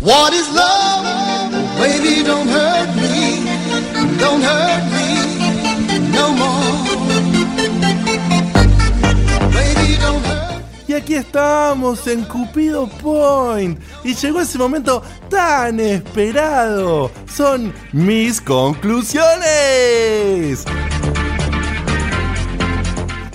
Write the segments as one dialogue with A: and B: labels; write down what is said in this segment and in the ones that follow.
A: What is love? Baby, don't hurt me. Don't hurt me no more. Baby, don't hurt
B: Y aquí estamos en Cupido Point. Y llegó ese momento tan esperado. Son mis conclusiones.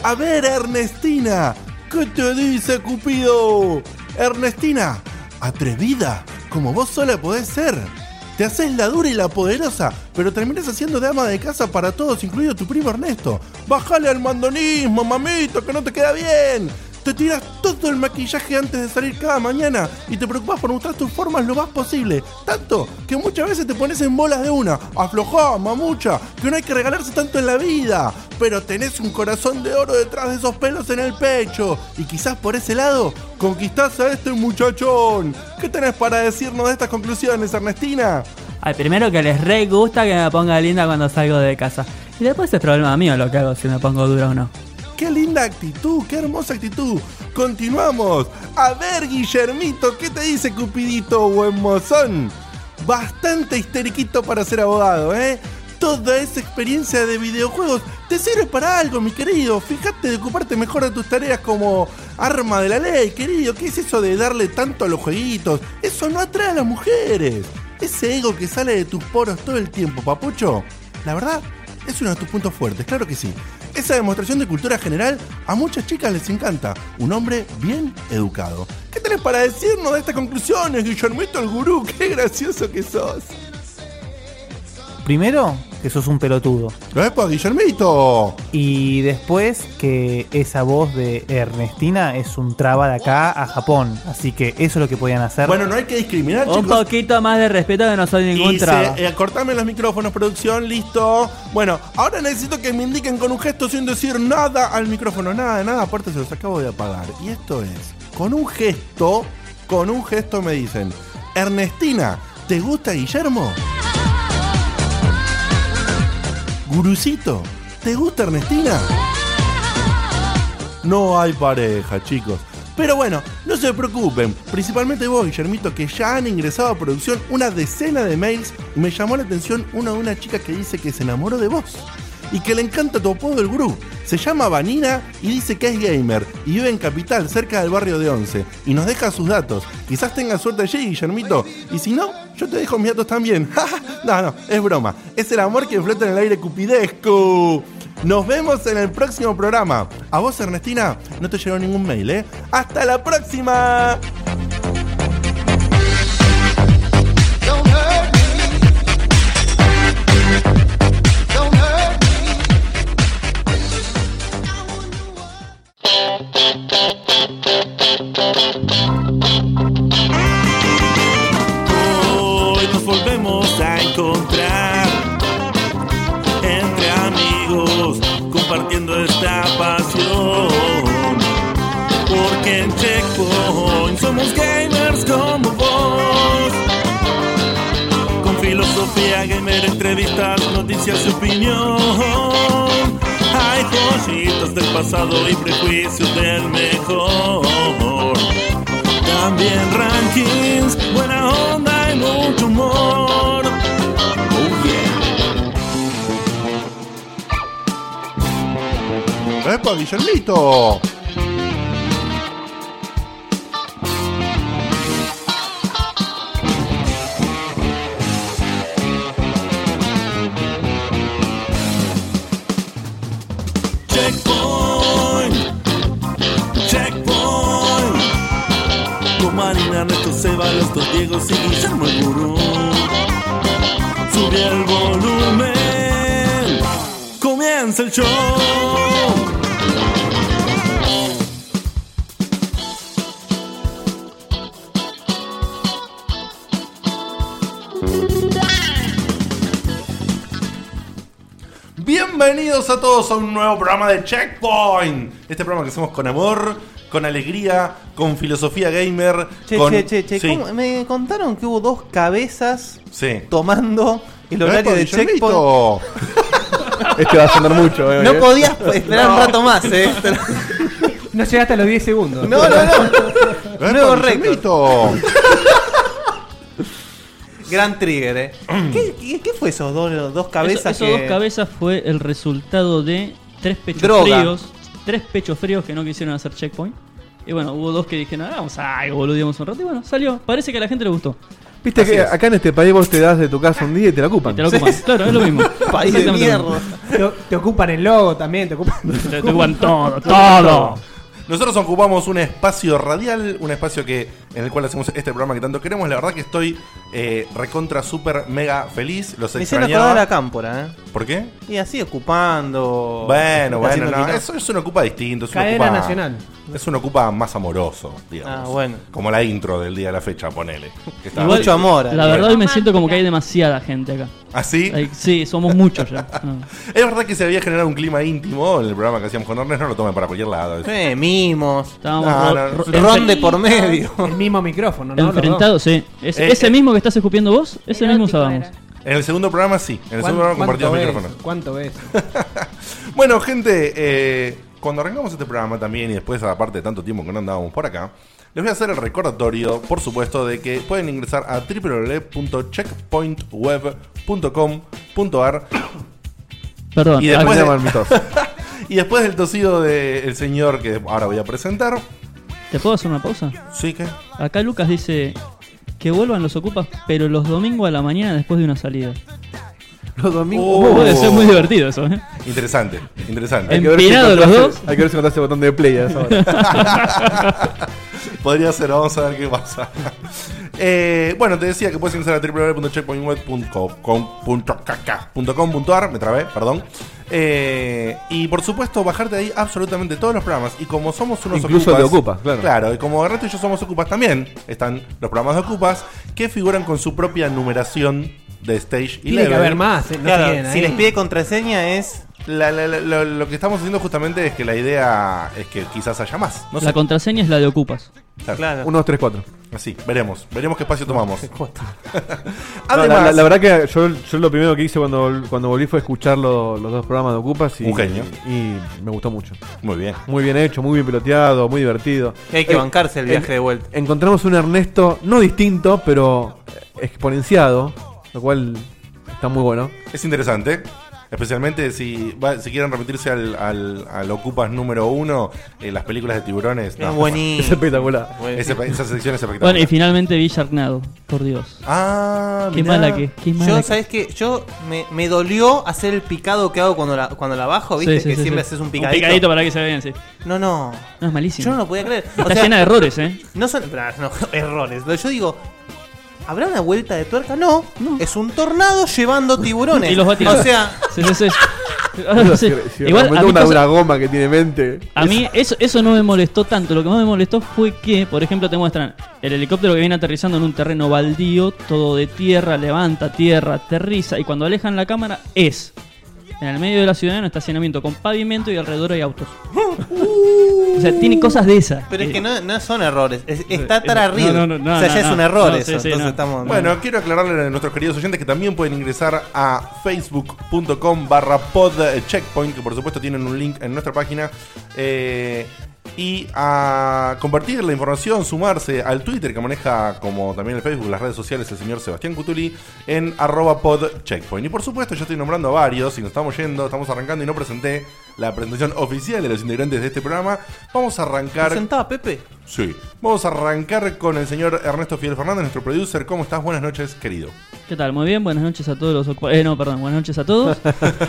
B: A ver, Ernestina, ¿qué te dice Cupido? Ernestina, atrevida, como vos sola podés ser. Te haces la dura y la poderosa, pero terminás haciendo de ama de casa para todos, incluido tu primo Ernesto. Bájale al mandonismo, mamito, que no te queda bien. Te tiras todo el maquillaje antes de salir cada mañana y te preocupas por mostrar tus formas lo más posible. Tanto que muchas veces te pones en bolas de una. Aflojá, mamucha, que no hay que regalarse tanto en la vida. Pero tenés un corazón de oro detrás de esos pelos en el pecho. Y quizás por ese lado conquistás a este muchachón. ¿Qué tenés para decirnos de estas conclusiones, Ernestina?
C: Ay, primero que les re gusta que me ponga linda cuando salgo de casa. Y después es problema mío lo que hago si me pongo dura o no.
B: Qué linda actitud, qué hermosa actitud. Continuamos. A ver, Guillermito, ¿qué te dice Cupidito, buen mozón? Bastante histeriquito para ser abogado, ¿eh? Toda esa experiencia de videojuegos te sirve para algo, mi querido. Fíjate de ocuparte mejor de tus tareas como arma de la ley, querido. ¿Qué es eso de darle tanto a los jueguitos? Eso no atrae a las mujeres. Ese ego que sale de tus poros todo el tiempo, papucho. La verdad, es uno de tus puntos fuertes, claro que sí. Esa demostración de cultura general a muchas chicas les encanta. Un hombre bien educado. ¿Qué tenés para decirnos de estas conclusiones, Guillermito el Gurú? ¡Qué gracioso que sos!
D: Primero, que sos un pelotudo.
B: ¡Epa, Guillermito!
D: Y después, que esa voz de Ernestina es un traba de acá a Japón. Así que eso es lo que podían hacer.
B: Bueno, no hay que discriminar,
C: Un
B: chicos.
C: poquito más de respeto que no soy ningún
B: Y se-
C: traba.
B: eh, cortame los micrófonos, producción, listo. Bueno, ahora necesito que me indiquen con un gesto sin decir nada al micrófono. Nada, nada, aparte se los acabo de apagar. Y esto es, con un gesto, con un gesto me dicen, Ernestina, ¿te gusta Guillermo? Gurucito, ¿te gusta Ernestina? No hay pareja, chicos. Pero bueno, no se preocupen, principalmente vos, Guillermito, que ya han ingresado a producción una decena de mails. Me llamó la atención una de una chica que dice que se enamoró de vos y que le encanta tu apodo del gurú. Se llama Vanina y dice que es gamer y vive en Capital, cerca del barrio de Once. Y nos deja sus datos. Quizás tenga suerte allí, Guillermito. Y si no, yo te dejo mis datos también. no, no, es broma. Es el amor que flota en el aire cupidesco. Nos vemos en el próximo programa. A vos, Ernestina, no te llegó ningún mail, ¿eh? ¡Hasta la próxima!
A: Don't hurt me. Don't hurt me. I wonder why.
E: Hoy nos volvemos a encontrar entre amigos compartiendo esta pasión. Porque en Checkpoint somos gamers como vos. Con filosofía gamer, entrevistas, noticias y opinión. Hay joyitas del pasado y prejuicios del mejor. También rankings, buena onda y mucho humor. Oh yeah.
B: ¡Epa, Guillermito!
E: Checkpoint. Checkpoint. Con Marina, Ernesto, Seba, los dos Diegos y Guillermo el Gurú. Sube el volumen. Comienza el show.
B: Bienvenidos a todos a un nuevo programa de Checkpoint. Este programa que hacemos con amor, con alegría, con filosofía gamer.
D: Che,
B: con...
D: che, che, che,
B: Sí,
D: ¿cómo? Me contaron que hubo dos cabezas
B: sí.
D: tomando el horario
B: ¡Epa,
D: de
B: Guillermito!
D: checkpoint.
F: Este va a sonar mucho, eh.
D: No podías esperar un rato más, eh.
G: No llegaste a los 10 segundos.
D: No, no, no.
B: ¡Epa,
D: Nuevo récord.
B: Guillermito!
D: Gran trigger, ¿eh? ¿Qué, qué, qué fue esos dos, dos cabezas?
C: Eso-
D: que-
C: Esos dos cabezas fue el resultado de tres pechos
D: Droga.
C: fríos. Tres pechos fríos que no quisieron hacer checkpoint. Y bueno, hubo dos que dijeron, ah, vamos a algo, boludeamos un rato. Y bueno, salió. Parece que a la gente le gustó.
H: Viste
C: Así
H: que
C: es.
H: acá en este país vos te das de tu casa un día y te la ocupan.
C: Te lo ocupan. Claro, es lo mismo. Exactamente lo mismo.
G: Te, te ocupan el logo también, te ocupan.
C: Te ocupan todo, todo.
B: Nosotros ocupamos un espacio radial, un espacio que en el cual hacemos este programa que tanto queremos. La verdad que estoy eh, recontra, super, mega feliz. Los
D: Me hicieron
B: extrañaba.
D: acordar a la cámpora, ¿eh? Oh,
B: ¿Por qué?
D: Y así ocupando.
B: Bueno, bueno,
D: haciendo
B: no,
D: quilombo.
B: eso es un ocupa distinto. Es un
G: Cadena
B: ocupa,
G: nacional.
B: Es un ocupa más amoroso, digamos.
D: Ah, bueno.
B: Como la intro del día de la fecha, ponele. Que está-
C: Igual-
D: Mucho amor.
C: La
D: ahí.
C: verdad hoy me siento como que hay demasiada gente acá.
B: ¿Así?
C: Hay- Sí, somos muchos ya. Ah. No.
B: ¿Ah, Es verdad que se había generado un clima íntimo en el programa que hacíamos con Ernest. No lo tomen para cualquier lado.
D: Eh, mimos.
C: Estábamos
B: No,
C: ro-
B: no, no,
C: ro-
B: no,
C: enfren-
D: Ron de por medio.
G: El mismo micrófono, ¿no? Los dos.
C: enfrentados, sí. Ese,
B: Eh,
C: ese
B: eh.
C: mismo que estás escupiendo vos, ese mismo
I: Erótico
C: usábamos.
I: era.
B: En el segundo programa sí. En el segundo programa
G: ¿Cuánto
B: compartimos
G: beso?
B: micrófonos.
G: ¿Cuánto ves?
B: Bueno, gente, eh, cuando arrancamos este programa también y después, aparte de tanto tiempo que no andábamos por acá, les voy a hacer el recordatorio, por supuesto, de que pueden ingresar a www.checkpointweb.com.ar
C: Perdón.
B: Y
C: ah,
H: Después
B: después- de-
H: de Marmitos.
B: y después del tosido del señor que ahora voy a presentar.
C: ¿Te puedo hacer una pausa?
B: Sí que.
C: Acá Lucas dice que vuelvan los ocupas, pero los domingos a la mañana después de una salida. Uh,
J: Los domingos.
B: Oh.
C: Puede ser muy divertido eso, ¿eh?
B: Interesante, interesante.
C: Em-
H: Hay que ver si
C: Empinado los
H: encontrás-
C: dos.
H: Hay que ver si encontrás el botón de play a esa hora.
B: Podría ser, vamos a ver qué pasa. Eh, bueno, te decía que puedes ingresar a www.checkpointweb.com.ar, me trabé, perdón. Eh, y por supuesto, bajarte ahí absolutamente todos los programas. Y como somos unos
H: Incluso el de Ocupas, claro.
B: y como Ernesto y yo somos Ocupas también, están los programas de Ocupas que figuran con su propia numeración de Stage y
G: Tiene que haber más. eh, no
D: Claro,
G: tienen
D: si
G: ahí.
D: les pide contraseña es.
B: La- la- la- lo, lo que estamos haciendo justamente es que la idea es que quizás haya más. No sé.
C: La contraseña es la de ocupas.
D: Claro.
H: 1, 2, 3, 4.
B: Así, veremos. Veremos qué espacio tomamos.
H: No,
B: Además,
H: la, la- la verdad que yo, yo lo primero que hice cuando, vol- cuando volví fue escuchar lo- los dos programas de Ocupas y,
B: Un genio.
H: y me gustó mucho.
B: Muy bien.
H: Muy bien hecho, muy bien piloteado, muy divertido.
D: Hay que
H: Eh,
D: bancarse el viaje
H: en-
D: de vuelta.
H: Encontramos un Ernesto no distinto, pero eh, exponenciado, lo cual está muy bueno.
B: Es interesante. Especialmente si, va- si quieren repetirse al, al, al Ocupas número uno, eh, las películas de tiburones. no,
D: Es buenísimo.
H: Es espectacular.
B: ese- esa sección es espectacular.
C: Bueno, y finalmente vi Sharknado, por Dios.
B: ah,
C: Qué
B: mirá.
C: mala que, qué mala
D: Yo,
C: que-
D: ¿sabes qué? Yo me, me dolió hacer el picado que hago cuando la, cuando la bajo, ¿viste?
C: Sí, sí,
D: que
C: sí,
D: siempre
C: sí.
D: haces un picadito.
C: para que se vea bien, sí.
D: No, no.
C: No, es malísimo.
D: Yo no lo podía creer. O
C: Está
D: sea,
C: llena de errores, ¿eh?
D: no son no, no, errores. Pero Yo digo, ¿habrá una vuelta de tuerca? No. Es un tornado llevando tiburones.
C: Y los va a tirar.
D: O sea,
C: Sí, sí, sí. Sí.
H: Si- si
C: Igual, a
H: aumentó
C: mí
H: una,
C: pasa-
H: una goma que tiene mente.
C: A mí eso, eso no me molestó tanto. Lo que más me molestó fue que, por ejemplo, te muestran el helicóptero que viene aterrizando en un terreno baldío, todo de tierra, levanta tierra, aterriza. Y cuando alejan la cámara, es en el medio de la ciudad, en un estacionamiento con pavimento y alrededor hay autos. o sea, tiene cosas de esas.
D: pero es
C: Eh,
D: que no, no son errores. Es, está tan
C: no,
D: arriba.
C: no, no, no,
D: o sea, ya
C: no,
D: es un
C: no.
D: error
C: No,
D: eso.
C: sí, sí,
D: Entonces
C: no.
D: estamos.
B: Bueno, quiero aclararle a nuestros queridos oyentes que también pueden ingresar a facebook.com barra podcheckpoint, que por supuesto tienen un link en nuestra página. eh, y a compartir la información, sumarse al Twitter que maneja, como también el Facebook, las redes sociales, el señor Sebastián Cutuli, en arroba podcheckpoint. Y por supuesto, yo estoy nombrando a varios, y nos estamos yendo, estamos arrancando y no presenté la presentación oficial de los integrantes de este programa. Vamos a arrancar.
D: Sentaba Pepe.
B: Sí. Vamos a arrancar con el señor Ernesto Fidel Fernández, nuestro producer. ¿Cómo estás? Buenas noches, querido.
C: ¿Qué tal? Muy bien, buenas noches a todos los ocu- Eh, no, perdón, buenas noches a todos.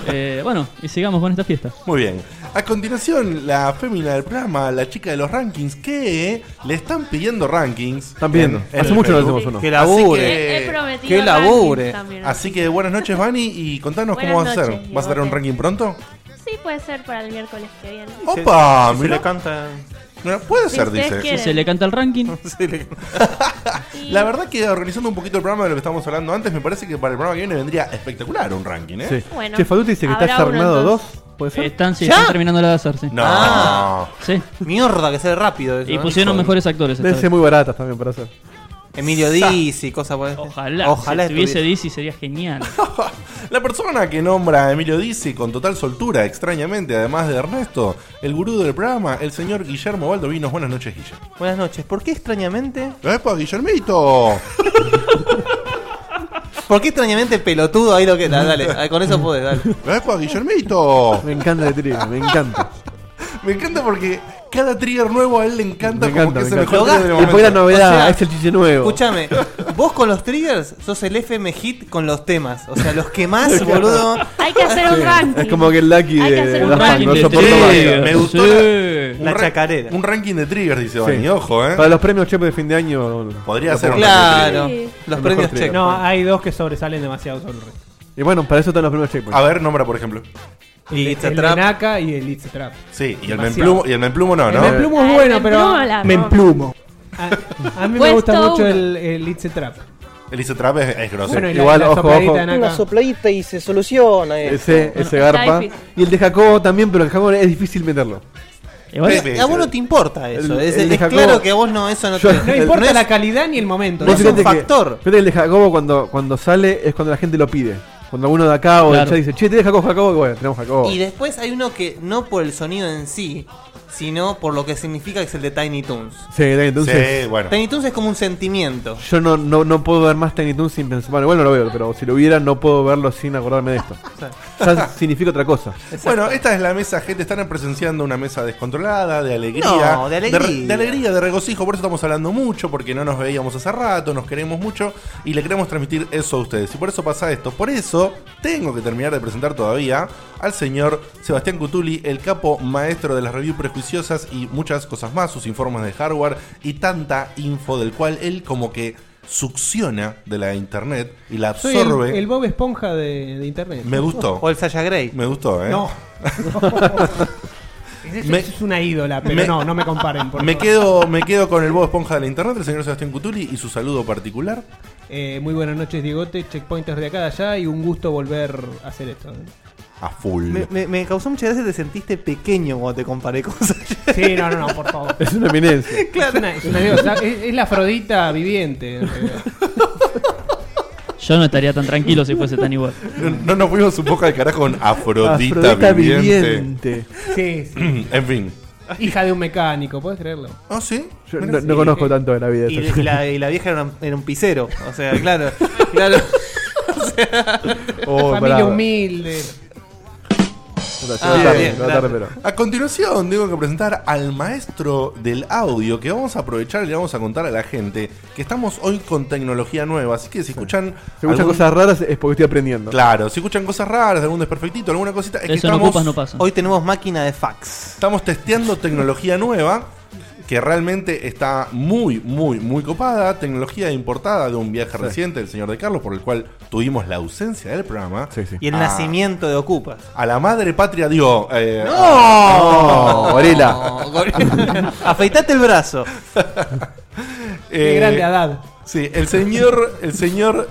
C: Eh, bueno, y sigamos con esta fiesta.
B: Muy bien. A continuación, la fémina del programa, la chica de los rankings, que le están pidiendo rankings.
H: Están pidiendo.
B: En- en
H: Hace
B: el
H: mucho no
B: Facebook.
H: hacemos uno.
D: Que
B: que-
D: labure.
I: He-
B: Eh,
I: he prometido
D: qué labure.
I: rankings también.
B: Así que buenas noches, Vani, y contanos cómo vas
I: Buenas
B: a hacer.
I: noches,
B: ¿Vas a
I: Diego.
B: traer un ranking pronto?
I: Sí, puede ser para el miércoles que viene.
B: Oh, ¡Opa!
D: Si
B: mira.
D: le canta.
B: Mira, puede
I: Si
B: ser,
I: ustedes
B: dice.
I: quieren.
C: Se le canta el ranking.
D: si le-
I: Y
B: La verdad que organizando un poquito el programa de lo que estábamos hablando antes, me parece que para el programa que viene vendría espectacular un ranking, ¿eh?
H: Sí.
I: Bueno,
H: che, Faluti dice que
I: habrá
H: estás
I: uno
H: armado dos.
I: entonces.
H: ¿Puede ser?
C: Están, sí,
D: ¿Ya?
C: están terminando la de hacer, sí.
B: No.
D: Ah.
C: Sí.
D: Mierda, que se ve rápido. Eso,
C: Y
D: ¿eh?
C: pusieron mejores actores. esta
H: Deben
C: vez.
H: ser muy baratas también para hacer.
D: Emilio Diz y cosas por el estilo.
C: Ojalá, si tuviese
D: estuviese.
C: DC sería genial.
B: La persona que nombra a Emilio Dizzi con total soltura, extrañamente, además de Ernesto, el gurú del programa, el señor Guillermo Valdovinos. Buenas noches, Guillermo.
H: pues,
D: Buenas noches. ¿Por qué extrañamente?
B: ¡Epa, Guillermito!
D: ¿Por qué extrañamente pelotudo ahí lo que da? Dale, ah, con eso podés, dale.
H: pues?
B: ¡Epa, Guillermito!
H: Me encanta el trigger, me encanta.
B: Me encanta porque cada trigger nuevo a él le encanta,
H: Me encanta,
B: como que
H: me
B: es el
H: encanta.
B: mejor
D: Este
B: trigger del
H: Y después la
B: momento.
H: novedad, es el chiche nuevo.
D: Escúchame, vos con los triggers sos el FM hit con los temas. O sea, los que
B: Ah,
D: más, boludo.
A: Hay que hacer un ranking.
H: Es como que el Lucky
A: Hay que
H: de
A: hacer
H: de
A: un
H: Daft Punk,
A: ranking
H: no
A: de
H: soporto
B: triggers.
H: más.
B: Me gustó Sí. la- un
D: La
B: ra-
D: chacarera.
B: Un ranking de triggers, dice Bani,
H: Sí.
B: ojo, ¿eh?
H: Para los premios chef de fin de año.
B: Podría
H: lo
B: ser un
H: pongo.
D: Claro,
G: Sí.
D: los
H: El mejor
D: premios
H: trigger.
D: check.
G: No, hay dos que sobresalen demasiado sobre el resto.
H: Y bueno, para eso están los premios checkpoint.
B: A ver, nombra, por ejemplo.
D: Y
G: El de Naka y el It's a Trap.
B: Sí, y el
G: Demasiado.
B: Menplumo, y el Menplumo no,
G: El
B: ¿no?
G: Memplumo
A: Ah,
G: es
A: el
G: bueno, pero.
A: Memplumo la rompe.
G: Me emplumo. A, a mí me
A: Puesto
G: gusta mucho
A: uno.
G: el, el It's a Trap.
B: El Isotrap es, es grosso.
G: Bueno, y
H: Igual,
G: la, y la
H: ojo,
G: sopladita
H: ojo.
G: de
K: Una
G: Naka.
K: sopladita y se soluciona. eh.
H: Ese, ese
A: Está
H: garpa.
A: difícil.
H: Y el de Jacobo también, pero el de Jacobo es difícil meterlo.
D: Pero
B: Sí, sí,
D: a vos
B: sí.
D: no te importa eso.
H: El-
D: es
H: el de
D: es
H: Jacobo-
D: claro que a vos no, eso no
H: Yo-
D: te.
H: No
G: No importa
D: es-
G: la calidad ni el momento.
D: No
G: ¿no?
D: es
H: fíjate
D: un factor.
H: Que, fíjate que el de Jacobo cuando, cuando sale es cuando la gente lo pide. Cuando alguno de acá o de
C: Claro.
H: allá dice, che, te Jacobo, Jacobo, y bueno, tenemos Jacobo.
D: Y después hay uno que no por el sonido en sí, sino por lo que significa que es el de Tiny Toons.
H: Sí, entonces.
B: sí, bueno.
D: Tiny Toons es como un sentimiento.
H: Yo no, no, no puedo ver más Tiny Toons sin pensar. Bueno, igual no lo veo, pero si lo hubiera, no puedo verlo sin acordarme de esto. Ya significa otra cosa.
B: Bueno, esta es la mesa, gente. Están presenciando una mesa descontrolada, de alegría.
D: No, de
B: re-
D: alegría.
B: De, alegría, de regocijo. Por eso estamos hablando mucho, porque no nos veíamos hace rato, nos queremos mucho y le queremos transmitir eso a ustedes. Y por eso pasa esto. Por eso tengo que terminar de presentar todavía al señor Sebastián Cutuli, el capo maestro de las reviews prejuiciosas y muchas cosas más, sus informes de hardware y tanta info del cual él como que succiona de la internet y la
G: Soy el,
B: absorbe.
G: el Bob Esponja de, de internet.
B: Me gustó.
D: O el Sasha Grey.
B: Me gustó, ¿eh?
G: No. Eso
B: Me-
G: es una ídola, pero
B: me-
G: no, no me comparen. por
B: Me
G: favor.
B: quedo, me quedo con el Bob Esponja de la Internet, el señor Sebastián Cutuli y su saludo particular.
G: Eh, muy buenas noches, Diegote. Checkpointers de acá de allá y un gusto volver a hacer esto. ¿eh?
B: A full.
D: Me, me- me causó mucha gracia, te sentiste pequeño cuando te comparé con Sasha.
G: Sí, no, no, no, por favor.
H: Es una eminencia.
G: Es, una- es una diosa, es- es la Afrodita viviente. en realidad.
C: Yo no estaría tan tranquilo si fuese tan igual.
B: No, no nos fuimos un poco al carajo con Afrodita,
H: Afrodita
B: viviente.
G: Sí, sí.
B: en fin.
G: Hija de un mecánico, ¿puedes creerlo?
B: ¿Ah, sí?
H: Yo
B: Mira,
H: no, no conozco tanto de la vida
D: Y,
H: de esa
D: y la, y la vieja era, un- era un pisero. O sea, claro. claro.
H: Oh,
G: Familia
H: pará.
G: humilde.
H: Llegó
D: Ah,
H: tarde,
D: bien,
H: llegó tarde,
D: claro.
H: pero-
B: A continuación tengo que presentar al maestro del audio que vamos a aprovechar y le vamos a contar a la gente que estamos hoy con tecnología nueva, así que si escuchan...
H: Si escuchas
B: algún-
H: cosas raras es porque estoy aprendiendo.
B: Claro, si escuchan cosas raras, algún desperfectito, alguna cosita, es que
C: Eso no
B: estamos-
C: ocupas, no pasa.
D: Hoy tenemos máquina de fax.
B: Estamos testeando tecnología nueva que realmente está muy, muy, muy copada. Tecnología importada de un viaje reciente del señor de Carlos, por el cual tuvimos la ausencia del programa.
H: Sí, sí.
D: Y el
B: Ah.
D: nacimiento de Ocupas.
B: A la madre patria dio. eh,
H: ¡No! Gorila.
D: No, gorila. Afeitate el brazo.
G: Qué
B: eh,
G: grande Haddad.
B: Sí, el señor, el señor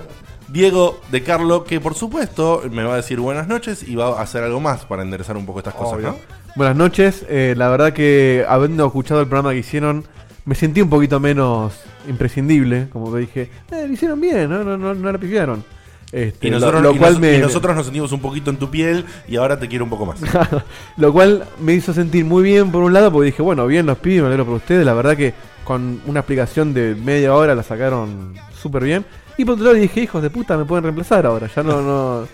B: Diego de Carlo, que por supuesto me va a decir buenas noches y va a hacer algo más para enderezar un poco estas cosas,
H: Obvio.
B: ¿no?
H: Buenas noches. eh, la verdad que habiendo escuchado el programa que hicieron, me sentí un poquito menos imprescindible. Como que dije, eh, lo hicieron bien, no, no, no, no la pifiaron. Este,
B: Y
H: lo-
B: nosotros,
H: lo,
B: y
H: cual
B: nos-
H: me,
B: y nosotros nos sentimos un poquito en tu piel y ahora te quiero un poco más.
H: lo cual me hizo sentir muy bien por un lado, porque dije, bueno, bien los pibes, me alegro por ustedes. La verdad que con una aplicación de media hora la sacaron súper bien. Y por otro lado dije, hijos de puta, me pueden reemplazar ahora. Ya no, no,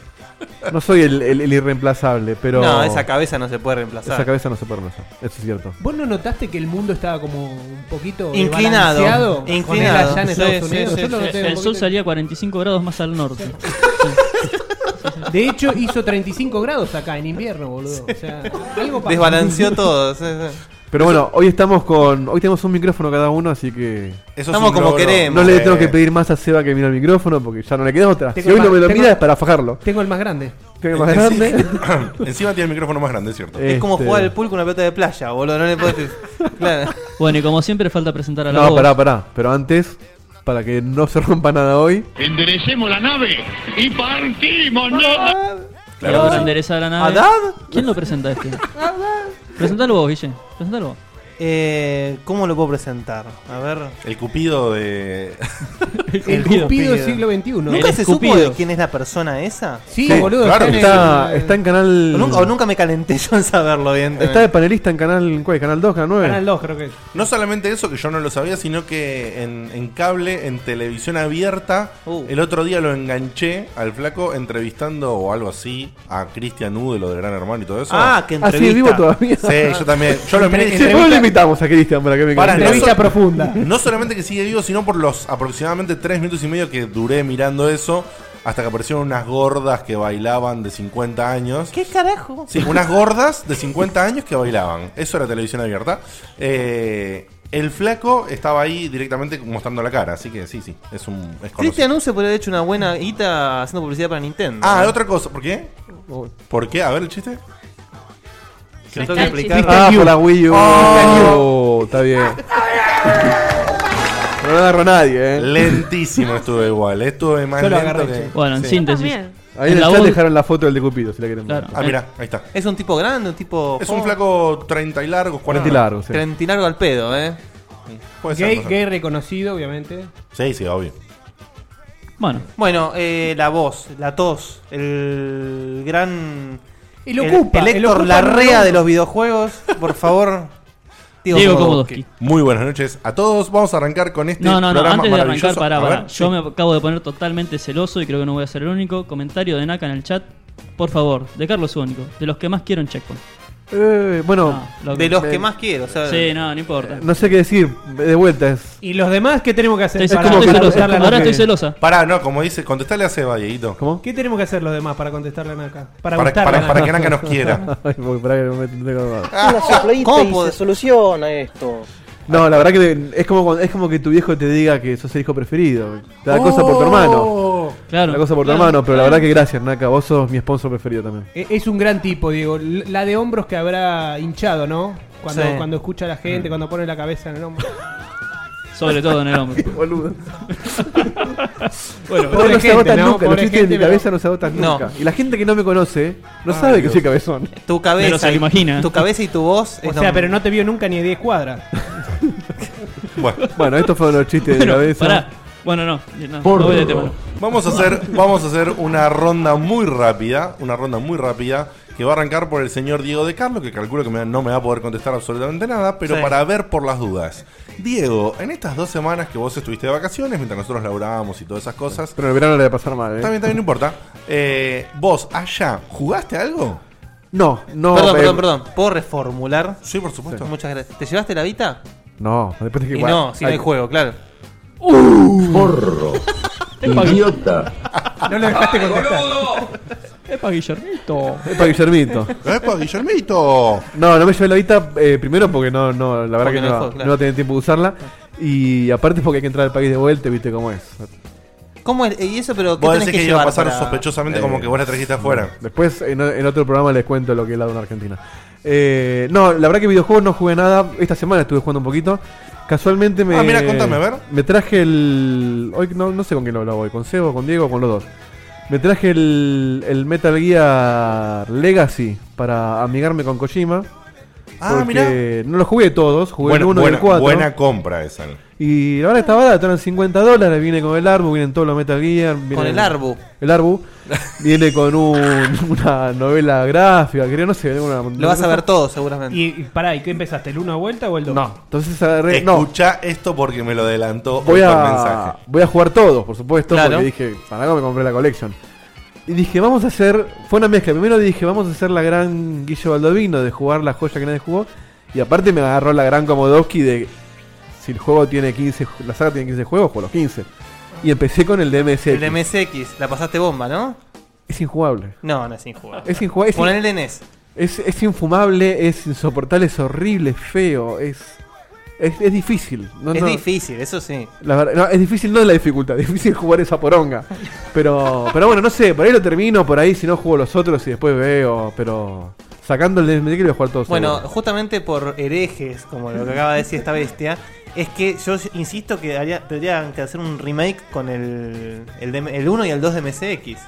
H: no soy el, el- el irreemplazable, pero
D: No, esa cabeza no se puede reemplazar.
H: esa cabeza no se puede reemplazar. Eso es cierto.
G: ¿Vos no notaste que el mundo estaba como un poquito
D: Inclinado,
G: desbalanceado Con él
D: inclinado.
G: allá en
D: Sí,
G: Estados
D: sí,
G: Unidos.
D: sí,
G: Yo lo
D: sí.
G: noté un
C: El sol
G: poquito.
C: salía 45 grados más al norte.
G: De hecho, hizo 35 grados acá en invierno, boludo. O sea, algo pasó.
D: Desbalanceó todo. sí, sí.
H: Pero bueno, hoy estamos con. Hoy tenemos un micrófono cada uno, así que.
B: Eso
D: Estamos
B: un
D: como
B: logro.
D: queremos.
H: No le
B: Eh,
H: tengo que pedir más a Seba que mire el micrófono porque ya no le queda otra. Si
G: Tengo
H: hoy no
G: más-
H: me lo
G: tengo-
H: mira es para fajarlo.
G: Tengo el más grande.
H: Tengo más grande.
B: Encima tiene el micrófono más grande, es cierto.
D: Es como
H: Este-
D: jugar al pool con una pelota de playa, boludo. No le podés. Claro.
C: Bueno, y como siempre falta presentar a la
H: No,
C: voz.
H: pará, pará. Pero antes, para que no se rompa nada hoy.
L: Enderecemos la nave y partimos, ¿no?
C: Y ahora endereza la nave.
D: ¿Haddad?
C: ¿Quién lo presenta este? Presentalo vos, Guille. Presentalo vos.
D: Eh, ¿Cómo lo puedo presentar? A ver.
B: El Cupido de.
D: El
G: Cupido Cupido. del siglo XXI.
D: ¿Nunca
G: El
D: se
G: Cupido.
D: supo de quién es la persona esa?
G: Sí, Sí, boludo, claro. está en
H: Está, está en
D: O
H: canal.
D: nunca, o nunca me calenté yo en saberlo, evidentemente.
H: Está de panelista en canal. ¿Cuál? ¿Canal 2, canal 9?
G: creo que.
B: No solamente eso, que yo no lo sabía, sino que en, en cable, en televisión abierta, el otro día lo enganché al flaco entrevistando o algo así a Cristian U de lo del Gran Hermano y todo eso.
D: Ah, que
H: Así vivo todavía.
B: Sí, yo también. Yo lo miré y
H: Sí,
B: dije,
H: después lo invitamos a Cristian para que venga.
B: Para, no so-
G: profunda.
B: No solamente que sigue vivo, sino por los aproximadamente tres minutos y medio que duré mirando eso, hasta que aparecieron unas gordas que bailaban de 50 años.
D: ¿Qué carajo?
B: Sí, unas gordas de 50 años que bailaban. Eso era televisión abierta. Eh, el flaco estaba ahí directamente mostrando la cara, así que sí, sí, es un... Es conocido.
D: Cristian U se podría haber hecho una buena guita haciendo publicidad para Nintendo.
B: Ah,
D: ¿no?
B: otra cosa, ¿por qué?
H: Oh,
D: Uy.
B: ¿Por qué? A ver el chiste.
D: Lo tengo que explicar.
H: Ah, por la Wii U. Oh, está bien. No lo agarró nadie, eh.
B: Lentísimo estuve igual, estuve más
H: Yo lo
B: lento
H: agarré,
B: que-
H: che. Bueno, en síntesis.
D: también.
H: Ahí
D: En
H: en el
D: la
H: chat
D: voz-
H: dejaron la foto del de Cupido, si la quieren ver.
B: Ah, mira, ahí está.
D: Es un tipo grande, un tipo.
B: Es un flaco 30 y largos, 40
H: 40 y largos, sí.
D: 30 y largo al pedo, eh.
B: Puede
G: Gay, gay reconocido, obviamente.
B: Sí, sí, obvio.
C: Bueno.
D: Bueno, eh, la voz, la tos, el gran.
G: El Ocupa,
D: El,
G: el
D: Héctor
G: Ocupa
D: Larrea
G: Redondo.
D: de los videojuegos, por favor.
B: Muy buenas noches a todos. Vamos a arrancar con este
C: No, no, no,
B: programa
C: antes de arrancar,
B: maravilloso.
C: pará,
B: A
C: pará.
B: ver,
C: Yo me acabo de poner totalmente celoso y creo que no voy a ser el único. Comentario de Naka en el chat, por favor, de Carlos Único, de los que más quiero en Checkpoint.
H: Eh, bueno,
C: No,
D: De los
C: me-
D: que más quiero, o sea.
C: Sí, no, no importa.
H: no sé qué decir. De vuelta es.
G: ¿Y los demás qué tenemos que hacer? para contestarle a la Naka?
C: celosa.
B: Pará, no, como dice, contestale a Seba, Dieguito.
G: ¿Qué tenemos que hacer los demás para contestarle a Naka? Para,
B: Para,
G: gustarle
B: para-
G: a
B: para que
G: Naka.
B: Naka nos quiera.
H: Ay, voy, pará que me tengo que-
M: Una sopladita
D: ¿cómo
M: y
D: podés?
M: se soluciona esto.
H: No, la verdad que es como, cuando- es como que tu viejo te diga que sos el hijo preferido. Te da cosa
G: Oh.
H: por tu hermano.
C: Claro.
H: La cosa por tu
G: Claro,
H: hermano, pero la
G: claro.
H: verdad que gracias, Naka. Vos sos mi sponsor preferido también.
G: E- Es un gran tipo, Diego. L- La de hombros que habrá hinchado, ¿no? Cuando,
H: Sí.
G: cuando escucha a la
D: Mm.
G: gente, cuando pone la cabeza en el hombro.
C: Sobre todo en el hombro.
H: Boludo.
C: bueno,
H: Vos no se agotan
G: ¿no?
H: nunca, los
G: Pobre
H: chistes de
G: gente,
H: mi
G: pero- Ah,
H: cabeza no se agotan
D: No.
H: nunca. Y la gente que no me conoce no
D: Ay,
H: sabe
D: Dios.
H: que soy cabezón.
D: Tu cabeza. y- Tu cabeza y tu voz.
G: O sea, pero no te vio nunca ni a 10 cuadras.
B: Bueno.
H: bueno, estos fueron los chistes de cabeza.
C: pará. Bueno, no, no,
H: Por
C: no voy de tema.
H: favor.
C: no.
B: Vamos a hacer, vamos a hacer una ronda muy rápida, una ronda muy rápida que va a arrancar por el señor Diego de Carlos, que calculo que me- no me va a poder contestar absolutamente nada, pero
E: Sí.
B: para ver por las dudas. Diego, en estas dos semanas que vos estuviste de vacaciones, mientras nosotros laburábamos y todas esas cosas,
H: Pero en el verano le va a pasar mal, ¿eh?
B: también, también no importa. eh, vos allá jugaste algo?
H: No, no.
D: perdón,
H: eh,
D: perdón, perdón. ¿Puedo reformular?
B: Sí, por supuesto.
D: Muchas gracias. ¿Te llevaste la Vita?
H: No, después de que
D: Y no, si no hay juego, claro.
N: Uh.
L: Porro. Idiota.
G: No lo dejaste contestar.
C: Es para Guillermito.
H: Es para Guillermito.
B: Es para Guillermito.
H: No, no me llevé la guita eh, primero porque no, no, la verdad
D: Porque
H: que
D: no
H: no,
D: hay
H: va-
D: juego, claro.
H: no va a tener tiempo de usarla. Y aparte porque hay que entrar al país de vuelta, viste cómo es.
D: ¿Cómo es? ¿Y eso, pero qué
B: Vos
D: tenés
B: decís
D: que,
B: que iba a
D: llevar
B: pasar
D: para-
B: sospechosamente como que vos la trajiste afuera.
H: Después en, en otro programa les cuento lo que es la una Argentina. Eh, no, la verdad que videojuegos no jugué nada. Esta semana estuve jugando un poquito. Casualmente me.
B: Ah, mira, contame, a ver.
H: Me traje el. Hoy no, no sé con quién lo hablaba hoy, con Sebo, con Diego, con los dos. Me traje el, el Metal Gear Legacy para amigarme con Kojima.
B: Ah,
H: porque No lo jugué todos, jugué
B: Buena-
H: el 1 y
B: buena-
H: el 4.
B: buena compra esa.
H: Y ahora está barata, eran 50 dólares, viene con el Arbu, vienen todos los Metal Gear. viene-
D: el Arbu.
H: El Arbu. viene con un- una novela gráfica, creo, no sé. alguna-
D: todo, seguramente.
G: Y, y pará, ¿y qué empezaste? ¿El uno a vuelta o el dos?
H: No. Entonces agarré- no,
B: Escucha esto porque me lo adelantó
H: voy
B: hoy por mensaje.
H: a, voy a jugar todos, por supuesto,
B: Claro.
H: porque dije, para algo me compré la colección. Y dije, vamos a hacer, fue una mezcla. Primero dije, vamos a hacer la gran Guillo Baldovino de jugar la joya que nadie jugó. Y aparte me agarró la gran Komodowski de, si el juego tiene 15, ju- la saga tiene 15 juegos, juego los 15. Y empecé con el DMSX.
D: El MSX, la pasaste bomba, ¿no?
H: Es injugable.
D: No, no es injugable.
H: Es injugable. es in-
D: Ponele el E NES.
H: Es, es infumable, es insoportable, es horrible, es feo, es. Es, es difícil. No,
D: es
H: no.
D: difícil, eso sí.
H: La verdad- no, es difícil no es la dificultad, es difícil jugar esa poronga. Pero, pero bueno, no sé, por ahí lo termino, por ahí si no juego los otros y después veo, pero sacando el de voy a jugar todos.
D: Bueno,
H: seguro.
D: justamente por herejes, como lo que acaba de decir esta bestia, es que yo insisto que haría- tendrían que hacer un remake con el, el, DM el 1 y el 2 de MSX.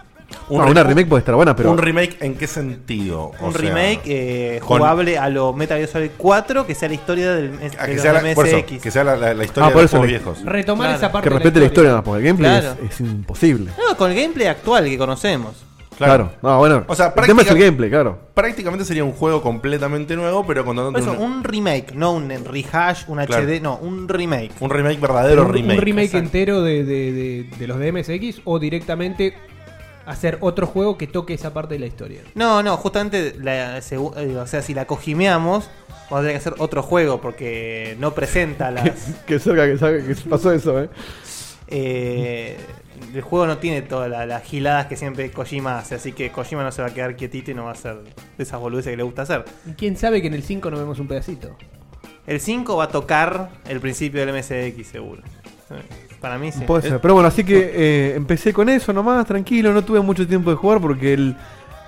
H: No, Ah, una remake puede estar buena, pero-
B: ¿Un remake en qué sentido? O
D: un
B: sea,
D: remake eh,
B: con-
D: jugable a lo Metal Gear Solid 4 que sea la historia del de
B: Ah, que
D: los
B: sea la-
D: MSX.
B: por eso, que sea la- la- la historia
H: Ah, por
B: de los
H: eso
B: juegos
H: le-
B: viejos.
G: Retomar esa parte
H: Que
G: de la
H: respete la historia,
G: historia.
H: porque el gameplay
D: Claro.
H: es, es imposible.
D: No, con el gameplay actual que conocemos.
H: Claro. No, bueno.
B: O sea,
H: el tema es el
B: práctica-
H: gameplay, claro.
B: Prácticamente sería un juego completamente nuevo, pero con
D: Por
B: tanto
D: eso, un remake, no un rehash, un
B: Claro.
D: HD, no, un remake.
B: Un remake verdadero,
D: Un- un
B: remake.
G: un remake
D: Exacto.
G: entero de, de- de- de los de MSX o directamente hacer otro juego que toque esa parte de la historia.
D: No, no, justamente, la, segu- eh, o sea, si la cojimeamos, vamos a tener que hacer otro juego porque no presenta las...
H: Qué cerca que, sabe- que pasó eso, eh.
D: eh, el juego no tiene todas la- las giladas que siempre Kojima hace, así que Kojima no se va a quedar quietito y no va a hacer de esas boludeces que le gusta hacer.
G: ¿Y quién sabe que en el 5 no vemos un pedacito?
D: El 5 va a tocar el principio del MSX, seguro. Para mí sí.
H: Puede ser. Pero bueno, así que eh, empecé con eso nomás, tranquilo. No tuve mucho tiempo de jugar porque el,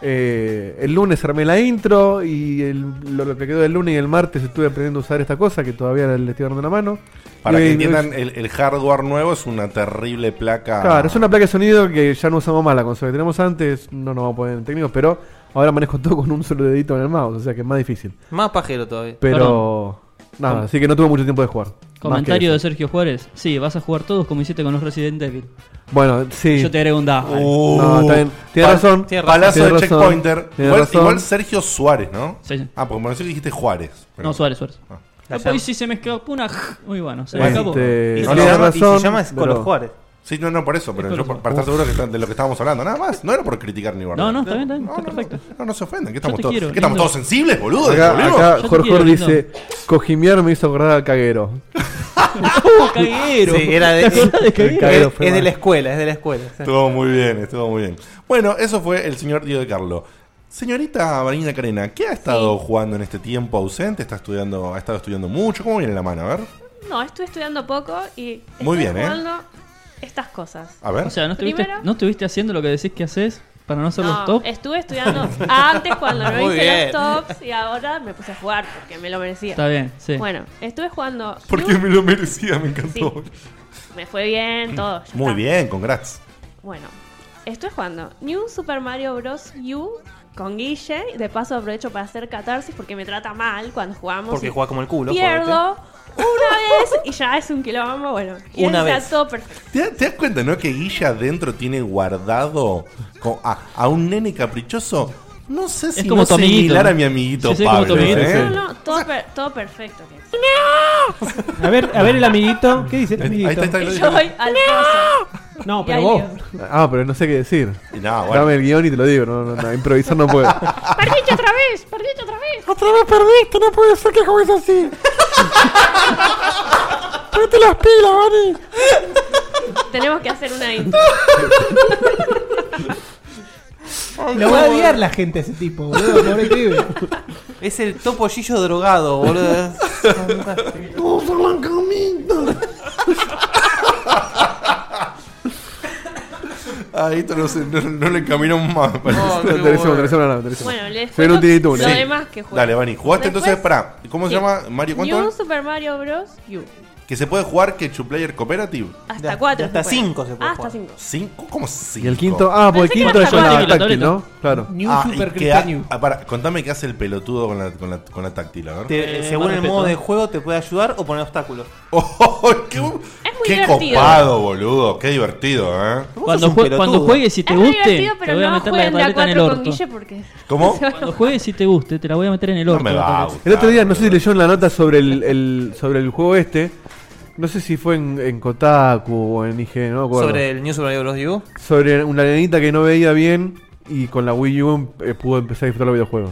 H: eh, el lunes armé la intro y el- lo, lo que quedó del lunes y el martes estuve aprendiendo a usar esta cosa que todavía le estoy dando la mano.
B: Para
H: Y
B: que
H: hoy-
B: entiendan, el, el hardware nuevo es una terrible placa.
H: pues. Claro, es una placa de sonido que ya no usamos más la consola que tenemos antes, no nos va a poner en técnicos, pero ahora manejo todo con un solo dedito en el mouse, o sea que es más difícil.
D: Más pajero todavía.
H: Pero nada,
C: Com-
H: así que no tuve mucho tiempo de jugar. Más que
C: Comentario de Sergio Juárez. Sí, vas a jugar todos como hiciste con los Resident Evil.
H: Bueno, sí.
C: Yo te agrego un dajo.
H: No, está bien. Tiene
B: Pal-
H: razón. Tiene razón.
B: Palazo
H: Tiene
B: de
H: razón.
B: Checkpointer.
H: Tiene
B: Igual,
H: razón.
B: igual Sergio Suárez, ¿no?
C: Sí, sí.
B: Ah, porque me pareció que dijiste Juárez.
C: No, Suárez, Suárez.
B: Ah.
C: Después sí se me escapó una. j- Muy bueno, se me
B: Bueno,
C: escapó.
B: este,
C: Y
B: no,
C: se
B: no,
C: llama-
B: no,
C: y se llama-
B: pero-
D: Colo Juárez.
B: Sí, no, no, por eso, pero
C: Es
B: yo
C: Colo
B: por- para estar seguro que está- de lo que estábamos hablando, nada más. No era por criticar ni guardar.
C: No, no, está bien, está bien, está perfecto.
B: No, no se ofendan, que
C: Yo
B: estamos,
C: te
B: todos,
C: quiero,
B: que estamos
C: lindo.
B: todos sensibles, boludo.
H: Acá,
B: boludo.
H: acá Jorjor dice, cojimear me hizo acordar al caguero.
C: Caguero.
D: Sí, era de,
C: ¿Te acordás de
D: es-
H: Caguero
D: es,
H: fue
D: de
H: mal.
D: la escuela, es de la escuela.
B: Estuvo muy bien, estuvo muy bien. Bueno, eso fue el señor Diego de Carlo. Señorita Marina Carena, ¿qué ha estado jugando en este tiempo ausente? ¿Está estudiando, ha estado estudiando mucho? ¿Cómo viene la mano? A ver.
I: No, estuve estudiando poco y estoy
B: pues. Muy bien, ¿eh?
I: jugando estas cosas.
C: O sea, ¿no estuviste,
I: Primero-
C: ¿no estuviste haciendo lo que decís que haces para no hacer
I: No,
C: los top?
I: estuve estudiando antes cuando no
C: Muy
I: hice
C: bien.
I: los tops y ahora me puse a jugar porque me lo merecía.
C: Está bien, sí.
I: Bueno, estuve jugando.
B: Porque me lo merecía, me encantó.
I: Me fue bien, todo. ya
B: Muy
I: está.
B: bien, congrats.
I: Bueno, estoy jugando New Super Mario Bros. U con Guille. y De paso aprovecho para hacer catarsis porque me trata mal cuando jugamos.
D: Porque
I: y
D: juega como el culo,
I: Pierdo una vez y ya es un quilombo. Bueno, y él
B: Una
I: está
B: vez.
I: todo perfecto.
B: ¿Te, te das cuenta, no? Que Guilla adentro tiene guardado co- a, a un nene caprichoso. No sé si
C: como
B: no
C: tu amiguito.
B: similar a mi amiguito
C: Sí, sí, es como
B: Pablo.
C: tu amiguito,
I: No,
B: ¿eh?
I: no, todo, per- todo perfecto.
O: A ver, a ver el amiguito. ¿Qué dice el amiguito?
I: Y yo voy al pozo.
O: No,
I: Y
O: pero
I: ahí
O: vos.
I: digo,
H: Ah, pero no sé qué decir.
B: bueno.
H: Dame el guión y te lo digo. No, no, no, improvisar no puedo.
I: Perdiste otra vez, perdiste otra vez.
P: Otra vez perdiste, no puede ser que juegues así. Ponete las pilas, Vani.
I: Tenemos que hacer una intro.
G: Lo va a odiar la gente a ese tipo, boludo, pobre pibe.
D: Es el topollillo drogado,
B: Eh,
D: boludo.
P: Todos hablan conmigo.
B: Ah, esto no, se- no, no le encaminamos más. me parece.
H: No, qué Interesemos, bueno. interesemos, no, interesemos.
I: Bueno, les
B: Soy un
I: cuento
B: Looney Tunes.
I: lo demás que juego.
B: Dale, Vani. Jugaste
I: Después-
B: entonces, pará. ¿Cómo
I: Sí.
B: se llama? Mario, ¿cuánto?
I: New Super Mario Bros. U.
B: Que se puede jugar que player cooperative.
I: Hasta 4.
D: hasta cinco se puede
I: Hasta
D: jugar.
I: 5.
B: ¿Cinco? ¿Cómo cinco?
H: Y el quinto- ah, porque Pensé el quinto que era es con la táctil, la táctil, ¿no? tableta. Claro.
B: New
H: New
B: Super
H: Super
B: Cristian
H: Cristian
B: ah, Contame qué hace el pelotudo con la, con la, con la táctil, a ver.
D: Te- según el modo de juego te puede ayudar o poner obstáculos.
B: ¡Qué, Qué copado, boludo. Qué divertido, ¿eh?
C: Cuando, jue- cuando juegues y te
I: es muy
C: guste,
I: divertido,
C: te
I: pero
C: voy a
I: no
C: meter la
I: jueguen de a
C: tableta en el
I: 4 con
C: orto.
I: Guille porque.
B: ¿Cómo?
C: Cuando juegues y te guste, te la voy a meter en el orto.
B: me va a
C: la tableta.
H: El otro día, no sé si leyeron la nota sobre el, el- sobre el juego este. No sé si fue en, en Kotaku o en IG, no me acuerdo.
D: Sobre el New Super Mario Bros. U.
H: Sobre una nenita que no veía bien y con la Wii U em- eh, pudo empezar a disfrutar los videojuegos.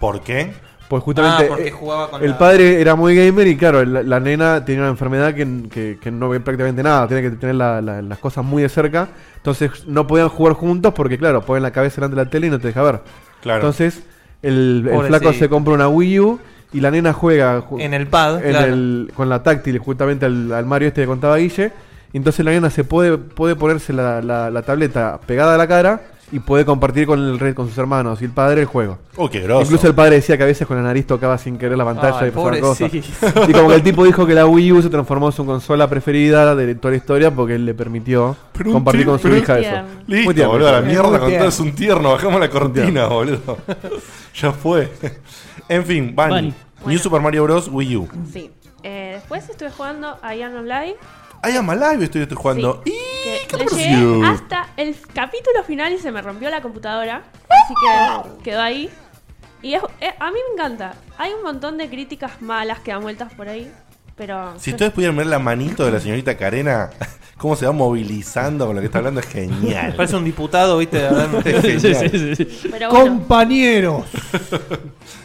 B: ¿Por qué?
H: Pues justamente
D: Ah, porque
H: eh,
D: jugaba con
H: el
D: la-
H: padre era muy gamer y claro, la, la nena tenía una enfermedad que, que- que no ve prácticamente nada, tiene que tener la- la- las cosas muy de cerca. Entonces no podían jugar juntos porque claro, ponen la cabeza delante de la tele y no te deja ver.
B: Claro.
H: Entonces el, el
D: Pobrecito.
H: flaco se compra una Wii U y la nena juega ju-
D: En el pad,
H: en
D: claro.
H: el- con la táctil justamente al, al Mario este que contaba Guille. Entonces la nena se puede, puede ponerse la, la- la tableta pegada a la cara y puede compartir con el rey, con sus hermanos y el padre el juego.
B: Oh, qué groso.
H: Incluso el padre decía que a veces con la nariz tocaba sin querer la pantalla
B: Ay,
H: y pasaban cosas.
B: pobrecito.
H: Y como que el tipo dijo que la Wii U se transformó en su consola preferida de toda la historia porque él le permitió
B: Pero un
H: compartir con su
B: tierno.
H: hija eso.
B: Tierno.
H: Muy
B: Listo,
H: tierno,
B: boludo, a la
H: muy
B: mierda con
H: tierno.
B: todo es un tierno, bajamos la cortina,
H: Muy
B: boludo. ya fue. En fin, Bunny.
I: Bunny.
B: New
I: Bueno.
B: Super Mario Bros. Wii U.
I: Sí. Eh, después estuve jugando a Iron Online.
B: I am alive estoy, estoy jugando.
I: Sí, que
B: por
I: llegué
B: Dios.
I: hasta el capítulo final y se me rompió la computadora. Así que quedó ahí. Y es- eh, a mí me encanta. Hay un montón de críticas malas que dan vueltas por ahí. Pero.
B: Y si ustedes pudieran ver la manito de la señorita Carena, cómo se va movilizando con lo que está hablando, es genial.
D: Parece un diputado, viste, hablando.
B: Es genial.
I: Pero bueno.
G: Compañeros.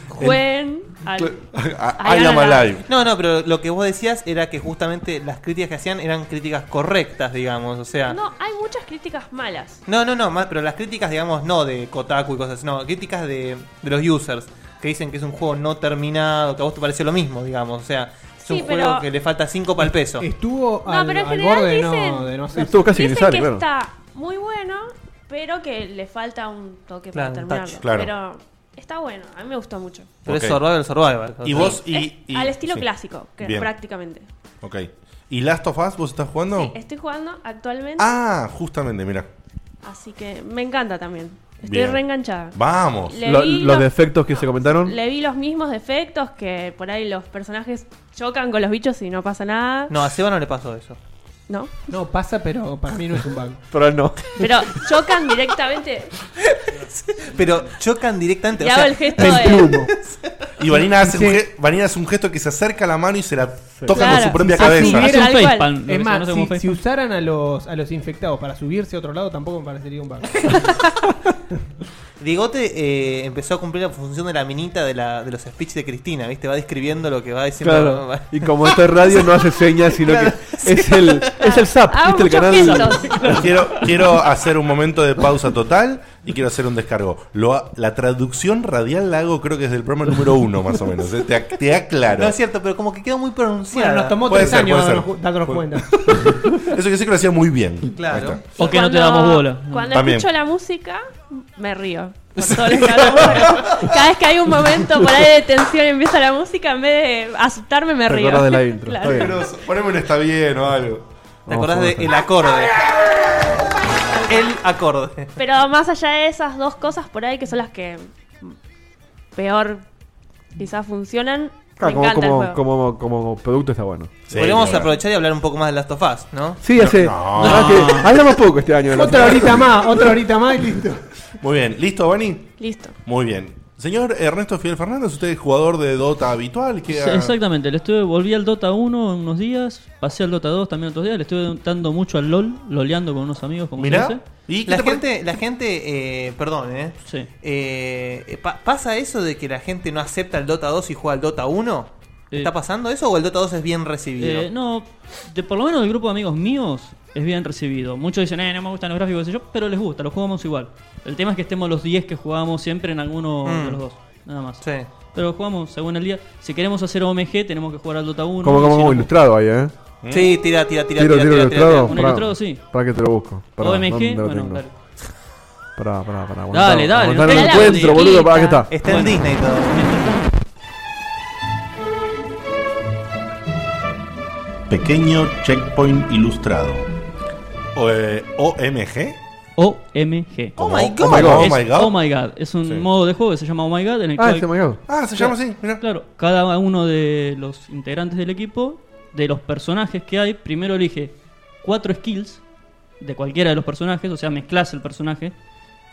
I: Jueguen al-
B: a- I am alive.
D: No, no, pero lo que vos decías era que justamente las críticas que hacían eran críticas correctas, digamos. O sea,
I: No, hay muchas críticas malas.
D: No, no, no, más, pero las críticas, digamos, no de Kotaku y cosas, así, no, críticas de, de los users, que dicen que es un juego no terminado, que a vos te pareció lo mismo, digamos, o sea, es
I: Sí,
D: un
I: pero-
D: juego que le falta 5 para el peso.
G: Estuvo
I: No, pero en general dicen,
G: hacer.
D: Estuvo casi
I: dicen
D: innecesario,
I: que
D: claro.
I: está muy bueno, pero que le falta un toque para
D: Claro, un
I: terminarlo.
D: touch. Claro.
I: Pero está bueno, a mí me gustó mucho.
D: Pero
B: Ok.
D: es survival, survival.
B: Y vos y,
I: Es
B: y-
I: al estilo
B: sí.
I: clásico, que-
B: Bien.
I: prácticamente.
B: Ok. ¿Y Last of Us vos estás jugando?
I: Sí, estoy jugando actualmente,
B: Ah, justamente, mira.
I: así que me encanta también. Estoy
B: Bien.
I: reenganchada.
B: Vamos.
I: Le
H: Lo-
I: vi
H: los
I: los-
H: defectos que se comentaron.
I: Le vi los mismos defectos que por ahí los personajes chocan con los bichos y no pasa nada.
D: No, a Seba no le pasó eso.
I: ¿No?
G: No, pasa, pero para mí no es un bug.
H: Pero no.
I: Pero chocan directamente.
D: Pero chocan directamente.
I: Y hago el gesto
B: el
I: de-
B: plumo. Y Vanina hace,
G: Sí.
B: un ge- Vanina hace un gesto que se acerca la mano y se la toca con
G: Claro.
B: su propia
G: Si
B: cabeza.
G: subieran-
C: un facepalm, lo que
G: Es
C: se
G: más,
C: conoce como
G: si, si
C: facepalm.
G: usaran a los, a los infectados para subirse a otro lado, tampoco me parecería un bug.
D: Diegote eh, empezó a cumplir la función de la minita de, la, de los speech de Cristina, ¿viste? Va describiendo lo que va diciendo.
H: Claro. Y como esto es radio, no hace señas, sino
D: Claro,
H: que es el,
D: Ah,
H: es el SAP, ¿viste? El canal.
B: Quiero, quiero hacer un momento de pausa total y quiero hacer un descargo. Lo, ha- la traducción radial la hago creo que es del programa número uno, más o menos. ¿eh? Te, ac- te aclaro.
D: No es cierto, pero como que quedó muy pronunciado.
G: Bueno, nos tomó
B: Puede
G: tres
B: ser,
G: años
B: puede ser.
G: dándonos- dándonos cuenta.
B: Eso que sé que lo hacía muy bien.
D: Claro.
C: O que no
I: Cuando-
C: te damos bola.
I: Cuando
B: También.
I: escucho la música, me río. Por todo lo que hablamos acá. Cada vez que hay un momento por ahí de tensión y empieza la música, en vez de asustarme, me
B: Te
I: río.
B: acordás de la intro.
I: Claro.
B: Está bien. Poneme un está bien o algo.
D: ¿Te acordás del acorde? El acorde.
I: Pero más allá de esas dos cosas por ahí, que son las que peor quizás funcionan,
H: Ah,
I: me
H: como,
I: encanta el
H: como,
I: juego.
H: como, como producto está bueno.
D: Podríamos aprovechar y hablar un poco más de Last of Us, ¿no?
H: Sí, hace. la verdad que hablamos poco este año. de la-
G: más, otra horita más y listo.
B: Muy bien. ¿Listo, Bani?
I: Listo.
B: Muy bien. Señor Ernesto Fidel Fernández, usted es jugador de Dota habitual. que ha-
C: Exactamente, le estuve, volví al Dota 1 unos días, pasé al Dota 2 también otros días, le estuve dando mucho al LOL, loleando con unos amigos como se dice.
D: la, gente, la gente, eh, perdón, ¿eh? Eh, eh, pa- ¿Pasa eso de que la gente no acepta el Dota 2 y juega al Dota 1? ¿Está pasando eso o el Dota 2 es bien recibido?
C: Eh, no, de, por lo menos el grupo de amigos míos es bien recibido. Muchos dicen, eh, no me gustan los gráficos, qué sé yo, pero les gusta, los jugamos igual. El tema es que estemos los 10 que jugamos siempre en alguno
D: Mm.
C: de los dos, nada más.
D: Sí.
C: Pero jugamos según el día. Si queremos hacer OMG, tenemos que jugar al Dota 1.
H: Como, como,
C: si no,
H: como ilustrado ahí, ¿eh.
B: ¿Mm?
D: Sí, tira, tira, tira,
H: Tiro,
D: tira,
H: tiro
D: tira,
H: ilustrado.
D: tira, tira.
C: Un
H: pará.
C: ilustrado, sí.
H: Pará que te lo busco. Pará,
C: OMG,
H: ¿dónde lo
C: bueno,
H: tengo?
C: dale.
H: Pará, pará, pará.
C: Dale, dale,
H: aguantá,
C: no
H: no lo
C: te-
H: encuentro, boludo. Pará, que está.
D: Está en Disney todo.
B: Pequeño checkpoint ilustrado. O, eh, OMG.
C: OMG.
B: Oh my God. Oh my God.
C: Es
B: Oh my God.
C: Oh my God. Es un modo de juego que se llama Oh My God. En el
H: Ah,
C: cual-
H: es Oh My God.
B: Ah, se llama así, mirá.
C: Claro, cada uno de los integrantes del equipo, de los personajes que hay, primero elige cuatro skills de cualquiera de los personajes, o sea, mezclas el personaje,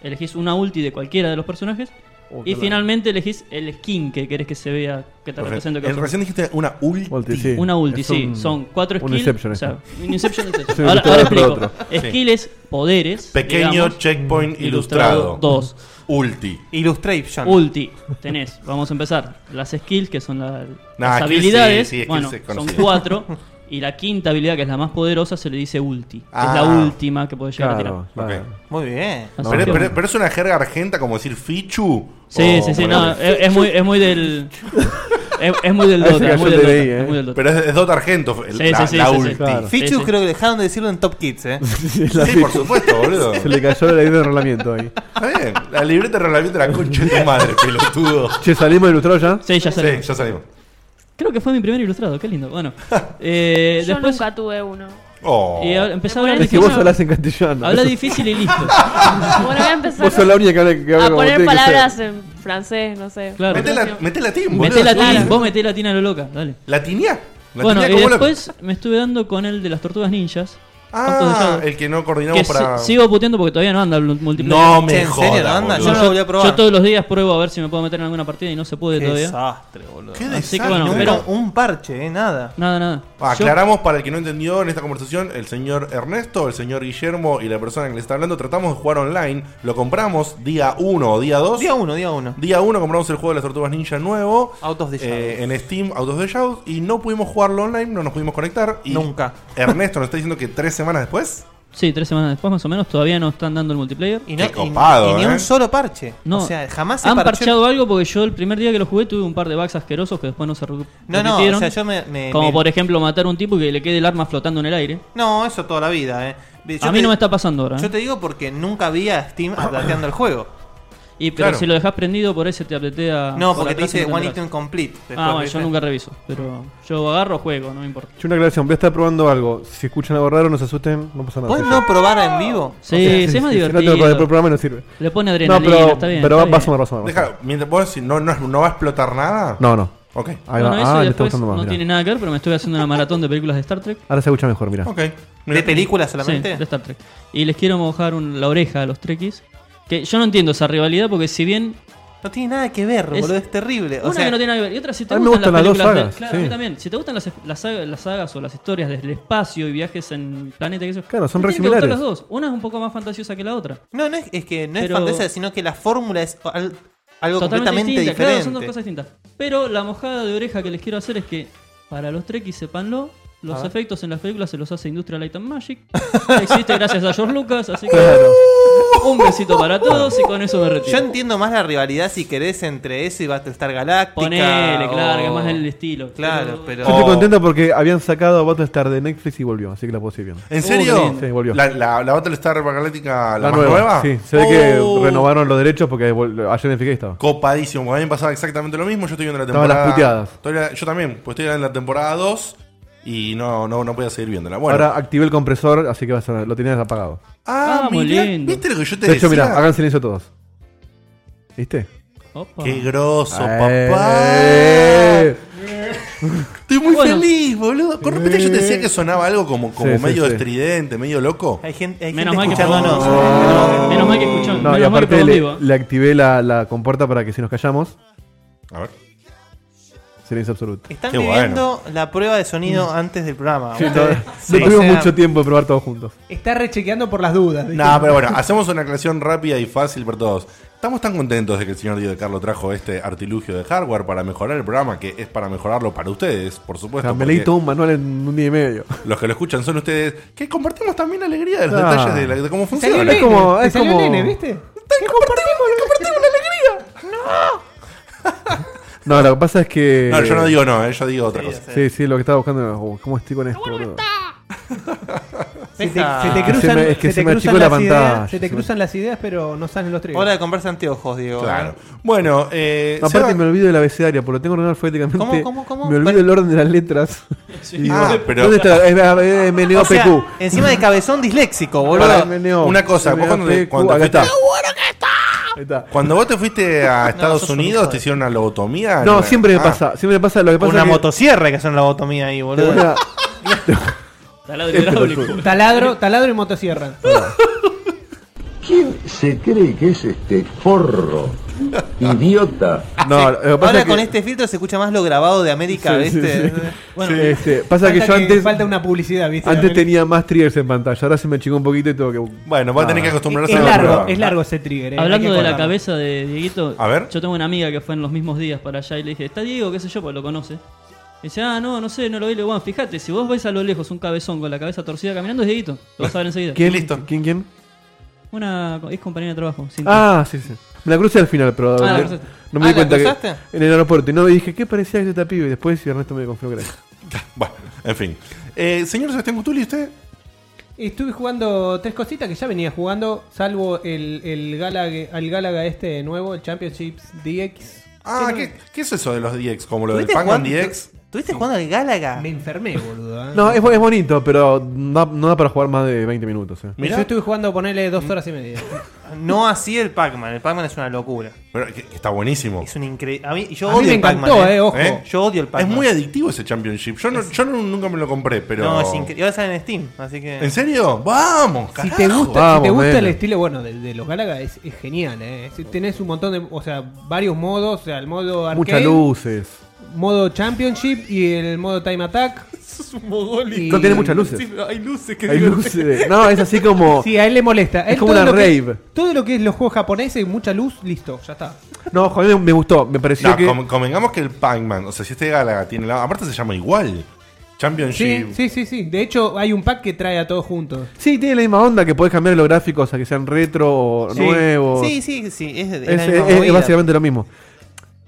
C: elegís una ulti de cualquiera de los personajes.
B: Oh, qué
C: y
B: largo.
C: finalmente elegís el skin que querés que se vea, que te represente.
B: Eh, Recién dijiste una ulti.
H: sí.
C: Una ulti,
H: Es
C: sí.
H: un-
C: Son cuatro
H: un
C: skills.
H: Inception
C: o sea,
H: esto.
C: un Inception es eso.
H: Sí,
C: ahora
H: todo
C: ahora
H: es por
C: explico.
H: otro.
C: Skill es poderes.
B: Pequeño
C: digamos. mm,
B: checkpoint ilustrado.
C: Dos.
B: Ulti.
D: Illustration.
C: Ulti. Tenés. Vamos a empezar. Las skills, que son la- las
B: skills
C: habilidades.
B: sí, sí, skills
C: bueno,
B: es
C: son
B: conocido.
C: cuatro. Y la quinta habilidad, que es la más poderosa, se le dice ulti. que
B: Ah.
C: es la última que podés llegar a
B: Claro,
C: tirar.
B: claro.
D: Muy bien.
C: Así
B: pero,
C: que-
B: pero- pero es una jerga argenta como decir Fichu.
C: Sí,
B: o
C: sí, sí,
B: como
C: no,
B: la-
C: es, es muy, es muy del. Eh, Es, es muy del
B: Ese
C: Dota, es
B: cayó
C: muy
B: el
C: del, Dota,
B: DNI, eh.
C: es muy del Dota.
B: Pero es- es Dota Argento, el- la- la ulti. Claro.
D: Fichu
B: Sí, sí.
D: creo que dejaron de decirlo en Top Kids, ¿eh?
B: Sí, la por supuesto, boludo.
H: Se le cayó la idea de enrolamiento ahí.
B: Está bien. La libreta de reglamento de la concha de tu madre, pelotudo.
H: Che, ¿salimos ilustrados ya?
C: Sí, ya salimos.
B: Sí, ya salimos.
C: Creo que fue mi primer ilustrado, qué lindo. Bueno, eh,
I: Yo
C: después.
I: nunca tuve uno.
B: Oh.
C: Y ahora empezó a hablar
H: Es que
C: difícil.
H: vos hablas en castellano.
C: Habla difícil y listo.
I: Bueno, voy a empezar
H: Vos sos la única que habla que
I: a
H: habla como
I: poner
H: tiene que ser.
I: palabras en francés, no sé.
C: Claro.
B: Meté la- meté la tin,
C: Meté
B: boludo,
C: la
B: claro.
C: tin, vos meté la tin a lo loca, dale.
B: ¿La tinía? La
C: bueno, y
B: tinía como loca.
C: después me estuve dando con el de las tortugas ninjas.
B: Ah,
C: Bastos de Shadow.
B: el que no coordinamos
C: Que
B: para-
C: si- sigo puteando porque todavía no anda el multiplayer.
B: No me Che, ¿en serio jodas, no anda? boludo. Yo no lo voy a probar.
C: Yo todos los días pruebo a ver si me puedo meter en alguna partida y no se puede
D: Qué
C: todavía.
D: desastre, boludo. Qué
C: Así que
D: desastre,
C: bueno,
D: nunca
C: pero
D: un parche, eh, nada.
C: Nada, nada.
B: Ah,
C: Yo-
B: Aclaramos para el que no entendió en esta conversación, el señor Ernesto, el señor Guillermo y la persona que le está hablando, tratamos de jugar online, lo compramos día 1 o día 2. Día
D: 1, día 1.
B: Día 1 compramos el juego de las tortugas ninja nuevo.
D: Out of the
B: eh, en Steam, Out of the Shadows, y no pudimos jugarlo online, no nos pudimos conectar. Y
D: Nunca.
B: Ernesto nos está diciendo que tres semanas después.
C: Sí, tres semanas después más o menos todavía no están dando el multiplayer.
D: Y
B: no- Qué y- copado,
D: y ni ¿eh? un solo parche.
C: No,
D: O sea, jamás se
C: han
D: parchó-
C: parcheado algo porque yo el primer día que lo jugué tuve un par de bugs asquerosos que después no se recu-
D: No, no,
C: repitieron.
D: o sea, yo me- me-
C: como
D: me-
C: por ejemplo matar a un tipo y que le quede el arma flotando en el aire.
D: No, eso toda la vida, eh.
C: A mí no me está pasando ahora, eh.
D: Yo te digo porque nunca vi a Steam updateando el juego.
C: Y pero
D: Claro.
C: si lo dejas prendido por ahí se te apletea.
D: No,
C: por
D: porque
C: atrás
D: te
C: y
D: dice
C: no
D: One
C: entras.
D: Item Complete. después,
C: Ah, bueno,
D: ¿viste?
C: yo nunca reviso, pero yo agarro juego, no me importa.
H: Che, una aclaración, voy a estar probando algo. Si escuchan algo raro, no se asusten, no pasa nada.
B: Pues
D: ¿Puedes no probar en vivo?
C: Sí,
H: O sea,
C: sí, es más
H: si no tengo
C: divertido.
H: para el programa no sirve.
C: Le pone adrenalina,
H: No, pero,
C: está bien. está
H: pero va,
C: bien.
H: va a sumar, va a sumar. va a sumar.
B: Deja, mientras vos decís, no, no, no va a explotar nada.
H: No, no.
B: Ok.
H: Ahí
C: Bueno, eso y
H: va. Ah, le está
C: después
H: gustando más.
C: no
H: mirá.
C: tiene nada que ver, pero me estoy haciendo una maratón de películas de Star Trek.
H: Ahora se escucha mejor, mirá.
C: Mirá.
D: ¿De películas solamente?
C: Sí, de Star Trek. Y les quiero mojar un- la oreja a los Trekkies. Que yo no entiendo esa rivalidad porque si bien
D: No tiene nada que ver,
C: Es-
D: boludo, es terrible. O
C: una
D: sea,
C: que no tiene nada que ver. Y otra, si te
H: A mí me
C: gustan,
H: gustan las dos
C: películas
H: sagas,
C: de- claro, a
H: sí.
C: mí también. Si te gustan las, las sagas, las sagas o las historias del espacio y viajes en planetas y eso.
H: Claro, son
C: te
H: re
C: tienen que gustar
H: similares.
C: las dos. Una es un poco más fantasiosa que la otra.
D: No, no es, es que eh, no
C: Pero-
D: es fantasía, sino que la fórmula es al-
C: Totalmente
D: algo completamente
C: distinta,
D: diferente.
C: claro, son dos cosas distintas. Pero la mojada de oreja que les quiero hacer es que, para los Trekkies, sepanlo,
D: A
C: los
D: ver.
C: efectos en las películas se los hace Industrial Light and Magic. Existe gracias a George Lucas, así que. Un besito para todos y con eso me retiro.
D: Yo entiendo más la rivalidad, si querés, entre eso y Battlestar Galactica.
C: Ponele,
D: o-
C: claro, que es más el estilo.
D: Claro,
C: pero-
D: pero...
H: Yo estoy contento porque habían sacado Battlestar de Netflix y volvió, así que la puedo seguir viendo.
B: ¿En serio?
H: Uh, Sí, volvió.
B: La, la, la Battlestar Galactica, la,
H: La
B: más nueva.
H: Sí, se ve que
B: Oh.
H: renovaron los derechos porque vol- ayer me fijé y estaba.
B: Copadísimo, porque a mí me pasaba exactamente lo mismo. Yo estoy viendo la
H: Estaban
B: temporada.
H: las puteadas.
B: Estoy la- yo también, pues estoy en la temporada 2 y no, no, no podía seguir viéndola. Bueno,
H: Ahora activé el compresor, así que va a sonar- lo tenías apagado.
B: ah,
C: Ah, muy
B: mirá,
C: lindo.
B: ¿viste lo que yo te
H: De hecho,
B: decía?
H: mira, hagan silencio todos. ¿Viste?
C: Opa.
B: Qué grosso,
H: Eh.
B: papá. Estoy muy
C: Bueno.
B: feliz, boludo. Con respeto, yo te
A: Eh.
B: decía que sonaba algo como, como
H: eh, Sí, sí,
B: medio
H: sí.
B: estridente, medio loco.
D: Hay gente, hay
C: Menos mal
D: gente
C: que
D: escuchándonos.
C: perdonó. Menos mal que escuchó.
H: No, y
C: menos mal que
H: aparte
C: pegó en
H: le,
C: vivo.
H: le activé la, la compuerta para que si nos callamos.
B: A ver.
H: Silencio absoluto.
D: Están
H: Qué Mm.
D: viviendo la prueba de sonido antes del
B: Ah,
D: programa.
H: Sí, no,
D: ustedes.
H: no
D: Sí,
H: tuvimos
D: o sea,
H: mucho tiempo de probar todos juntos.
G: Está rechequeando por las dudas. ¿viste?
B: No, pero bueno, hacemos una aclaración rápida y fácil para todos. Estamos tan contentos de que el señor Diego de Carlo trajo este artilugio de hardware para mejorar el programa, que es para mejorarlo para ustedes, por
H: O
B: supuesto.
H: sea, me
B: porque
H: leí todo un manual en un día y medio.
B: Los que lo escuchan son ustedes, que compartimos también alegría de los
H: Ah.
B: detalles de, la- de cómo
H: Te
B: funciona.
H: salió el Es nene, como- te es salió el como- nene,
G: ¿viste?
H: No, lo que pasa es que.
B: No, yo no digo no, eh, yo digo otra cosa.
H: Sí, sí, lo que estaba buscando era oh, cómo estoy con esto, boludo.
G: Se te,
D: Deja-
G: se te
H: Es que
G: cruzan,
H: se me- es que
G: se te
H: se me
G: cruzan
H: achicó la
G: las
H: pantalla,
G: ideas, se te
H: se me-
G: cruzan las ideas, pero no salen los trigos.
D: Hora de comprarse anteojos, Diego.
B: Claro. Bueno, eh,
H: No, aparte
B: Seba-
H: me olvido del abecedario, porque lo tengo ordenado alfabéticamente.
D: ¿Cómo, cómo, cómo?
H: Me olvido el orden de las letras. Y digo,
B: Ah, pero-
H: ¿Dónde está? Es- es- es MNOPQ.
D: O sea, encima de cabezón disléxico,
B: Pará,
D: boludo.
B: una cosa, vos cuando te- cuando
H: acá
B: fuiste-
H: está.
B: Cuando vos te fuiste a Estados
D: sos un
B: Unidos,
D: hijo
B: te hicieron una lobotomía.
H: No, siempre me
B: Ah,
H: pasa, siempre me pasa lo que pasa
D: Una
H: es que-
D: motosierra que son la botomía ahí, boludo.
H: Te voy a-
C: Taladro
H: Este
C: hidráulico.
H: pelotudo.
G: Taladro, taladro y motosierra.
N: ¿Quién se cree que es este forro? Idiota.
H: No, lo que pasa
D: Ahora
H: es que-
D: con este filtro se escucha más lo grabado de América,
H: Sí, sí,
D: ¿viste?
H: sí. Sí, este, pasa que
G: falta
H: yo
G: que-
H: antes
G: falta una publicidad, ¿viste?
H: antes
G: Daniel?
H: tenía más triggers en pantalla, ahora se me chingó un poquito y tengo que Ah.
B: Bueno, va a tener que
G: Es
B: acostumbrarse a la
G: largo,
B: prueba.
G: es largo ese trigger. eh, hay
C: Hablando
G: que
C: de la
G: cortarlo.
C: cabeza de Dieguito,
B: A ver.
C: yo tengo una amiga que fue en los mismos días para allá y le dije, ¿está Diego? ¿Qué sé yo? Pues lo conoce. Y dice, ah, no, no sé, no lo vi. Le digo, bueno, fíjate, si vos ves a lo lejos un cabezón con la cabeza torcida caminando, es Dieguito. Lo vas a ver enseguida.
H: ¿Quién? ¿Quién quién?
C: Una co- ex compañera de trabajo. Cintia.
H: Eh, Ah, sí, sí. Me la crucé al final, pero
D: Ah, la
H: no-
D: cruzaste.
H: no me
D: Ah,
H: di
D: ¿la
H: cuenta que.
D: cruzaste?
H: En el aeropuerto. Y no dije, ¿qué parecía que este pibe? Y después Ernesto me confirmó que era él.
B: Bueno, en fin. Eh, señor Sebastián Cutuli, ¿usted?
G: Estuve jugando tres cositas que ya venía jugando, salvo el, el, Galaga, al Galaga este nuevo, el Championships DX.
B: Ah,
G: Que
B: ¿qué, qué es eso de los DX? Como lo del
G: ¿Tuviste
B: Pac-Man
G: jugando-
B: DX.
D: ¿Estuviste jugando al Galaga?
G: Me enfermé, boludo. ¿eh?
H: No, es, bu- es bonito, pero no, no da para jugar más de 20 minutos. eh.
G: Yo estuve jugando, ponerle dos horas y media.
D: No así el Pac-Man. El Pac-Man es una locura.
B: Pero que- que está buenísimo.
D: Es un increíble. A mí, yo
B: A mí
D: odio
B: me
D: el Pac-Man.
B: encantó, eh, ojo.
D: Yo odio el Pac-Man.
B: Es muy adictivo ese Championship. Yo, no, yo no- nunca me lo compré, pero.
D: No, es increíble. Y ahora sale en Steam, así que.
B: ¿En serio? ¡Vamos!
G: Si
B: carajo!
G: te gusta, si te gusta el estilo bueno de, de los Galaga es, es genial, eh. Si tenés un montón de, o sea, varios modos, o sea, el modo arcade,
H: Muchas luces.
G: modo championship y el modo time attack.
D: Es un mogólico.
H: No, tiene muchas luces.
D: Sí, hay luces que
H: Hay luces. No, es así como.
G: Sí, a él le molesta. A
H: Es
G: él
H: como
G: todo
H: una
G: lo que-
H: rave.
G: todo lo que es los juegos japoneses, mucha luz, listo, ya está.
H: No, ojo, a mí me- me gustó. Me pareció
B: No,
H: que.
B: com- convengamos que el Pac-Man, o sea, si este Galaga tiene la. Aparte se llama igual. Championship.
G: Sí, sí, sí, sí. De hecho, hay un pack que trae a todos juntos.
H: Sí, tiene la misma onda que podés cambiar los gráficos a que sean retro o
G: Sí.
H: nuevos.
G: Sí, sí, sí, es- es
H: Es,
G: la misma
H: es- es
G: movida.
H: básicamente lo mismo.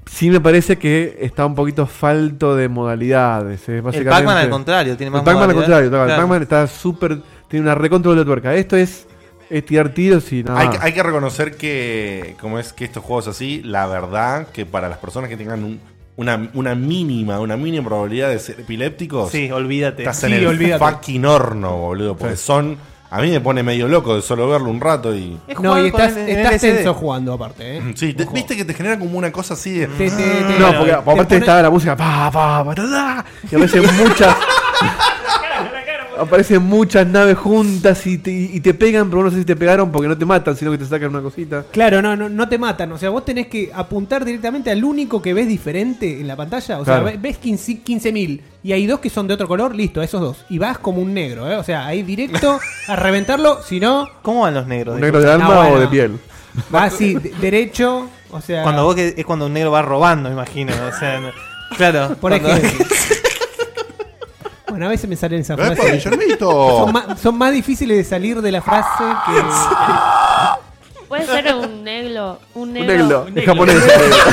H: Sí me parece que está un poquito falto de modalidades. eh, básicamente.
D: Pac-Man al contrario, tiene más
H: El Pac-Man al
D: modalidades.
H: contrario, claro,
D: Claro.
H: El Pac-Man está súper... Tiene una recontrol de tuerca. Esto es, es tirar tiros y nada.
B: Hay, que- hay que reconocer que, como es que estos juegos así, la verdad que para las personas que tengan un- una, una mínima, una mínima probabilidad de ser epilépticos,
D: Sí, olvídate.
B: estás
D: Sí,
B: en el
D: olvídate.
B: fucking horno, boludo, porque son... A mí me pone medio loco de solo verlo un rato y...
D: Es
G: No,
D: jugar
G: y
D: con
G: estás,
D: el- el
G: estás
D: LCD.
G: tenso jugando aparte, ¿eh?
B: Mm, Sí, te- viste que te genera como una cosa así de...
G: Te- te- te-
H: no, porque aparte
G: pone-
H: estaba la música... Pa, pa, pa, ta, ta, y aparecen muchas... Aparecen muchas naves juntas y te, y te pegan, pero no sé si te pegaron porque no te matan, sino que te sacan una cosita.
G: Claro, no, no, no te matan. O sea, vos tenés que apuntar directamente al único que ves diferente en la pantalla. O
H: Claro.
G: sea, ve- ves 15 15.000 y hay dos que son de otro color, listo, esos dos. Y vas como un negro, ¿eh? O sea, ahí directo a reventarlo, si no...
D: ¿Cómo van los negros?
H: ¿Un negro de alma
G: Ah,
H: o
G: bueno.
H: de piel?
G: Vas así, de- derecho, o sea...
D: Cuando vos que- es cuando un negro va robando, me imagino. O sea, no- claro.
G: Por
D: cuando-
G: ejemplo. Bueno, a veces me salen esas
D: ¡Epa,
G: frases.
D: Guillermito!
G: Son, más, son más difíciles de salir de la frase que...
I: Puede ser un negro. Un negro.
D: negro,
I: un
D: es
I: negro.
D: japonés.
H: eh.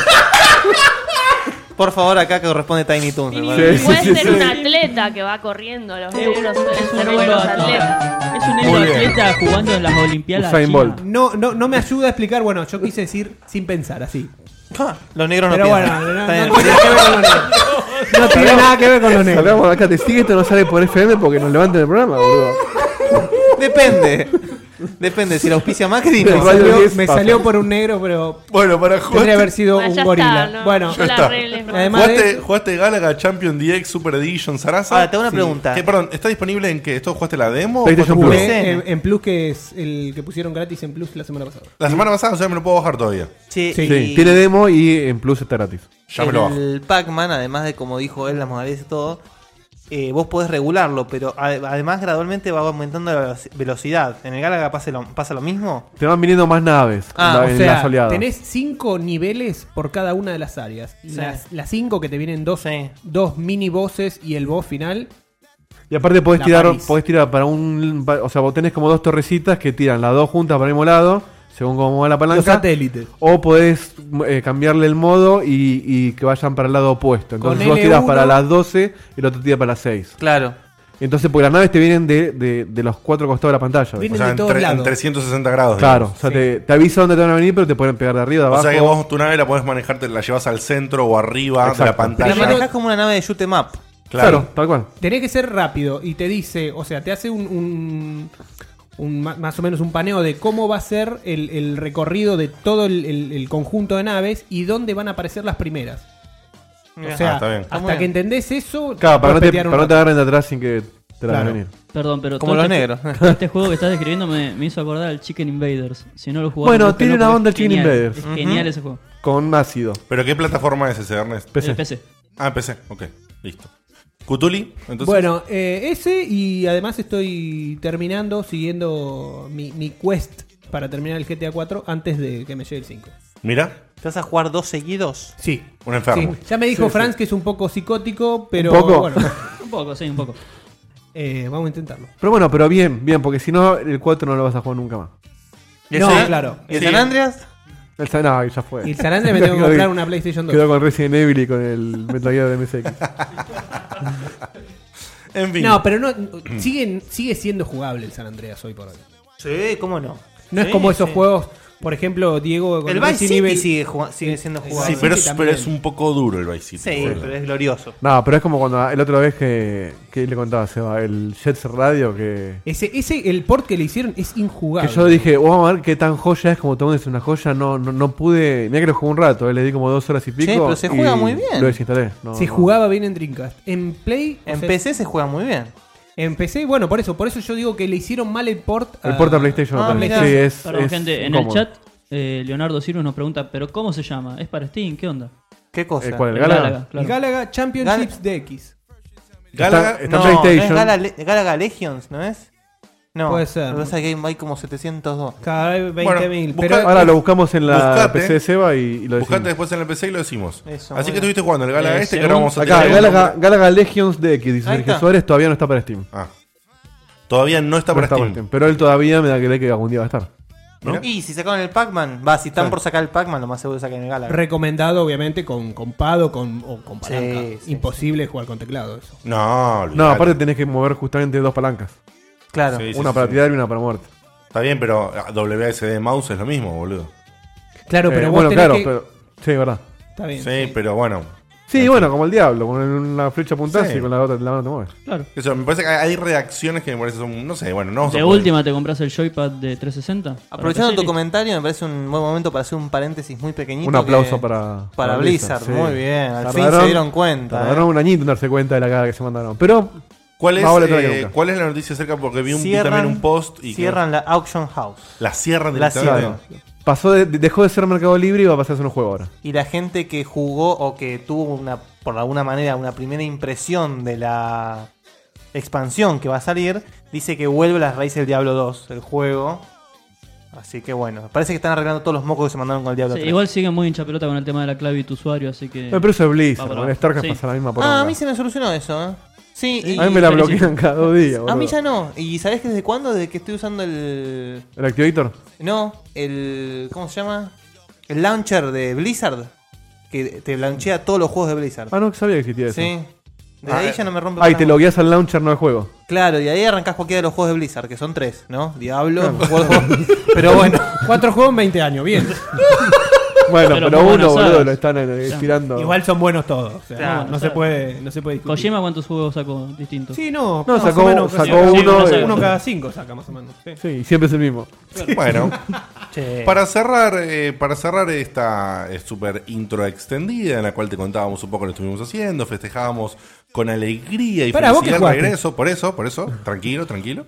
D: Por favor, acá que corresponde Tiny Toons. me parece.
I: Puede ser un atleta que va corriendo. Los negros suelen ser
C: negro
I: buenos
C: atleta.
I: atletas.
C: Es un negro atleta jugando en las Olimpiadas.
H: Usain
C: chinas.
H: Bolt.
G: No, no, no me ayuda a explicar, bueno, yo quise decir sin pensar, así.
D: Ah, Los negros no
G: Pero
D: piensan.
G: bueno, no-
D: Está bien.
G: no tiene que ver con los negros. No tiene
H: Salgamos-
G: nada que ver con los negros.
H: salgamos de acá, te sigue, esto no sale por FM porque nos levantan el programa, boludo.
D: Depende. Depende, si la auspicia Macri
G: Me
D: no.
G: salió, me salió por un negro, pero
B: Bueno, para jugar.
G: tendría que haber sido
I: Bueno, Ah, ya
G: un
I: está,
G: gorila.
I: no,
G: bueno,
I: no la arregles más.
G: además de
B: ¿Jugaste,
G: eso-
B: jugaste Galaga Champion DX Super Edition Sarasa?
D: Ahora, te hago Ah, una pregunta.
B: Que, perdón, ¿está disponible en qué? ¿Esto jugaste la demo?
G: jugué
B: ¿O jugaste-
G: en, en Plus, que es el que pusieron gratis en Plus la semana pasada.
B: La semana pasada, o sea, me lo puedo bajar todavía.
D: Sí,
H: Sí,
D: y-
H: tiene demo y en plus está gratis.
B: Ya me lo bajo.
D: El Pac-Man, además de como dijo él, las modalidades y todo, eh, vos podés regularlo, pero a- además gradualmente va aumentando la veloci- velocidad. ¿En el Galaga pasa lo, pasa lo mismo?
H: Te van viniendo más naves
D: Ah,
H: en la-
G: O
H: en
G: sea,
H: las oleadas.
G: tenés cinco niveles por cada una de las áreas.
D: Sí.
G: Las, las cinco que te vienen dos, dos mini bosses y el boss final.
H: Y aparte podés
G: La
H: tirar,
G: París.
H: podés tirar para un... pa- o sea, vos tenés como dos torrecitas que tiran las dos juntas para el mismo lado, según cómo va la palanca.
G: Los satélites.
H: O podés eh, cambiarle el modo y, y que vayan para el lado opuesto. Entonces
D: Con
H: vos tirás
D: L1.
H: para las 12 y el otro tira para las 6.
D: Claro.
H: Entonces, porque las naves te vienen de, de- de los cuatro costados de la pantalla.
B: O sea, en, tre- en 360 grados.
H: Claro,
B: digamos.
H: o sea, te, te avisa dónde te van a venir, pero te pueden pegar de arriba, de
B: O
H: abajo.
B: sea que vos tu nave la podés manejar, te la llevas al centro o arriba de la
H: Exacto.
B: pantalla.
D: La manejás como una nave de shoot 'em up.
H: Claro, tal cual.
G: Tenés que ser rápido y te dice, o sea, te hace un, un- un ma- más o menos un paneo de cómo va a ser el, el recorrido de todo el, el- el conjunto de naves y dónde van a aparecer las primeras. O
H: Ah,
G: sea,
H: está bien. Está
G: hasta
H: muy bien.
G: que entendés eso,
H: Claro, para no, te,
G: petear un
H: para no te
G: rato.
H: agarren de atrás sin que te la hagan
G: Claro.
H: venir.
C: Perdón, pero
D: Como
C: todo
D: los
C: este-
D: negros.
C: Este juego que estás describiendo me, me hizo acordar al Chicken Invaders. Si no lo jugaste,
H: Bueno, tiene una onda el Chicken Invaders.
C: Es genial ese juego.
H: Con ácido.
B: ¿Pero qué plataforma es ese, Ernest?
H: PC. Eh,
C: PC.
B: Ah, PC, ok, listo. ¿Cutuli? Entonces,
G: Bueno, eh, ese y además estoy terminando, siguiendo mi, mi quest para terminar el GTA 4 antes de que me llegue el 5.
B: mira,
D: ¿Te vas a jugar dos seguidos?
G: Sí.
B: un enfermo.
G: Sí, Ya me dijo
D: Sí, sí.
G: Franz que es un poco psicótico, pero
H: ¿Un poco?
G: bueno.
C: un poco, sí, un poco.
G: Eh, vamos a intentarlo.
H: Pero bueno, pero bien, bien, porque si no, el 4 no lo vas a jugar nunca más.
G: ¿Y el No, San- claro.
D: ¿Y el San Andreas?
H: El San- no, ya fue.
G: Y el San Andreas me tengo que
H: Quedó-
G: comprar una PlayStation 2.
H: Quedó con Resident Evil y con el Metal Gear de MSX.
B: En fin.
G: No, pero no, sigue, sigue siendo jugable el San Andreas hoy por hoy.
D: Sí, cómo no.
G: No es
D: Sí,
G: como esos
D: sí.
G: juegos, por ejemplo, Diego. con
D: El Vice
G: Resident
D: City
G: Evil-
D: sigue, jugando- sigue siendo jugado.
B: Sí, pero es, pero es un poco duro el Vice City.
D: Sí,
B: Bueno.
D: pero es glorioso.
H: No, pero es como cuando el otra vez que, que le contaba a Seba, el Jets Radio, que,
G: Ese, ese, el port que le hicieron es injugable.
H: que yo dije, "Oh, vamos a ver qué tan joya es, como todo es una joya, no, no, no pude, mira que lo jugué un rato, eh, le di como dos horas y pico.
D: pero se
H: y
D: juega muy bien.
H: Lo desinstalé. No,
G: se
H: no.
G: jugaba bien en Dreamcast. En Play.
D: En PC se juega muy bien.
G: En PC, bueno, por eso, por eso yo digo que le hicieron mal el port.
H: El port a PlayStation, Ah, me parece. mirá. Sí, es-
C: Perdón,
H: es
C: gente, en el
H: incómodo.
C: chat eh, Leonardo Sirus nos pregunta, ¿pero cómo se llama? ¿Es para Steam? ¿Qué onda?
D: ¿Qué cosa?
H: ¿El Eh, cuál, el
C: Galaga?
H: Galaga?
C: claro.
G: Galaga Championships DX.
H: Galaga-
D: no,
H: está en PlayStation.
D: No es Galaga, Galaga Legions, ¿no es? No.
G: Puede ser.
D: Lo que pasa es que hay- hay como 702.
G: Cada vez
D: Bueno,
G: 20.000.
D: busca-
G: pero-
H: Ahora lo buscamos en la
B: Buscate.
H: PC de Seba y, y lo
B: Buscate
H: decimos.
B: después en el PC y lo decimos.
D: Eso, muy
B: Así que
D: bien.
B: estuviste jugando el Galaga
D: Eh,
B: este que
D: según-
B: ahora vamos a
H: Acá,
B: tirar
H: Galaga,
B: uno.
H: Galaga Legions DX, dice
B: Ahí
H: Sergio
B: está.
H: Suárez, todavía no está para Steam.
B: Ah. Todavía no está
H: No
B: para
H: está
B: Steam.
H: Pero él todavía me da que creer que algún día va a estar.
B: ¿no?
D: Y si sacaron el Pac-Man, va, si están por sacar el Pac-Man, lo más seguro es sacar el Galaga.
G: Recomendado, obviamente, con, con pad o con, o con
D: Sí,
G: palanca. Imposible jugar con teclado. Eso.
B: No,
H: No, aparte tenés que mover justamente dos palancas.
D: Claro.
B: Sí, sí,
H: una
B: sí,
H: para
B: sí.
H: tirar y una para muerte.
B: Está bien, pero ah, WSD mouse es lo mismo, boludo.
G: Claro,
H: Eh,
G: pero vos
H: bueno,
G: tenés
H: claro,
G: que-
H: pero. Sí, verdad.
G: Está bien.
B: Sí, pero bueno.
H: Sí, bueno, como el diablo, con una flecha apuntás
B: Sí.
H: y con la otra la mano te mueves.
C: Claro.
B: Eso, me parece que hay hay reacciones que me parece son. No sé, bueno, no. vamos a
C: de
B: poder-
C: última te compras el Joypad de 360. para
D: Aprovechando
C: PC.
D: tu comentario, me parece un buen momento para hacer un paréntesis muy pequeñito.
H: Un aplauso
D: que-
H: para,
D: para Blizzard.
H: sí.
D: Muy bien, al fin
H: Tardaron-
D: se dieron cuenta. ¿eh?
H: Tardaron un añito en darse cuenta de la cara que se mandaron. Pero.
B: ¿Cuál es,
H: más vale tarde que
B: eh,
H: nunca.
B: ¿Cuál es la noticia acerca? Porque vi, un, vi
D: Cierran-
B: también un post y. que-
D: Cierran la Auction House.
B: La cierran
D: La
B: directamente.
D: cierran.
H: Pasó de- dejó de ser Mercado Libre y va a pasar a ser un juego ahora.
D: Y la gente que jugó o que tuvo una, por alguna manera, una primera impresión de la expansión que va a salir, dice que vuelve a las raíces del Diablo 2, el juego. Así que bueno, parece que están arreglando todos los mocos que se mandaron con el Diablo
C: Sí,
D: 3.
C: igual siguen muy hincha pelota con el tema de la clave y tu usuario, así que.
H: No, pero eso es Blizzard,
C: Va por
H: con
C: ahí.
H: StarCraft pasa la misma poronga.
D: Ah, a mí se me solucionó eso, ¿eh? Sí, y-
H: a mí me la bloquean cada dos días.
D: A mí
H: boludo.
D: ya no. ¿Y sabés que desde cuándo? Desde que estoy usando el.
H: ¿El Activator?
D: No, el. ¿Cómo se llama? El launcher de Blizzard. Que te launchea todos los juegos de Blizzard.
H: Ah, no sabía que existía eso.
D: Sí. Desde
B: eh.
D: ahí ya no me rompe
H: Ah, y
D: más
H: te
D: nada.
H: logueas al launcher, no al juego.
D: Claro, y ahí arrancás cualquiera de los juegos de Blizzard, que son tres, ¿no? Diablo, World of- Pero bueno.
G: Cuatro juegos en 20 años, bien.
H: Bueno, pero,
C: Pero muy
H: uno,
C: buenas
H: boludo,
C: horas.
H: lo están eh,
C: Ya.
H: estirando.
G: Igual son buenos todos. o sea,
C: Claro,
G: no, no se
C: claro.
G: puede, no se puede discutir.
C: Kojima, ¿cuántos juegos sacó distintos?
G: Sí, no.
H: No,
G: más
H: sacó-
G: o menos,
H: sacó
G: sí,
H: uno,
G: uno,
H: eh,
G: cada cinco saca más o menos. sí.
H: Sí, y siempre es el mismo.
B: Bueno. Para cerrar, eh, para cerrar esta eh, super intro extendida en la cual te contábamos un poco lo que estuvimos haciendo, festejábamos con alegría y
G: Pará, ¿vos qué
B: felicidad el
G: jugaste?
B: regreso, por eso, por eso, tranquilo, tranquilo.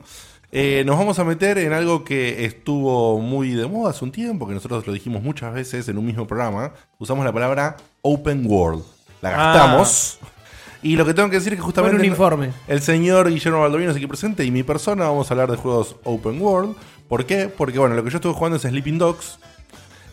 B: Eh, nos vamos a meter en algo que estuvo muy de moda hace un tiempo, que nosotros lo dijimos muchas veces en un mismo programa. Usamos la palabra open world. La
G: Ah.
B: gastamos. Y lo que tengo que decir es que justamente.
G: Bueno, un informe.
B: El señor Guillermo Baldovino es aquí presente y mi persona vamos a hablar de juegos open world. ¿Por qué? Porque bueno, lo que yo estuve jugando es Sleeping Dogs.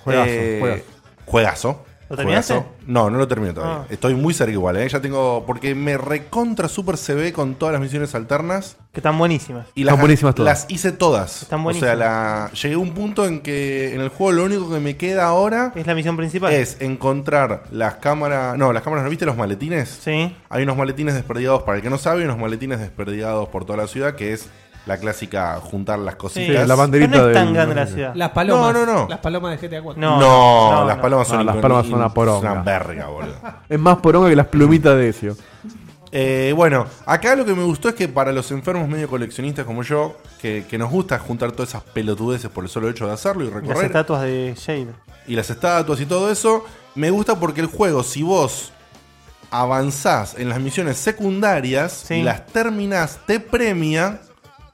H: Juegazo,
B: Eh,
H: juegazo.
B: juegazo.
D: ¿Lo terminaste?
B: Juegazo. No, no lo terminé todavía.
D: Ah.
B: Estoy muy cerca igual, ¿eh? Ya tengo. Porque me recontra super CB con todas las misiones alternas.
D: Que están buenísimas.
B: Y
H: Están buenísimas todas.
B: Las hice todas.
D: Están
B: o sea,
D: buenísimas.
B: la- llegué a un punto en que en el juego lo único que me queda ahora
D: Es la misión principal.
B: es encontrar las cámaras. No, las cámaras, ¿no viste los maletines?
D: Sí.
B: Hay unos maletines desperdigados, para el que no sabe, unos maletines desperdigados por toda la ciudad, que es la clásica juntar las cositas.
H: Sí, la banderita
D: Pero no es tan
H: del-
D: grande la ciudad.
G: Las palomas.
B: No, no, no.
G: Las palomas de GTA 4.
B: No,
D: no,
B: las
D: no.
B: palomas son
G: Ah,
H: No, las
B: incon-
H: palomas son una
B: es
H: poronga.
B: una verga, boludo.
H: Es más poronga que las plumitas de Ezio.
B: Eh, bueno, acá lo que me gustó es que para los enfermos medio coleccionistas como yo, que, que nos gusta juntar todas esas pelotudeces por el solo hecho de hacerlo y
D: Las
B: recorrer,
D: estatuas de Shade.
B: y las estatuas y todo eso, me gusta porque el juego, si vos avanzás en las misiones secundarias
D: Sí.
B: y las terminás, te premia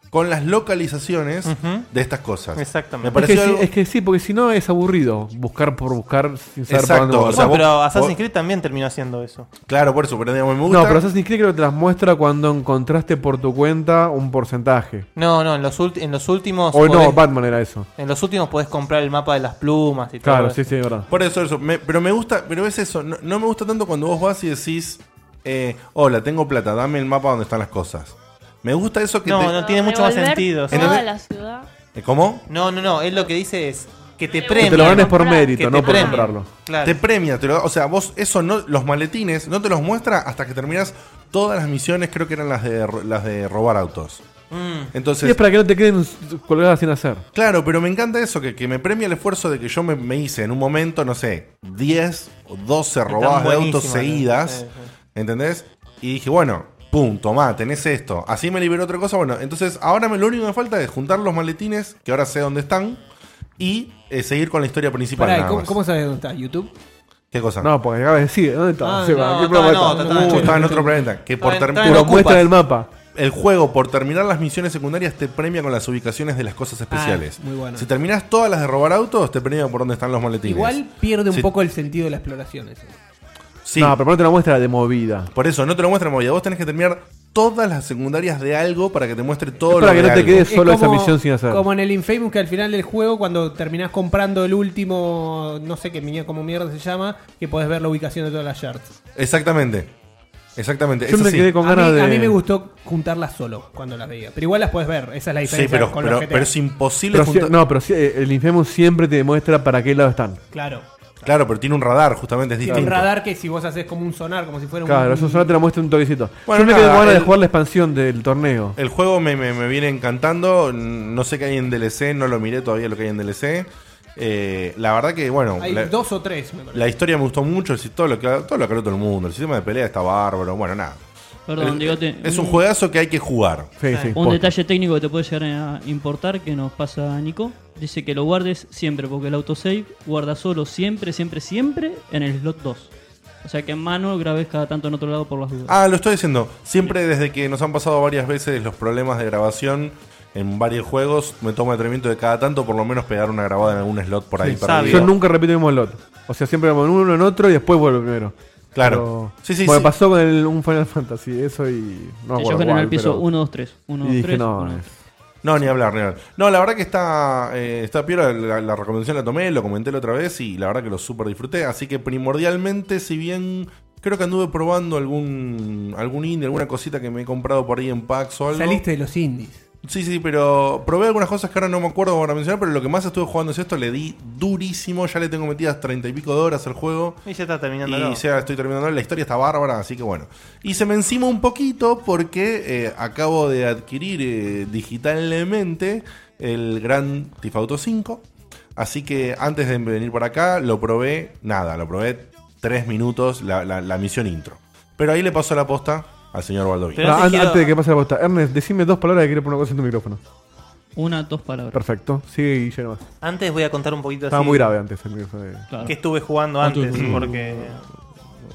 B: con las localizaciones
D: Ujú.
B: de estas cosas.
D: Exactamente.
B: Me
H: Es
B: pareció
H: que, sí,
B: algo-
H: es que sí, porque si no es aburrido buscar por buscar sin saber para dónde
B: Exacto,
H: vas.
B: o sea,
D: Bueno,
B: vos-
D: pero
B: vos-
D: Assassin's Creed también terminó haciendo eso.
B: Claro, por eso, pero digamos, me gusta.
H: No, pero Assassin's Creed creo que te las muestra cuando encontraste por tu cuenta un porcentaje.
D: No, no, en los, ulti- en los últimos.
H: O no,
D: podés-
H: Batman era eso.
D: En los últimos podés comprar el mapa de las plumas y todo.
H: Claro,
D: eso.
H: sí, sí, es verdad.
B: Por eso, eso. Me- pero me gusta, pero es eso. No, no me gusta tanto cuando vos vas y decís, eh, hola, tengo plata, dame el mapa donde están las cosas. Me gusta eso que
D: No,
B: te-
D: no tiene mucho más
I: Revolver
D: sentido.
I: Toda
B: ¿Entendés?
I: la ciudad.
B: Eh, ¿Cómo?
D: No, no, no. Él lo que dice es que te premia.
H: te lo ganes por mérito, no por
B: comprarlo.
H: comprarlo.
B: Te premia, te lo- o sea, vos eso no, los maletines no te los muestra hasta que terminas todas las misiones, creo que eran las de ro- las de robar autos.
G: Mm.
B: Entonces,
H: Y es para que no te queden colgadas sin hacer.
B: Claro, pero me encanta eso, que, que me premia el esfuerzo de que yo me, me hice en un momento, no sé, 10 o 12 robadas de autos
H: buenísimas,
B: seguidas, ¿entendés? Y dije, bueno, pum, tomá, tenés esto. Así me liberó otra cosa, bueno, entonces ahora me, lo único que me falta es juntar los maletines, que ahora sé dónde están, y eh, seguir con la historia principal.
G: Pará, ¿y
B: nada
G: ¿cómo,
B: más.
G: cómo sabes dónde está? ¿YouTube?
B: ¿Qué cosa?
H: No, porque acabas de decir, ¿dónde está?
G: Ah,
H: Seba?
G: no,
H: ¿Qué
G: está, no,
H: programa está?
G: está, está,
H: Uh,
B: Uh, estaba en otro planeta. Que por
H: Está en-
B: term-
H: está en Pero Ocupas. muestra el mapa.
B: El juego, por terminar las misiones secundarias, te premia con las ubicaciones de las cosas especiales.
G: muy bueno.
B: Si terminas todas las de robar autos, te premia por dónde están los maletines.
G: Igual pierde un
B: Sí.
G: poco el sentido de la exploración. eso.
H: No, pero no te la muestra de movida.
B: Por eso, no te lo muestra en movida. Vos tenés que terminar todas las secundarias de algo para que te muestre todo
H: para
B: lo
H: que
B: de
H: no te
B: algo.
H: quedes solo esa misión sin hacer.
G: Como en el Infamous que al final del juego, cuando terminás comprando el último, no sé qué mierda, como mierda se llama, que podés ver la ubicación de todas las shards.
B: Exactamente. Exactamente.
H: Yo
B: es
H: me
B: así.
H: quedé con
G: A mí, a mí me gustó juntarlas solo cuando las veía. Pero igual las podés ver, esa es la
B: Sí,
G: diferencia
B: pero,
G: con
B: pero,
G: los GTA.
B: pero es imposible
H: Pero si-
B: juntar-
H: no, pero si- eh, el Infamous siempre te muestra para qué lado están.
G: Claro.
B: Claro, pero tiene un radar, justamente es
G: Tiene un
B: distinto.
G: radar que si vos haces como un sonar, como si fuera un.
H: Claro, eso solo te la muestra un toquecito.
B: Bueno,
H: Yo me quedé
B: nada,
H: con ganas de
B: el-
H: jugar la expansión del torneo.
B: El juego me, me- me viene encantando. No sé qué hay en DLC, no lo miré todavía lo que hay en DLC. Eh, la verdad que, bueno,
G: Hay
B: la,
G: dos o tres, me parece.
B: la historia me gustó mucho. el si- Todo lo que todo lo que habló todo el mundo. El sistema de pelea está bárbaro. Bueno, nada.
C: Perdón,
B: El-
C: Diegote.
B: es un juegazo que hay que jugar.
C: un detalle técnico que te puede llegar a importar que nos pasa a Nico. Dice que lo guardes siempre, porque el autosave guarda solo siempre, siempre, siempre en el slot 2. O sea que en mano grabes cada tanto en otro lado por las dudas.
B: Ah, lo estoy diciendo. Siempre desde que nos han pasado varias veces los problemas de grabación en varios juegos, me tomo el atrevimiento de cada tanto por lo menos pegar una grabada en algún slot por ahí
H: Sí,
B: perdido.
H: Yo nunca repito el mismo lot. O sea, siempre vamos en uno, en otro y después vuelvo primero.
B: Claro.
H: Pero-
B: Sí, sí,
H: Porque
B: sí.
H: pasó con el- un Final Fantasy, eso y.
C: Sí,
H: No
C: yo
H: acuerdo
C: generé
H: cuál,
C: el piso
H: pero-
C: 1, 2, 3. 1,
H: y
C: 2,
H: dije,
C: 3.
H: no, es-
B: No, ni hablar, ni hablar. No, la verdad que está, eh, está piola. La, la recomendación la tomé, lo comenté la otra vez y la verdad que lo super disfruté. Así que primordialmente, si bien creo que anduve probando algún, algún indie, alguna cosita que me he comprado por ahí en packs o algo.
G: Saliste de los indies.
B: Sí, sí, pero probé algunas cosas que ahora no me acuerdo para mencionar, pero lo que más estuve jugando es esto, le di durísimo, ya le tengo metidas treinta y pico de horas al juego.
D: Y ya está
B: Y
D: terminando.
B: ya estoy terminando, la historia está bárbara, así que bueno. Y se me encima un poquito porque eh, acabo de adquirir eh, digitalmente el Gran Tifauto 5. Así que antes de venir para acá, lo probé, nada, lo probé tres minutos, la, la- la misión intro. Pero ahí le pasó la posta al señor Baldoví.
H: No, Ah, an- Antes de que pase la posta, Ernest, decime dos palabras que quiero poner una cosa en tu micrófono.
C: Una, dos palabras.
H: Perfecto, sigue y ya nomás.
D: Antes voy a contar un poquito
H: Estaba
D: así
H: muy grave antes el eh. micrófono. de-
D: que estuve jugando
H: Ah,
D: antes,
H: tú-
D: porque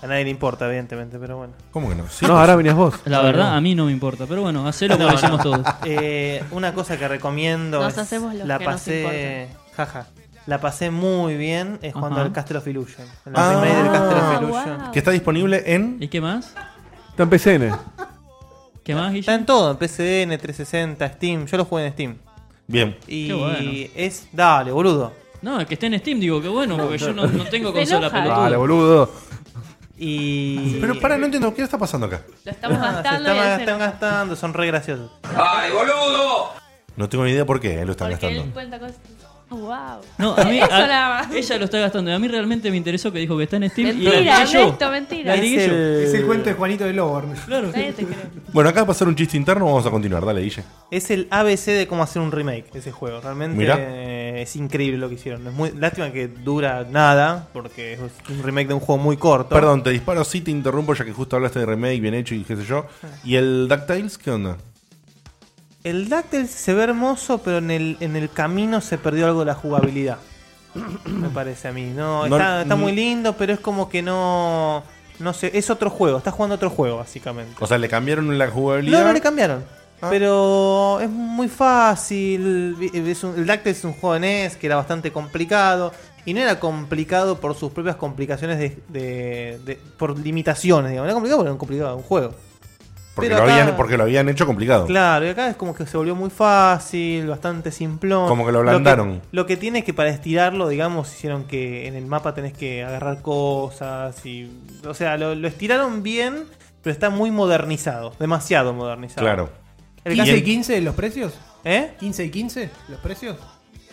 D: a nadie le importa, evidentemente, pero bueno.
B: ¿Cómo que no? pues
H: no, ahora venías vos.
C: La verdad, a mí no me importa. Pero bueno, hacelo como lo hicimos todos.
D: Eh, una cosa que recomiendo
I: Nos
D: es-
I: hacemos los
D: la
I: que nos
D: pasé jaja, la pasé muy bien es cuando
C: Ajá.
D: el Castle of Illusion. El
B: Ah,
D: remake del Castle of Illusion.
B: Que está disponible en...
C: ¿Y qué más?
H: Está en PCN.
C: ¿Qué más,
D: Está en todo, en PCN, 360, Steam, yo lo jugué en Steam.
B: Bien.
D: Y
C: Qué bueno.
D: es dale, boludo.
C: No, es que esté en Steam, digo, que bueno, porque yo no, no tengo
I: Se
C: consola
I: enoja.
C: pelotudo.
H: Vale, boludo.
D: Y
B: Pero para, no entiendo, ¿qué está pasando acá?
I: Lo estamos
D: Ah, se
I: gastando y
D: están,
I: él se
D: están gastando, son re graciosos.
L: ¡Ay, boludo!
B: No tengo ni idea por qué eh, lo están
I: Porque
B: gastando.
I: él cuenta cosas. Oh, wow.
C: No, a mí.
I: Eso
C: a-
I: nada más.
C: ella lo está gastando. y A mí realmente me interesó que dijo que está en Steam. y la
I: Mentira,
C: ligué yo.
I: Ernesto, mentira.
C: La ligué
D: Es
C: yo.
D: el-
G: Es el cuento de Juanito de Loborn.
C: Claro.
I: Nadie te cree.
B: Bueno, acá va a pasar un chiste interno, vamos a continuar, dale, Guille.
D: Es el ABC de cómo hacer un remake ese juego. Realmente
B: Mirá.
D: eh, es increíble lo que hicieron. Es muy lástima que dura nada porque es un remake de un juego muy corto.
B: Perdón, te disparo, sí te interrumpo ya que justo hablaste de remake, bien hecho y qué sé yo. ¿Y el DuckTales qué onda?
D: El Dactyl se ve hermoso, pero en el, en el camino se perdió algo de la jugabilidad. Me parece a mí. No,
B: No-
D: está, está muy lindo, pero es como que no. No sé, es otro juego. Estás jugando otro juego, básicamente.
B: O sea, le cambiaron la jugabilidad.
D: No, no le cambiaron.
B: Ah.
D: Pero es muy fácil. Es un- el Dactyl es un juego de NES que era bastante complicado. Y no era complicado por sus propias complicaciones de. de- de- por limitaciones, digamos. Era complicado porque era un complicado un juego.
B: porque,
D: pero
B: lo
D: acá-
B: habían, porque lo habían hecho complicado.
D: Claro, y acá es como que se volvió muy fácil, bastante simplón.
B: Como que lo ablandaron.
D: Lo que, lo que tiene es que para estirarlo, digamos, hicieron que en el mapa tenés que agarrar cosas y. O sea, lo, lo estiraron bien, pero está muy modernizado, demasiado modernizado.
B: Claro.
D: El
G: ¿15 y
D: caso-
G: 15 los precios?
D: ¿Eh?
G: ¿15 y 15 los precios?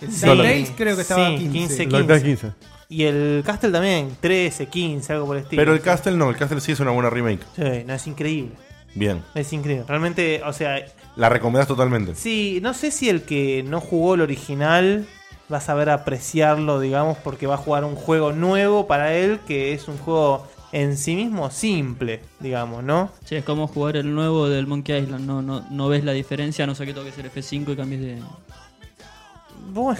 G: El
D: Sí.
G: Days creo que estaba
D: Sí,
G: 15.
D: 15,
B: Lo que está 15.
D: Y el Castle también, 13, 15, algo por el estilo.
B: Pero el Castle no, el Castle sí es una buena remake.
D: Sí, no, es increíble.
B: Bien.
D: Es increíble. Realmente, o sea,
B: La recomendás totalmente.
D: sí, no sé si el que no jugó el original va a saber apreciarlo, digamos, porque va a jugar un juego nuevo para él, que es un juego en sí mismo simple, digamos, ¿no?
C: Sí, es como jugar el nuevo del Monkey Island. No, no, no ves la diferencia, a no sé que toques el F5 y cambies de,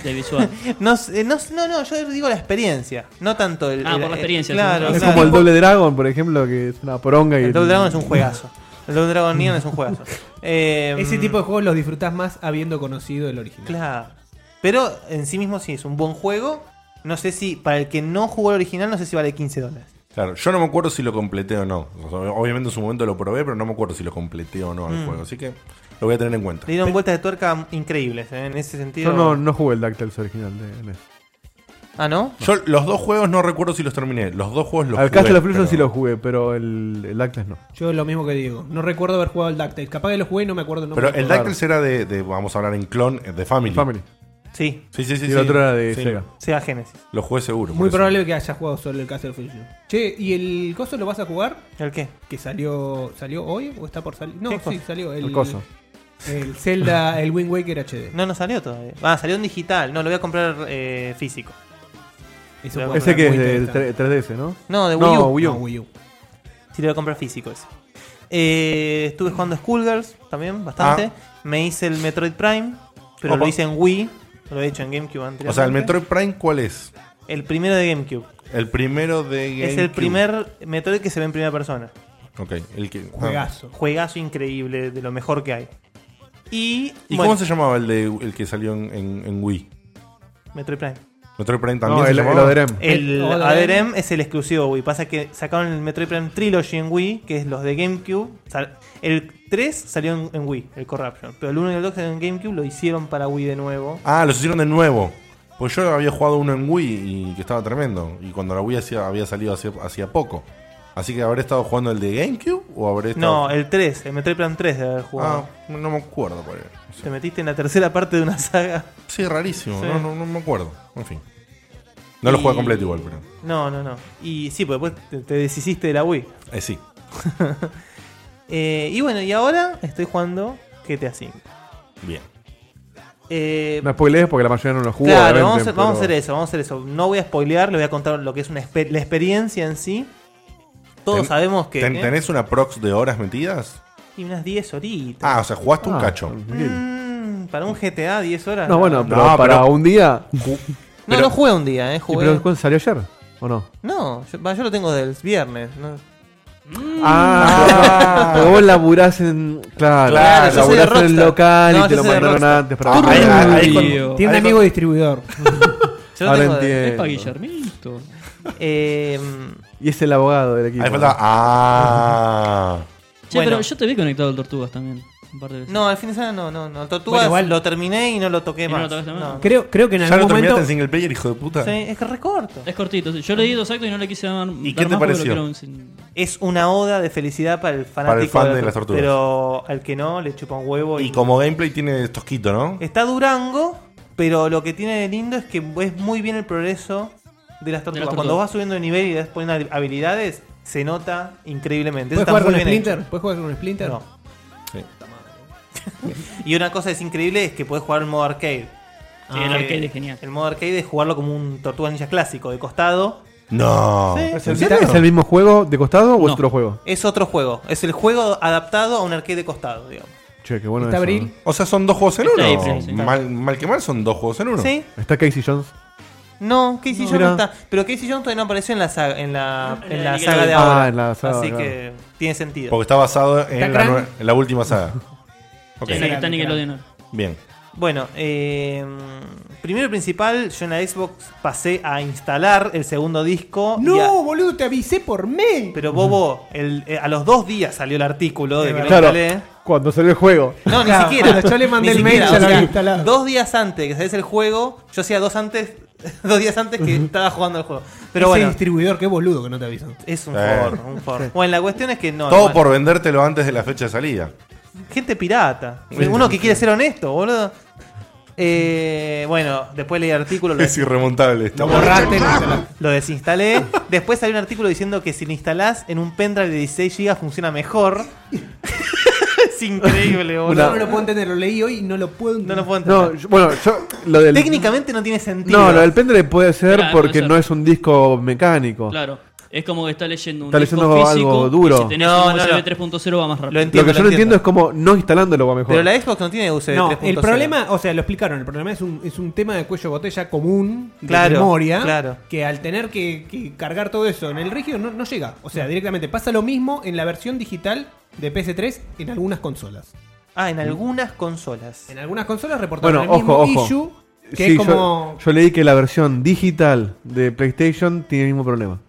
C: de visual.
D: No, sé, eh, no, no, no, yo digo la experiencia, no tanto el.
C: Ah,
D: el-
C: por la
D: el-
C: experiencia,
D: Claro,
H: es
D: claro.
H: como el Doble Dragon, por ejemplo, que es una poronga. y
D: El Double Dragon es un juegazo. El Double Dragon Neon es un juegazo. Eh,
G: Ese tipo de juegos los disfrutás más habiendo conocido el original.
D: Claro. Pero en sí mismo sí es un buen juego. No sé si, para el que no jugó el original, no sé si vale 15 dólares.
B: Claro, yo no me acuerdo si lo completé o no. O sea, obviamente en su momento lo probé, pero no me acuerdo si lo completé o no al
D: Mm.
B: juego. Así que lo voy a tener en cuenta.
D: Le dieron vueltas de tuerca increíbles ¿eh? en ese sentido.
H: Yo no, no jugué el DuckTales original de NES.
D: Ah, ¿no?
B: Yo los dos juegos no recuerdo si los terminé. Los dos juegos los
H: Al
B: jugué.
H: Castle of Illusion
B: pero-
H: sí lo jugué, pero el, el DuckTales no.
G: Yo lo mismo que digo. No recuerdo haber jugado el DuckTales. Capaz que lo jugué y no me acuerdo. No
B: Pero el DuckTales era de, de- vamos a hablar en clon, eh, de Family.
H: Family.
D: Sí.
B: Sí, sí, sí.
H: Y el otro era de
B: Sega.
H: Sega.
D: Sega Genesis.
B: Lo jugué seguro.
G: Muy
B: por eso.
G: probable que haya jugado solo el Castle of Illusion. Che, ¿y el coso lo vas a jugar?
D: ¿El qué?
G: ¿Que salió salió hoy o está por salir? No,
D: ¿Qué
G: sí,
D: cosa?
G: salió. El,
D: El coso.
G: El Zelda, el Wind Waker HD.
D: No, no salió todavía. Ah, salió en digital. No, lo voy a comprar eh, físico.
G: Eso
D: Lo voy a comprar
H: Ese que es
D: muy
H: del
D: interesante.
H: 3- 3DS, ¿no?
D: No, de Wii U.
H: No,
G: Wii U.
D: Sí, lo voy a comprar físico ese. Eh, estuve jugando Skullgirls también, bastante. Me hice el Metroid Prime, pero
B: Ah. Opa.
D: lo hice en Wii. Lo he hecho en GameCube antes.
B: O sea, el Metroid Prime, ¿cuál es?
D: El primero de GameCube.
B: El primero de
D: Es el
B: GameCube.
D: primer Metroid que se ve en primera persona.
B: Ok, el que. ah.
D: Juegazo increíble, de lo mejor que hay. Y.
B: ¿Y
D: bueno,
B: cómo se llamaba el, de, el que salió en, en- en Wii?
D: Metroid Prime.
B: Metroid Prime también.
H: No,
B: se
H: el- el
B: llamaba?
H: ODRM.
D: El
H: El ODRM.
D: ADRM es el exclusivo de Wii. Pasa que sacaron el Metroid Prime Trilogy en Wii, que es los de GameCube. Sal- El 3 salió en, en Wii, el Corruption. Pero el 1 y el 2 salieron en GameCube, lo hicieron para Wii de nuevo.
B: Ah, los hicieron de nuevo. Pues yo había jugado uno en Wii y que estaba tremendo. Y cuando la Wii hacía- había salido hacía, hacía poco. Así que habré estado jugando el de GameCube o habré estado.
D: No, el 3, el Metroid Prime 3 de haber jugado.
B: no me acuerdo cuál era.
D: Te metiste en la tercera parte de una saga.
B: Sí, rarísimo.
D: Sí.
B: No, no, no me acuerdo. En fin. No lo jugué
D: Y-
B: completo igual, pero.
D: No, no, no. Y sí, pues después te, te deshiciste de la Wii.
B: Eh, sí.
D: Eh, y bueno, y ahora estoy jugando GTA V.
B: Bien.
D: Eh,
H: No spoilees porque la mayoría no lo jugó.
D: claro,
H: obviamente,
D: vamos, a, vamos a hacer
H: pero-
D: eso, vamos a hacer eso. No voy a spoilear, le voy a contar lo que es una espe- la experiencia en sí. Todos
B: Ten-
D: sabemos que...
B: ten-
D: ¿eh?
B: ¿Tenés una prox de horas metidas?
D: Y unas 10 horitas.
B: Ah, o sea, jugaste un cacho.
D: Mm, para un GTA 10 horas.
H: No, bueno, pero
B: No,
H: para
B: pero-
H: un día.
D: No, no jugué un día, eh,
H: ¿Y
D: jugué...
H: pero ¿cuándo salió ayer? ¿O no?
D: No, yo, va, yo lo tengo del viernes. ¿no?
H: Ah, pero vos laburás en. Claro,
D: Claro, yo soy de
H: laburás en el
D: Rockstar.
H: local
D: No,
H: y te
D: yo
H: lo
D: soy de
H: mandaron
D: Rockstar.
H: antes para.
D: Ah, ahí- ahí- ahí
G: Tiene
D: cuando-
G: un
D: ahí
G: amigo
D: cuando-
G: distribuidor.
D: Yo lo
H: Ahora
D: tengo de-
H: entiendo.
D: Es pa'
C: Guillermito.
D: Eh,
H: Y es el abogado del equipo.
B: Ahí faltaba. Ah.
C: Che,
D: Bueno.
C: pero yo te vi conectado al Tortugas también. Un par de veces.
D: No, al fin de semana no, no, no. Tortugas
C: Bueno, igual-
D: lo terminé y no lo toqué
C: Y no
D: más.
C: lo tocaste más.
D: No.
G: Creo, creo que en
B: ¿Ya
G: algún
B: lo terminaste
G: momento.
B: en single player, hijo de puta?
D: Sí, es que es re corto.
C: Es cortito. sí. Yo leí dos actos y no le quise dar. ¿Y
B: qué te pareció?
D: Es una oda de felicidad para el fanático.
B: Para el fan
D: la
B: de
D: tor-
B: las tortugas.
D: Pero al que no, le chupa un huevo. Y,
B: Y como gameplay tiene tosquito, ¿no?
D: Está Durango, pero lo que tiene de lindo es que ves muy bien el progreso de las tortugas.
G: tortugas.
D: Cuando vas subiendo de nivel y vas poniendo habilidades, se nota increíblemente. Eso
G: ¿Puedes
D: está
G: jugar
D: muy
G: con
D: bien hecho.
G: Splinter? ¿Puedes jugar con Splinter?
D: No. Y una cosa es increíble es que puedes jugar el modo arcade.
C: Sí,
G: Ah,
C: el
D: Eh,
C: arcade es genial.
D: El modo arcade es jugarlo como un Tortugas Ninja clásico, de costado.
B: No.
D: Sí.
H: ¿Es, el, es el mismo juego de costado o es otro juego?
D: Es otro juego. Es el juego adaptado a un arcade de costado, digamos.
H: Che, qué bueno.
D: Está
H: eso,
D: Abril.
B: O sea, son dos juegos en
D: Está
B: uno.
D: April, sí.
B: mal, mal que mal son dos juegos en uno.
D: Sí.
H: ¿no? Está Casey Jones.
D: No, Casey
H: No.
D: Jones no
H: Mirá.
D: está. Pero Casey Jones todavía no apareció en la saga, en la, en la
H: Ah,
D: saga de
H: en
D: ahora.
H: la saga,
D: Así
H: claro.
D: que tiene sentido.
B: Porque está basado en, la,
D: Tacran.
B: nue- en la última saga. Ok.
C: Sí, está Nickelodeon ahora.
B: Bien.
D: Bueno, eh, primero y principal, yo en la Xbox pasé a instalar el segundo disco. y a-
G: No, boludo, te avisé por mail.
D: pero Bobo, el- eh, a los dos días salió el artículo de que lo
H: Claro,
D: instalé.
H: cuando salió el juego.
D: No, ni
G: Claro,
D: siquiera.
G: cuando yo le mandé
D: Ni
G: el mail,
D: siquiera,
G: ya
D: o
G: lo
D: sea,
G: había instalado.
D: Dos días antes que saliese el juego, yo hacía dos antes, dos días antes que estaba jugando el juego. Pero
G: Ese
D: bueno,
G: distribuidor, qué boludo que no te avisan.
D: es un
B: Eh.
D: forro, un forro. Bueno, la cuestión es que no.
B: Todo
D: no,
B: por vendértelo antes de la fecha de salida.
D: Eh, Gente pirata. Uno que quiere ser honesto, boludo. Eh, bueno, después leí artículos.
B: Es irremontable.
D: Lo borraste, lo instalé. lo desinstalé. Después salió un artículo diciendo que si lo instalás en un pendrive de 16 GB funciona mejor. es increíble,
G: No,
D: boludo.
G: no lo puedo entender, lo leí hoy y no lo puedo entender.
D: No lo puedo
H: No, yo- bueno, yo lo del
D: Técnicamente no tiene sentido.
H: No, lo del pendrive puede ser
C: Claro,
H: porque
C: puede ser.
H: no es un disco
B: Oh.
H: mecánico.
C: Claro. Es como que está leyendo un
H: Está
C: disco
H: leyendo
C: físico
H: algo duro.
C: y si tenés
D: No,
C: un
D: no,
C: USB
D: no.
C: 3.0 va más rápido.
H: lo que yo no entiendo es como no instalándolo va mejor.
D: Pero la Xbox no tiene USB
G: No,
D: 3.0.
G: el problema, o sea, lo explicaron, el problema es un, es un tema de cuello botella común de
D: Claro,
G: memoria,
D: claro.
G: que al tener que, que cargar todo eso en el rígido no, no llega. O sea, directamente pasa lo mismo en la versión digital de PS3 en algunas consolas.
D: Ah, en algunas consolas.
G: En algunas consolas reportaron
H: Bueno,
G: el mismo
H: ojo, ojo.
G: issue, que
H: Sí,
G: es
H: yo-
G: como...
H: yo, leí que la versión digital de PlayStation tiene el mismo problema.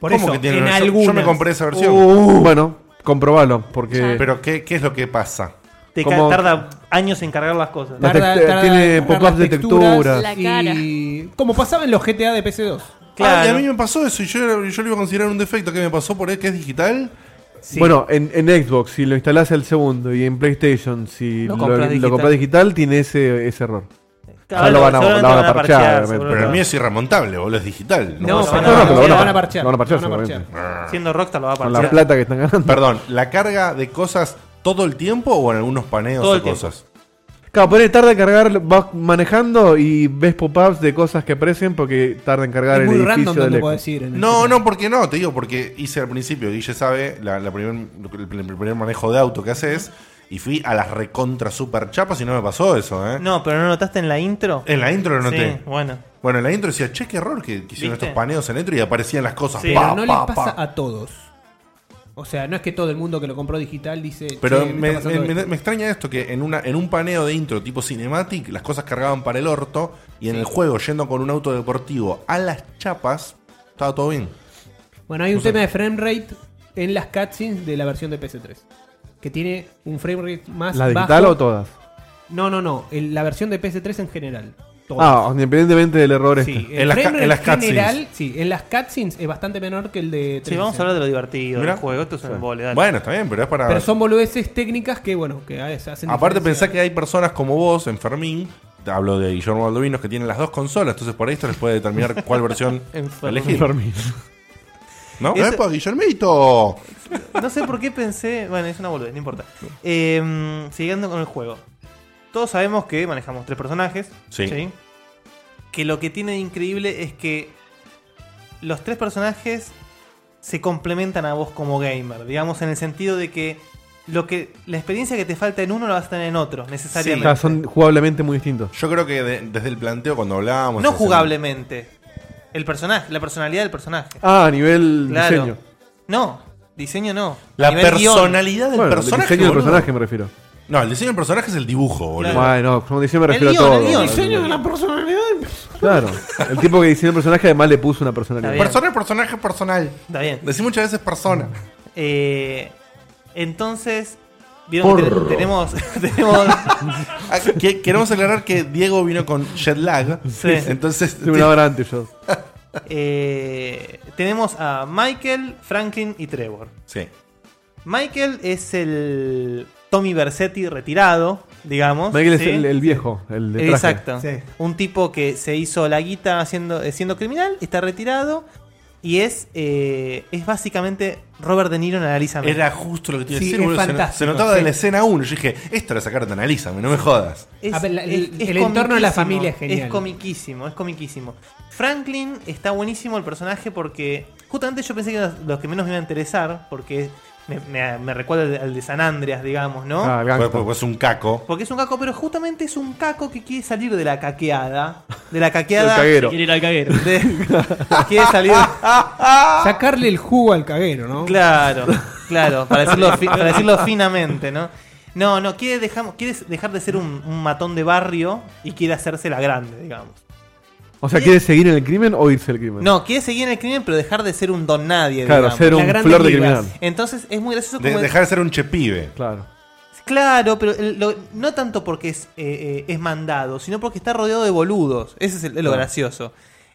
G: Por ¿Cómo eso, que tiene en razón? Yo me algunas.
B: compré esa versión.
H: Uh, bueno, comprobalo, porque
B: Pero ¿qué, ¿qué es lo que pasa?
D: Te
H: como-
D: ca- tarda años en cargar las cosas.
H: La Tarda- tec- tarda tiene en cargar pop-ups las de texturas, texturas. la
G: Y como pasaba en los GTA de PC2.
B: Ah, y a mí me pasó eso y yo, yo lo iba a considerar un defecto que me pasó por él, que es digital.
H: bueno, en, en Xbox si lo instalás al segundo y en PlayStation si
B: Lo
H: lo,
B: compras
H: lo
B: digital.
H: compras digital tiene ese, ese error.
B: Claro,
H: Ya lo van a,
B: seguramente
H: la van a
B: lo van a
H: parchear,
B: parchear,
H: obviamente.
B: Pero el mío es irremontable, boludo, es digital.
H: No,
B: pasa
H: no,
B: nada.
H: no, pero lo van a- lo van a parchear, lo van a parchear, lo van a parchear.
B: seguramente.
D: Siendo Rockstar lo va a
H: Con
D: parchear.
H: la plata que están ganando.
B: Perdón, ¿la carga de cosas todo el tiempo o en algunos paneos
D: Todo el
B: o
D: tiempo.
B: cosas?
H: Claro, ponés tarda en cargar, vas manejando y ves pop-ups de cosas que aparecen porque tarda en cargar el edificio del Xbox.
B: No, no, porque no, te digo, porque hice al principio, Guille sabe, la, la primer- el, el primer manejo de auto que haces, y fui a las recontra super chapas y no me pasó eso, ¿eh?
D: No, pero ¿no notaste en la intro?
B: En la intro lo noté.
D: Sí, bueno.
B: Bueno, en la intro decía, che, qué error que, que hicieron
D: ¿Viste?
B: estos paneos en la intro y aparecían las cosas.
G: Pero
B: pa,
G: no
B: pa,
G: les pasa
B: pa.
G: a todos. O sea, no es que todo el mundo que lo compró digital dice.
B: Pero
G: "Che, me
B: me,
G: está pasando
B: me-
G: esto".
B: me extraña esto, que en, una, en un paneo de intro tipo cinematic, las cosas cargaban para el orto, y en el juego, yendo con un auto deportivo a las chapas, estaba todo bien.
G: Bueno, hay un
B: O sea-
G: tema de frame rate en las cutscenes de la versión de PS3. Que tiene un frame rate más.
H: ¿La
G: bajo.
H: digital o todas?
G: No, no, no. el- la versión de PS3 en general. Todas.
H: Ah, independientemente del error
G: Sí,
H: este.
G: el frame rate general, sí, en las cutscenes es bastante menor que el de.
D: Sí, vamos a
G: 360.
D: hablar de lo divertido
B: Mirá.
D: del juego. Esto es un embole, dale.
B: Bueno, está bien, pero es para.
G: Pero son boludeces técnicas que, bueno, que a veces hacen.
B: Aparte,
G: diferencia.
B: pensá que hay personas como vos, en Fermín, te hablo de Guillermo Baldovinos, que tienen las dos consolas, entonces por ahí esto les puede determinar cuál versión
D: Enfermín.
B: elegir.
D: Fermín.
B: ¿No?
D: Ese-
B: ¡Epa, Guillermito!
D: No sé por qué pensé. Bueno, es una boludez, no importa. Eh, siguiendo con el juego. Todos sabemos que manejamos tres personajes.
B: Sí.
D: Que lo que tiene de increíble es que los tres personajes se complementan a vos como gamer. Digamos, en el sentido de que. Lo que, la experiencia que te falta en uno la vas a tener en otro,
H: O
D: necesariamente.
H: sea, son jugablemente muy distintos.
B: Yo creo que de- desde el planteo, cuando hablábamos.
D: No
B: hace-
D: jugablemente. El personaje, la personalidad del personaje.
H: Ah, a nivel diseño.
D: No, diseño no.
B: La
D: A nivel guión.
B: personalidad del
H: Bueno, el
B: personaje.
H: diseño del
B: boludo.
H: personaje me refiero.
B: No, el diseño del personaje es el dibujo, boludo.
H: Bueno, como diseño me
D: El
H: refiero
D: guión,
H: a todo.
D: el guión.
G: de la personalidad.
H: Claro. El tipo que diseñó el personaje además le puso una
D: Está
H: personalidad.
D: bien.
B: Persona es personaje personal.
D: Está bien.
B: Decís muchas veces persona.
D: Eh, entonces, vieron que te-
B: Porro.
D: tenemos, tenemos
B: Ah, que- queremos aclarar que Diego vino con jet lag.
D: Sí.
B: Entonces.
H: Sí, una hora antes yo.
D: eh, tenemos a Michael, Franklin y Trevor.
B: Sí.
D: Michael es el Tommy Versetti retirado, digamos.
H: Michael
D: ¿sí?
H: es el, el viejo, el de traje.
D: Exacto. Un tipo que se hizo la guita haciendo, eh, siendo criminal, está retirado y es, eh, es básicamente Robert De Niro en Analízame.
B: Era justo lo que te iba a
D: Sí,
B: decir,
D: es
B: boludo. Se-
D: fantástico,
B: Se, notaba de la
D: sí.
B: escena 1. Yo dije, esto lo sacaron de analízame, no me jodas.
D: Es-
G: A ver, la- el-
D: es- es
G: el entorno de la
D: comiquísimo,
G: familia es genial.
D: Es comiquísimo, es comiquísimo. Franklin está buenísimo el personaje porque justamente yo pensé que eran los que menos me iba a interesar porque me, me- me recuerda al- al de San Andreas, digamos, ¿no?
B: Ah, pues, pues, pues, un caco.
D: Porque es un caco, pero justamente es un caco que quiere salir de la caqueada. De la caqueada.
B: El caguero.
C: Quiere ir al caguero.
D: De- quiere salir.
G: Sacarle el jugo al caguero, ¿no?
D: Claro, claro, para decirlo, fi- para decirlo finamente, ¿no? No, no, quiere, dejam- quiere dejar de ser un, un matón de barrio y quiere hacerse la grande, digamos.
H: O sea, ¿quiere seguir en el crimen o irse al crimen?
D: No, quiere seguir en el crimen, pero dejar de ser un don nadie,
H: Claro,
D: digamos.
H: ser La un grande flor de ligas. criminal.
D: Entonces es muy gracioso
B: De-
D: como.
B: dejar de ser un chepibe.
H: Claro.
D: Claro, pero el- lo- no tanto porque es, eh, eh, es mandado, sino porque está rodeado de boludos. Ese es el- lo
H: Claro.
D: gracioso.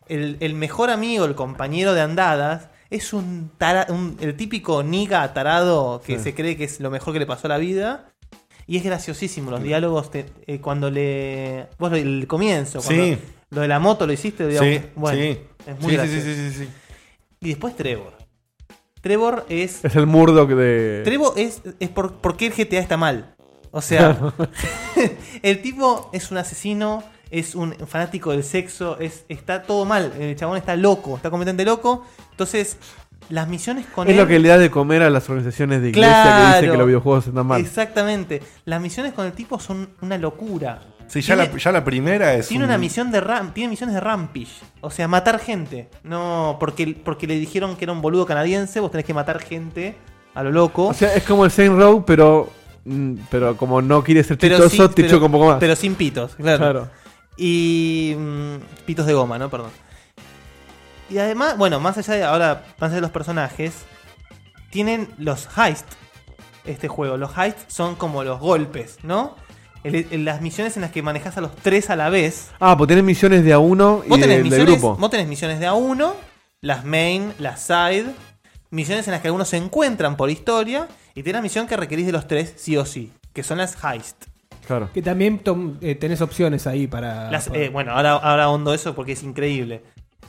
D: El, el mejor amigo, el compañero de andadas, es un, tara- un- el típico niga tarado que
H: Sí.
D: se cree que es lo mejor que le pasó a la vida. Y es graciosísimo los diálogos. te- eh, cuando le. Vos, el comienzo. Cuando
B: Sí.
D: Lo de la moto lo hiciste, digamos.
B: Sí,
D: bueno,
B: sí.
D: es muy
B: Sí, sí,
D: gracioso.
B: sí, sí,
D: Y después Trevor. Trevor es.
H: Es el Murdoch de.
D: Trevo es, es por, por qué el GTA está mal. O sea, el tipo es un asesino, es un fanático del sexo, es, está todo mal. El chabón está loco, está completamente loco. Entonces, las misiones con
H: es
D: él.
H: lo que le da de comer a las organizaciones de iglesia que dicen
D: Claro.
H: que los videojuegos están mal.
D: Exactamente. Las misiones con el tipo son una locura.
B: Sí, ya, la,
D: Tiene-
B: ya la primera es.
D: tiene
B: un-
D: una misión de ram, tiene misiones de rampage, o sea, matar gente. No, porque porque le dijeron que era un boludo canadiense, vos tenés que matar gente a lo loco.
H: O sea, es como el Saint Row, pero. mm, Pero como no quiere ser
D: Pero
H: chistoso,
D: sí,
H: te
D: pero-
H: choca un poco más.
D: Pero sin pitos, claro. Y mm, pitos de goma, ¿no? Perdón. Y además, bueno, más allá de ahora, más allá de los personajes, tienen los heists. Este juego, los heists son como los golpes, ¿no? El- el- las misiones en las que manejas a los tres a la vez.
H: Ah, pues tenés misiones de a uno y
D: Vos
H: de,
D: tenés,
H: de
D: misiones,
H: grupo.
D: vos tenés misiones de a uno, las main, las side, misiones en las que algunos se encuentran por historia, y tenés la misión que requerís de los tres sí o sí, que son las heist.
H: Claro.
G: Que también tom- eh, tenés opciones ahí para.
D: Las-
G: para-
D: eh, bueno, ahora, ahora hondo eso porque es increíble.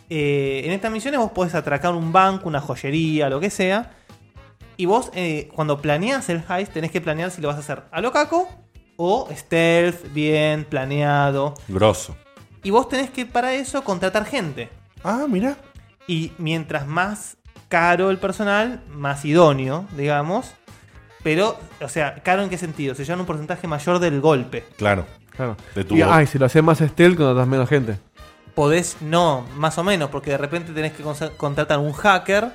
D: Eh, en estas misiones vos podés atracar un banco, una joyería, lo que sea. Y vos, eh, cuando planeas el heist, tenés que planear si lo vas a hacer a lo caco o stealth, bien, planeado.
B: Grosso.
D: Y vos tenés que para eso contratar gente.
Q: Ah, mira.
D: Y mientras más caro el personal, más idóneo, digamos. Pero, o sea, caro en qué sentido? Se llevan un porcentaje mayor del golpe.
B: Claro.
H: Claro.
B: De tu
H: Y,
B: voz.
H: ah, y si lo haces más stealth, contratás menos gente.
D: podés, no, más o menos, porque de repente tenés que consa- contratar un hacker.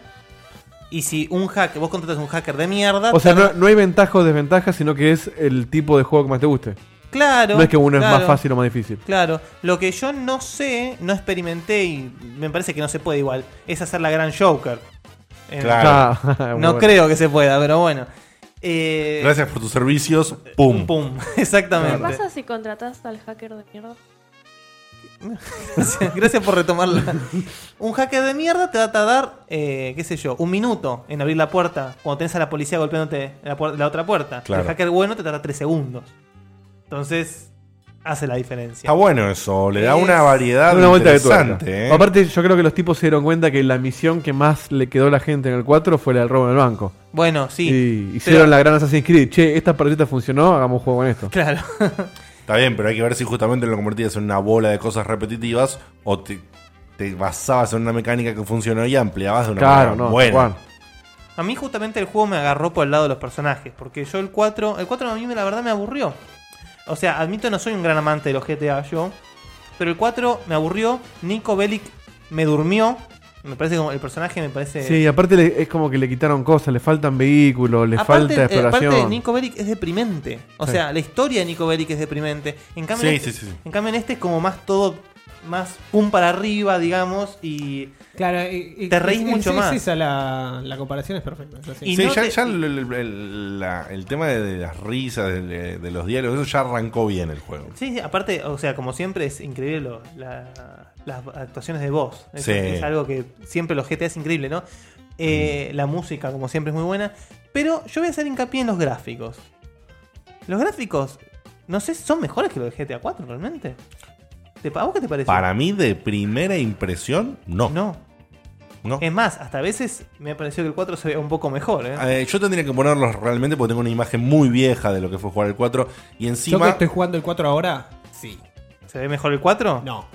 D: Y si un hacker, vos contratas un hacker de mierda.
H: O sea,
D: tarda-
H: no, no hay ventaja o desventaja, sino que es el tipo de juego que más te guste.
D: Claro.
H: No es que uno es
D: claro.
H: más fácil o más difícil.
D: Claro. Lo que yo no sé, no experimenté y me parece que no se puede igual, es hacer la gran Joker. Eh,
H: Ah,
B: Claro.
D: No
B: Muy bueno.
D: creo que se pueda, pero bueno. Eh,
B: Gracias por tus servicios. Pum.
D: Pum,
I: ¿Qué
D: exactamente.
I: pasa si contratas al hacker de mierda?
D: Gracias por retomarla. Un hacker de mierda te va a tardar, eh, qué sé yo, un minuto en abrir la puerta cuando tenés a la policía golpeándote en la, puer- la otra puerta.
B: Claro.
D: El hacker bueno te tarda tres segundos. Entonces, hace la diferencia.
B: Está bueno eso. Le da una
D: Es-
B: variedad
H: Una vuelta de
B: interesante.
H: tuerca.
B: ¿eh?
H: Aparte, yo creo que los tipos se dieron cuenta que la misión que más le quedó a la gente en el 4 fue la del robo en el banco.
D: Bueno, sí.
H: Y hicieron
D: Pero-
H: la gran Assassin's Creed. Che, esta partida funcionó, hagamos un juego con esto.
D: Claro.
B: Está bien, pero hay que ver si justamente lo convertías en una bola de cosas repetitivas o te, te basabas en una mecánica que funcionó y ampliabas de una
H: Claro,
B: manera
H: no,
B: buena.
H: Juan.
D: A mí justamente el juego me agarró por el lado de los personajes, porque yo el 4, el 4 a mí me- la verdad me aburrió. O sea, admito no soy un gran amante de los GTA yo, pero el 4 me aburrió, Nico Bellic me durmió, me parece como el personaje me parece
H: Sí, y aparte le- es como que le quitaron cosas, le faltan vehículos, le
D: Aparte,
H: falta
D: eh, aparte
H: exploración.
D: de Nico Bellic es deprimente. O
H: Sí.
D: sea, la historia de Nico Bellic es deprimente. En cambio,
H: Sí,
D: en este,
H: sí, sí, sí.
D: en cambio en este es como más todo, más pum para arriba, digamos, y
G: Claro, eh, eh,
D: te reís
G: es-
D: mucho
G: es-
D: más.
G: Es esa la, la comparación es perfecta. es así.
B: Sí, ya, ya el, el- el- la- el tema de, de las risas, de, de- de los diálogos, eso ya arrancó bien el juego.
D: Sí, sí, aparte, o sea, como siempre es increíble lo- la- las actuaciones de voz. Es,
B: Sí.
D: es algo que siempre los GTA es increíble, ¿no? Eh,
H: Mm.
D: La música, como siempre, es muy buena. Pero yo voy a hacer hincapié en los gráficos. Los gráficos, no sé, son mejores que los de GTA 4 realmente. ¿Te, ¿A vos qué te parece?
B: Para mí, de primera impresión, no.
D: No.
B: No.
D: Es más, hasta a veces me ha parecido que el 4 se veía un poco mejor, ¿eh?
B: Eh, yo tendría que ponerlos realmente porque tengo una imagen muy vieja de lo que fue jugar el 4. Y
G: Yo que
B: encima.
G: estoy jugando el 4 ahora, sí.
D: ¿Se ve mejor el 4?
G: No.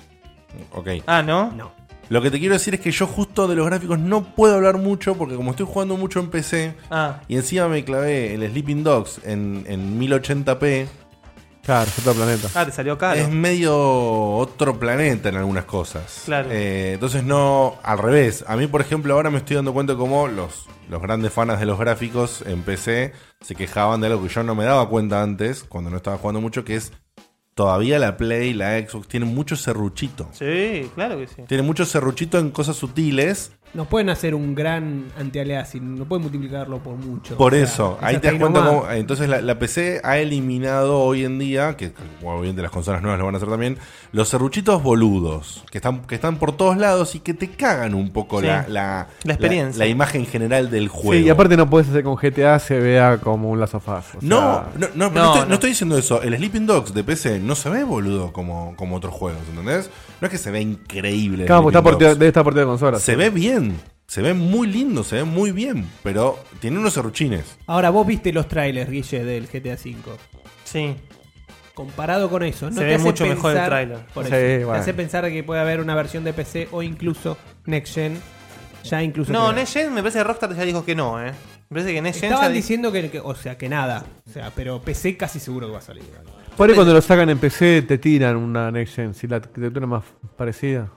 B: Ok.
D: Ah, ¿no?
G: No.
B: Lo que te quiero decir es que yo justo de los gráficos no puedo hablar mucho porque como estoy jugando mucho en PC
D: Ah.
B: y encima me clavé el Sleeping Dogs en, en 1080p.
H: Claro, otro planeta.
D: Ah, te salió caro.
B: Es medio otro planeta en algunas cosas.
D: Claro.
B: Eh, entonces no, al revés. A mí, por ejemplo, ahora me estoy dando cuenta cómo los, los grandes fanas de los gráficos en PC se quejaban de algo que yo no me daba cuenta antes, cuando no estaba jugando mucho, que es todavía la Play, la Xbox, tiene mucho serruchito.
D: Sí, claro que sí.
B: Tiene mucho serruchito en cosas sutiles.
G: Nos pueden hacer un gran antialiasing, no pueden multiplicarlo por mucho.
B: Por
G: O sea,
B: eso,
G: es
B: ahí
G: hasta
B: te das cuenta
G: nomás.
B: cómo. eh, Entonces, la, la PC ha eliminado hoy en día, que como obviamente las consolas nuevas lo van a hacer también, los serruchitos boludos, que están, que están por todos lados y que te cagan un poco
D: Sí.
B: la, la,
D: La experiencia.
B: la, imagen general del juego.
H: Sí, y aparte no puedes hacer con GTA se vea como un lazofaz.
B: No, no, no, no, estoy, no estoy diciendo eso. El Sleeping Dogs de PC no se ve boludo como, como otros juegos, ¿entendés? No es que se ve increíble. el
H: Claro, porque está
B: Sleeping
H: por-
B: Dogs.
H: debe estar por de consola.
B: Se ve bien, se ve muy lindo, se ve muy bien, pero tiene unos serruchines.
G: Ahora vos viste los trailers, Guille, del GTA V.
D: Sí.
G: Comparado con eso, ¿no?
D: Se
G: te
D: ve
G: hace
D: mucho mejor el
G: pensar-
D: tráiler.
G: por
D: Sí,
G: eso, Te
D: bueno.
G: hace pensar que puede haber una versión de PC o incluso Next Gen. Ya incluso.
D: No,
G: te-
D: Next Gen me parece que Rockstar ya dijo que no, ¿eh? Me parece que Next Gen
G: Estaban
D: ya di-
G: diciendo que, que- o sea, que nada. O sea, pero PC casi seguro que va a salir.
H: Por ahí cuando lo sacan en PC te tiran una Next Gen, si la arquitectura es más parecida.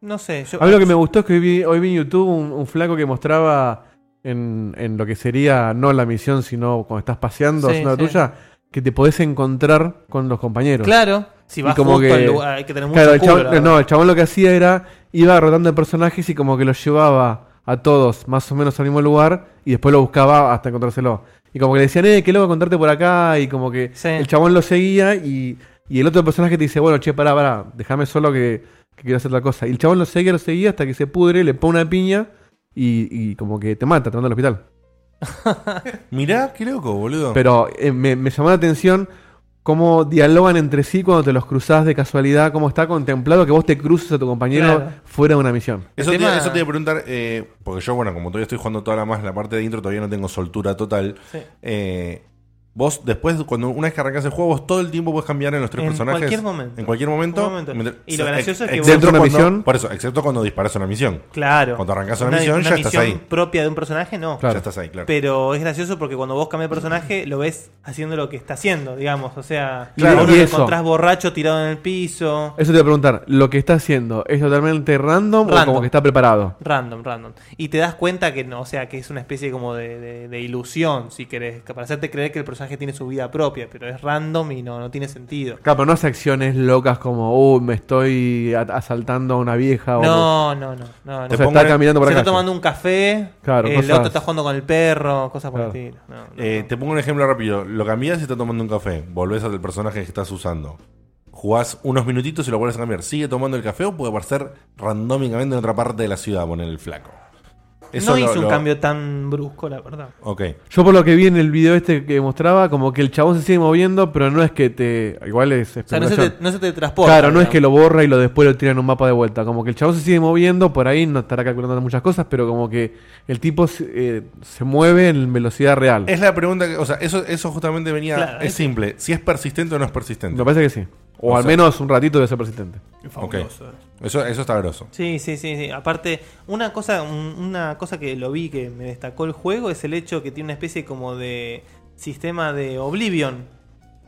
D: No sé, yo-
H: A mí lo que me gustó es que hoy vi, hoy vi en YouTube un, un flaco que mostraba en, en lo que sería, no la misión, sino cuando estás paseando,
D: Sí,
H: haciendo la
D: sí.
H: tuya, que te podés encontrar con los compañeros.
D: Claro, si
H: Y
D: vas
H: como
D: justo al lugar, hay que tener mucho
H: claro, el
D: culo,
H: chabón-
D: la verdad.
H: No, el chabón lo que hacía era, iba rotando de personajes y como que los llevaba a todos más o menos al mismo lugar y después lo buscaba hasta encontrárselo. Y como que le decían, eh, qué loco encontrarte por acá, y como que el chabón lo seguía y, y el otro personaje te dice, bueno, che, pará, pará, déjame solo que, que quiero hacer otra cosa. Y el chabón lo seguía, lo seguía hasta que se pudre, le pone una piña y, y como que te mata, te manda al hospital.
B: Mirá, qué loco, boludo.
H: Pero eh, me, me llamó la atención cómo dialogan entre sí cuando te los cruzás de casualidad, cómo está contemplado que vos te cruces a tu compañero
B: Claro.
H: fuera de una misión.
B: Eso,
H: El
B: te,
H: tema-
B: eso te iba a preguntar, eh, porque yo, bueno, como todavía estoy jugando toda la más la parte de intro, todavía no tengo soltura total.
D: Sí.
B: Eh, vos, después, cuando una vez que arrancas el juego, vos todo el tiempo puedes cambiar en los tres
D: En
B: personajes.
D: cualquier momento.
B: En cualquier momento.
D: Un momento.
B: Mientras-
D: Y lo
B: ex-
D: gracioso es que vos-
B: excepto cuando-
D: ¿Dentro de una misión?
B: Por eso, excepto cuando disparas una misión.
D: Claro.
B: Cuando arrancas una, misión, ya estás
D: misión
B: ahí.
D: propia de un personaje, no.
B: Claro. Ya estás ahí, claro.
D: Pero es gracioso porque cuando vos cambias de personaje, lo ves haciendo lo que está haciendo, digamos. O sea,
H: Claro,
D: uno
H: y
D: lo
H: eso.
D: encontrás borracho tirado en el piso.
H: Eso te voy a preguntar, ¿lo que está haciendo es totalmente random, o
D: Random.
H: como que está preparado?
D: Random, random. Y te das cuenta que no, o sea, que es una especie como de, de- de ilusión, si querés. que Para hacerte creer que el personaje tiene su vida propia, pero es random y no, no tiene sentido.
H: Claro, pero no hace acciones locas como, uh, me estoy a- asaltando a una vieja o...
D: No, no, no. no, no.
H: O sea, está caminando por
D: Se
H: acá.
D: está tomando un café, eh,
H: Claro,
D: el
H: cosas-
D: otro está jugando con el perro, cosas por el estilo. No.
B: Eh, Te pongo un ejemplo rápido. Lo cambias y está tomando un café. Volvés al personaje que estás usando. Jugás unos minutitos y lo vuelves a cambiar. ¿Sigue tomando el café o puede aparecer randómicamente en otra parte de la ciudad, poner el flaco? Eso
D: no
B: lo-
D: hizo un
B: lo-
D: cambio tan brusco, la verdad.
B: Ok.
H: Yo por lo que vi en el video este que mostraba, como que el chabón se sigue moviendo, pero no es que te... Igual es...
D: sea, no se
H: especulación.
D: te- no se te transporta,
H: Claro, no es
D: digamos.
H: que lo borra y lo después lo tira en un mapa de vuelta. Como que el chabón se sigue moviendo, por ahí no estará calculando muchas cosas, pero como que el tipo se, eh, se mueve en velocidad real.
B: Es la pregunta que, o sea, eso, eso justamente venía.
H: Claro,
B: es
H: es-
B: simple. Si es persistente o no es persistente.
H: Me parece que sí. O, al
B: sea,
H: menos un ratito debe ser persistente.
B: ok. Eso, eso está groso.
D: Sí, sí, sí, sí. Aparte, una cosa, un- una cosa que lo vi que me destacó el juego es el hecho que tiene una especie como de sistema de Oblivion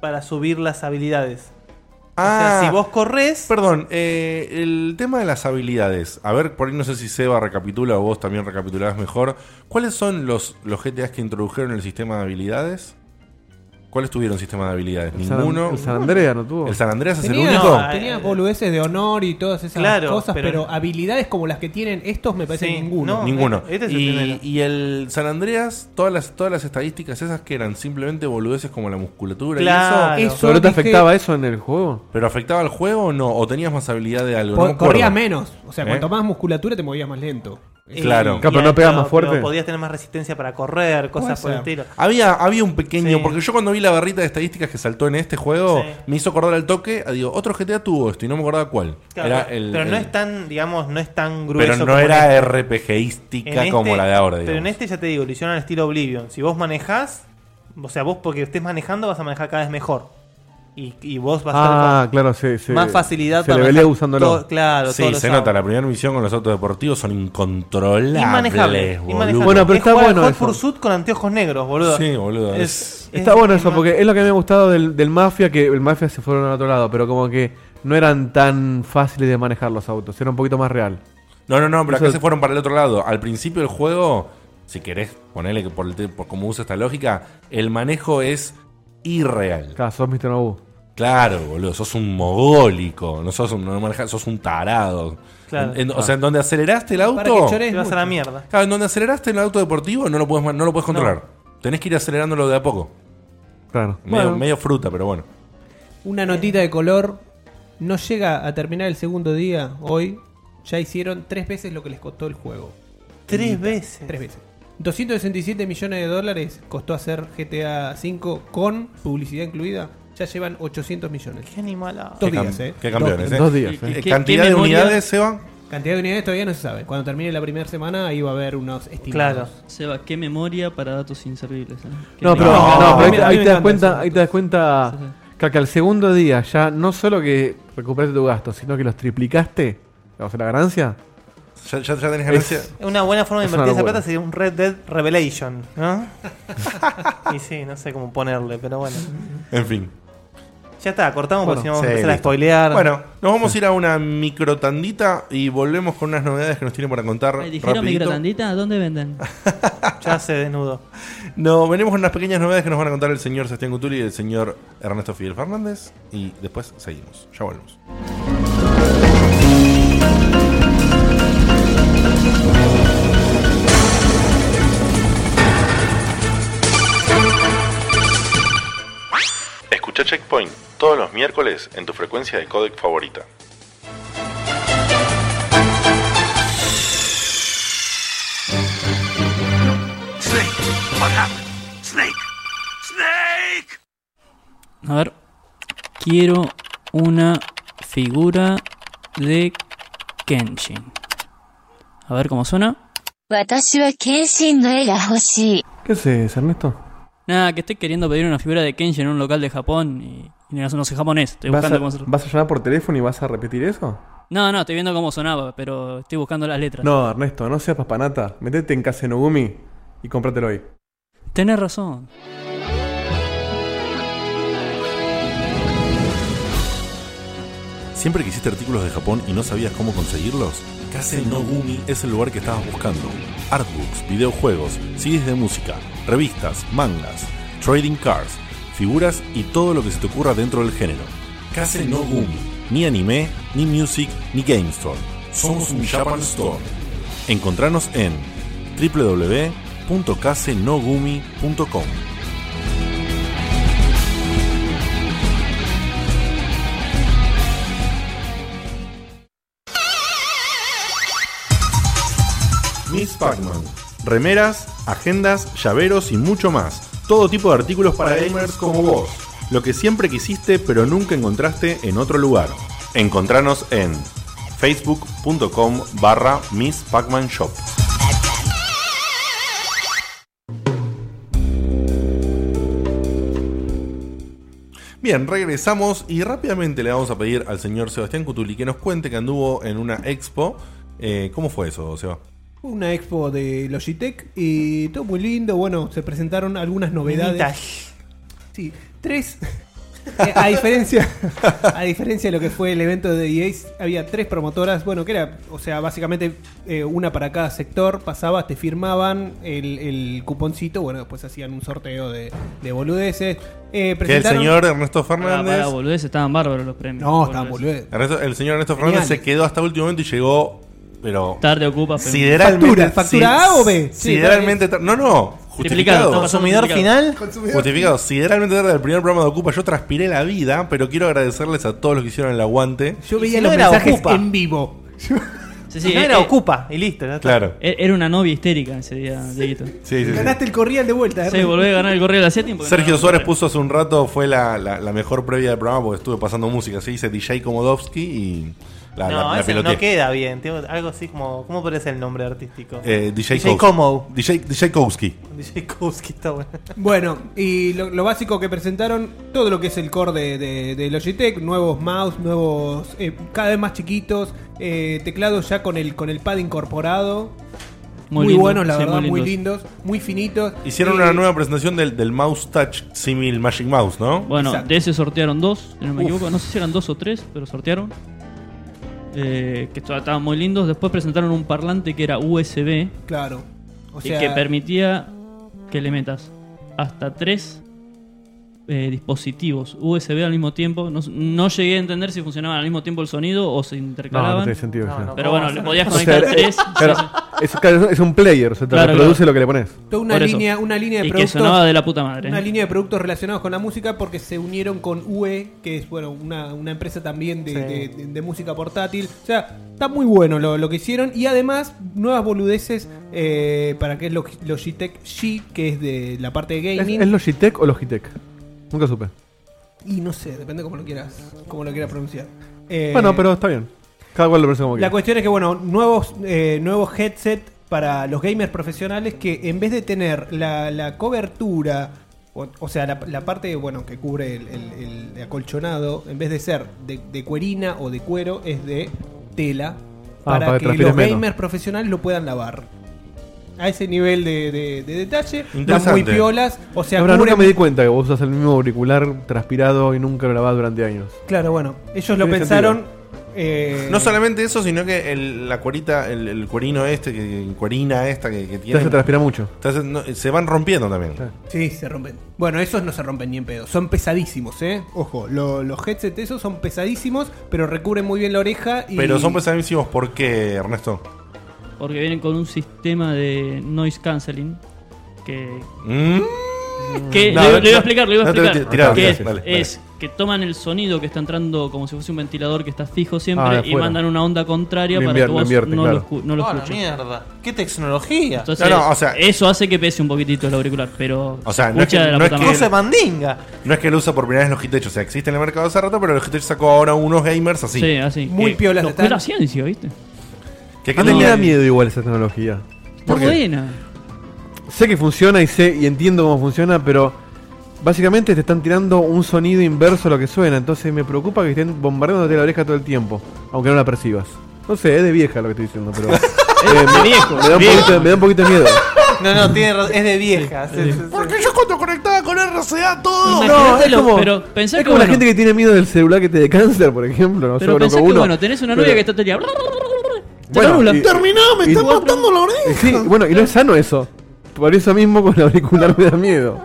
D: para subir las habilidades. o sea, si vos corres.
B: Ah, Perdón, eh, el tema de las habilidades. A ver, por ahí no sé si Seba recapitula o vos también recapitulás mejor. ¿Cuáles son los, los GTAs que introdujeron el sistema de habilidades? ¿Cuáles tuvieron sistema de habilidades?
H: San-
B: Ninguno.
H: el San Andreas no tuvo.
B: ¿El San Andreas es
G: Tenía,
B: el único?
D: eh,
G: tenía boludeces de honor y todas esas
D: Ah, Claro,
G: cosas,
D: pero-
G: pero, habilidades como las que tienen estos me parece
D: Sí,
G: ninguno.
B: Ninguno.
D: este es el
B: y,
D: primero.
B: y el San Andreas, todas las, todas las estadísticas esas que eran simplemente boludeces como la musculatura
H: Claro.
B: y eso.
H: Eso ¿Pero te dije- afectaba eso en el juego?
B: ¿Pero afectaba al juego o no? ¿O tenías más habilidad de algo?
G: Po-
B: No me acuerdo.
G: corrías menos. O sea,
B: ¿Eh?
G: cuanto más musculatura te movías más lento.
B: Claro.
D: y-
B: Claro, pero
D: y
B: no pegas más
D: pero
B: fuerte.
D: podías tener más resistencia para correr, cosas por
B: Puede
D: el
B: ser.
D: estilo.
B: Había, había un pequeño, porque yo cuando vi la barrita de estadísticas que saltó en este juego, me hizo acordar al toque, ah, digo, otro GTA tuvo esto y no me acordaba cuál.
D: Claro,
B: Era
D: pero-
B: el-
D: pero no
B: el-
D: es tan, digamos, no es tan grueso.
B: pero no
D: como en
B: era
D: este.
B: RPGística
D: En
B: como
D: este-
B: la de ahora,
D: Pero en
B: digamos.
D: este ya te digo, lo hicieron al estilo Oblivion. Si vos manejás, o sea, vos porque estés manejando vas a manejar cada vez mejor. Y, y vos vas
H: Ah,
D: a estar con
H: claro, sí, sí.
D: más facilidad
H: Se le
D: manejar
H: velea usándolo.
D: todo- claro,
B: sí,
D: todos los
B: se
D: autos.
B: nota, la primera misión con los autos deportivos son incontrolables.
D: Inmanejable. inmanejable.
B: boludo.
H: Bueno, pero
D: Es
H: está
D: jugar
H: bueno
D: Hot
H: eso.
D: Pursuit con anteojos negros, boludo.
B: Sí, boludo,
D: Es- es-
H: Está bueno eso, porque es lo que a mí me ha gustado del, del Mafia, que el Mafia se fueron al otro lado, pero como que no eran tan fáciles de manejar los autos, era un poquito más real.
B: No, no, no, pero acá
H: Eso-
B: se fueron para el otro lado. Al principio del juego, si querés ponerle que por, el te- por cómo usa esta lógica, el manejo es irreal.
H: Claro, sos Mr. Nobu.
B: Claro, boludo, sos un mogólico, no sos un, no manejas- sos un tarado.
D: Claro.
B: En- en- O sea, en donde aceleraste el auto.
D: Para que llores Te vas a la
B: mucho.
D: mierda.
B: Claro, en donde aceleraste el auto deportivo no lo puedes no lo puedes controlar. Tenés que ir acelerándolo de a poco.
H: Claro.
B: Medio,
G: Bueno.
B: medio fruta, pero bueno.
G: Una notita de color. No llega a terminar el segundo día hoy. Ya hicieron tres veces lo que les costó el juego.
D: Tres
G: Bendita.
D: veces.
G: Tres veces. 267 millones de dólares costó hacer GTA V con publicidad incluida. Ya llevan 800 millones.
D: Qué ah. animalada.
G: Dos
B: Qué cam-
G: días, ¿eh?
B: qué campeones, ¿eh? Dos días, ¿Y- eh. y qué-
D: ¿Cantidad qué de memoria? unidades, Seba?
G: Cantidad de unidades todavía no se sabe. Cuando termine la primera semana ahí va a haber unos estimados.
C: Seba, qué memoria para datos inservibles. eh. Qué
H: No, pero,
C: memoria.
H: no, pero ahí, te- ahí te das cuenta, ahí te das cuenta que, que al segundo día ya no solo que recuperaste tu gasto, sino que los triplicaste, o sea, la ganancia.
B: Ya, ya, tenés
D: ganancia. Una buena forma de
H: Es una
D: invertir esa
H: locura.
D: plata sería un Red Dead Revelation, ¿no? y sí, no sé cómo ponerle, pero bueno.
B: En fin.
D: Ya está, cortamos porque si no vamos
B: Sí,
D: a empezar a
B: listo.
D: spoilear.
B: Bueno, nos vamos a ir a una microtandita y volvemos con unas novedades que nos tienen para contar.
C: Ay, ¿Dijeron
B: rapidito.
C: microtandita? ¿Dónde venden?
D: ya se desnudó.
B: No, venimos con unas pequeñas novedades que nos van a contar el señor Sebastián Gutuli y el señor Ernesto Fidel Fernández. Y después seguimos. Ya volvemos. Escucha Checkpoint todos los miércoles en tu frecuencia de codec favorita.
L: Snake, what happened? Snake, Snake.
C: A ver. Quiero una figura de Kenshin. A ver cómo suena.
R: 私は謙信の絵が欲しい。
H: ¿Qué haces, Ernesto?
C: Nada, que estoy queriendo pedir una figura de Kenshin en un local de Japón y, y no, no sé japonés. Estoy
H: ¿Vas
C: buscando
H: a,
C: cómo hacerlo.
H: vas a llamar por teléfono y vas a repetir eso?
C: No, no, estoy viendo cómo sonaba, pero estoy buscando las letras.
H: No, Ernesto, no seas papanata. Metete en Kazenogumi y cómpratelo hoy.
C: Tenés razón.
B: ¿Siempre quisiste artículos de Japón y no sabías cómo conseguirlos? Kase no Gumi es el lugar que estabas buscando. Artbooks, videojuegos, CDs de música, revistas, mangas, trading cards, figuras y todo lo que se te ocurra dentro del género. Kase no Gumi. Ni anime, ni music, ni game store. Somos un Japan Store. Encontranos en www.kasenogumi.com. Miss Pac-Man. Remeras, agendas, llaveros y mucho más. Todo tipo de artículos para gamers como vos. Lo que siempre quisiste pero nunca encontraste en otro lugar. Encontranos en facebook.com barra Miss Pac-Man Shop. Bien, regresamos y rápidamente le vamos a pedir al señor Sebastián Cutuli que nos cuente que anduvo en una expo. Eh, ¿Cómo fue eso, Seba?
G: Una expo de Logitech y todo muy lindo. Bueno, se presentaron algunas novedades. Sí, tres. Eh, a diferencia a diferencia de lo que fue el evento de EA, había tres promotoras, bueno, que era, o sea, básicamente eh, una para cada sector, pasabas, te firmaban el, el cuponcito, bueno, después hacían un sorteo de, de boludeces. Eh, presentaron-
C: Para, boludeces, estaban bárbaros los premios.
G: No, estaban boludeces.
B: Ernesto- el señor Ernesto Fernández
C: Genial.
B: se quedó hasta último momento y llegó, pero.
C: Tarde ocupa, pero-
B: Sideralmente.
C: Factura, factura
B: si-
C: A o B. Sí,
B: Sideralmente. tar- No, no.
C: Triplicado,
B: Justificado.
C: está pasando Consumidor triplicado. final. Consumidor.
B: Justificado. Sideralmente tarde el primer programa de Ocupa. Yo transpiré la vida, pero quiero agradecerles a todos los que hicieron el aguante.
G: Yo
D: veía los mensajes en
G: vivo.
C: Sí, eh,
D: Si no era Ocupa, y listo. ya está.
B: Claro.
C: E- Era una novia histérica ese día, Dieguito.
B: Sí, sí, sí.
G: Ganaste el corrial de vuelta.
C: Sí,
G: Ernesto.
C: volví a ganar el correo de la tiempo.
B: Sergio Suárez puso hace un rato, fue la, la- la mejor previa del programa porque estuve pasando música. Así dice DJ Komodowski y Ah, la,
D: no,
B: la- la
D: ese
B: piloteé.
D: no queda bien. tengo algo así como. ¿Cómo podría ser el nombre artístico?
B: Eh, DJ, Kous-
D: Como.
B: DJ, DJ Kowski.
D: DJ Kowski está bueno.
G: Bueno, y lo, lo básico que presentaron, todo lo que es el core de, de- de Logitech, nuevos mouse, nuevos, eh, cada vez más chiquitos, eh, teclados ya con el, con el pad incorporado.
B: Muy
G: Muy,
B: lindo,
G: buenos, la
B: sí,
G: verdad,
B: muy
G: muy lindos. muy finitos.
B: Hicieron
G: Eh,
B: una nueva presentación del, del mouse touch simil Magic Mouse, ¿no?
C: Bueno, de ese sortearon dos, si no me
B: Uf.
C: equivoco. No sé si eran dos o tres, pero sortearon. Eh, que to- estaban muy lindos. Después presentaron un parlante que era USB.
G: Claro. O
C: y
G: sea-
C: que permitía que le metas hasta tres eh, dispositivos USB al mismo tiempo. No, no llegué a entender si funcionaban al mismo tiempo el sonido o se intercalaban.
H: No, no tiene sentido eso.
C: Pero bueno, le podías
H: O sea,
C: conectar tres.
H: claro, es, claro, es un player, o sea, te
C: Claro,
H: reproduce
C: claro.
H: lo que le pones.
G: Toda una
C: Por eso.
G: línea, una línea de
C: Y que
G: productos.
C: sonaba de la puta madre.
G: Una línea de productos relacionados con la música porque se unieron con UE, que es bueno, una, una empresa también de,
D: Sí.
G: de- de- de música portátil. O sea, está muy bueno lo, lo que hicieron. Y además, nuevas boludeces eh, para que es Log- Logitech G, que es de la parte de
H: ¿Es,
G: gaming.
H: es Logitech o Logitech? Nunca supe.
G: Y no sé, depende cómo lo quieras, cómo lo quieras pronunciar. Eh,
H: bueno, pero está bien. Cada cual lo pronuncia como
G: La
H: quiera.
G: cuestión es que, bueno, nuevos, eh, nuevos headset para los gamers profesionales que en vez de tener la, la cobertura, o, o sea, la, la parte bueno que cubre el, el- el acolchonado, en vez de ser de, de cuerina o de cuero, es de tela.
H: Ah,
G: Para,
H: para que
G: que,
H: transpires
G: los
H: menos.
G: gamers profesionales lo puedan lavar. A ese nivel de, de- de detalle, están
H: Interesante.
G: muy piolas. O sea,
H: La verdad,
G: cubren-
H: nunca me di cuenta que vos usas el mismo auricular transpirado y nunca lo lavás durante años.
G: Claro, bueno, ellos lo
H: Tiene
G: pensaron. eh,
B: No solamente eso, sino que el- la cuerita, el, el cuerino este, que, cuerina esta que, que tiene.
H: hace transpirar mucho.
B: Te hace- no, se van rompiendo también.
G: Sí, se rompen. Bueno, esos no se rompen ni en pedo. Son pesadísimos, ¿eh? Ojo, lo- los headsets esos son pesadísimos, pero recubren muy bien la oreja y...
B: Pero son pesadísimos, ¿por qué, Ernesto?
C: Porque vienen con un sistema de noise canceling que.
B: Mm.
C: que
B: No,
C: le, le
B: no,
C: voy a
B: no,
C: explicar, le voy a
B: no te-
C: explicar.
B: tirá,
C: Que
B: tirá,
C: es,
B: dale, dale.
C: es que toman el sonido que está entrando como si fuese un ventilador que está fijo
D: Ah, de
C: siempre y
D: afuera.
C: mandan una onda contraria
D: Lo
C: para
D: invier-
C: que
D: lo
C: vos
D: invierten,
C: no,
D: claro.
C: lo escu- Uh, no lo
D: Ah, la
C: escuches.
D: mierda. ¡Qué tecnología!
C: Entonces,
D: No, no, o sea-
C: eso hace que pese un poquitito el auricular, pero.
B: O sea, no
C: mucha
B: es que,
C: de la
B: no es
C: puta
B: que-
C: madre.
B: No es que lo usa por primera vez Logitech, o sea, existe en el mercado hace rato, pero Logitech sacó ahora unos gamers así.
C: Sí, así.
G: Muy
C: Que
G: piolas
C: Lo
G: están.
C: que la ciencia, ¿viste?
B: Que
H: A
B: acá
H: mí me
B: tenía-
H: da miedo igual esa tecnología.
C: Está buena.
H: Sé que funciona y sé y entiendo cómo funciona, pero básicamente te están tirando un sonido inverso a lo que suena, entonces me preocupa que estén bombardeándote la oreja todo el tiempo, aunque no la percibas. No sé, es de vieja lo que estoy diciendo, pero. eh, me,
D: viejo,
H: me da un
D: viejo.
H: poquito, me da un poquito de miedo.
D: No, no, tiene ra- es de vieja. sí, sí, sí.
B: Porque yo cuando conectaba con RCA todo.
H: No, es como,
C: pero pensá
H: es
C: que
H: como la
C: bueno.
H: gente que tiene miedo del celular que te dé cáncer, por ejemplo. No
C: Pero
H: sé,
C: pensá
H: conozco
C: que,
H: uno,
C: bueno, tenés una novia
H: pero-
C: que está todo el día. Te
H: Bueno,
C: anula.
H: y-
B: Terminá, me
H: y-
B: están matando la oreja.
H: Eh, Sí, bueno, y no es sano eso. Por eso mismo con el auricular me da miedo.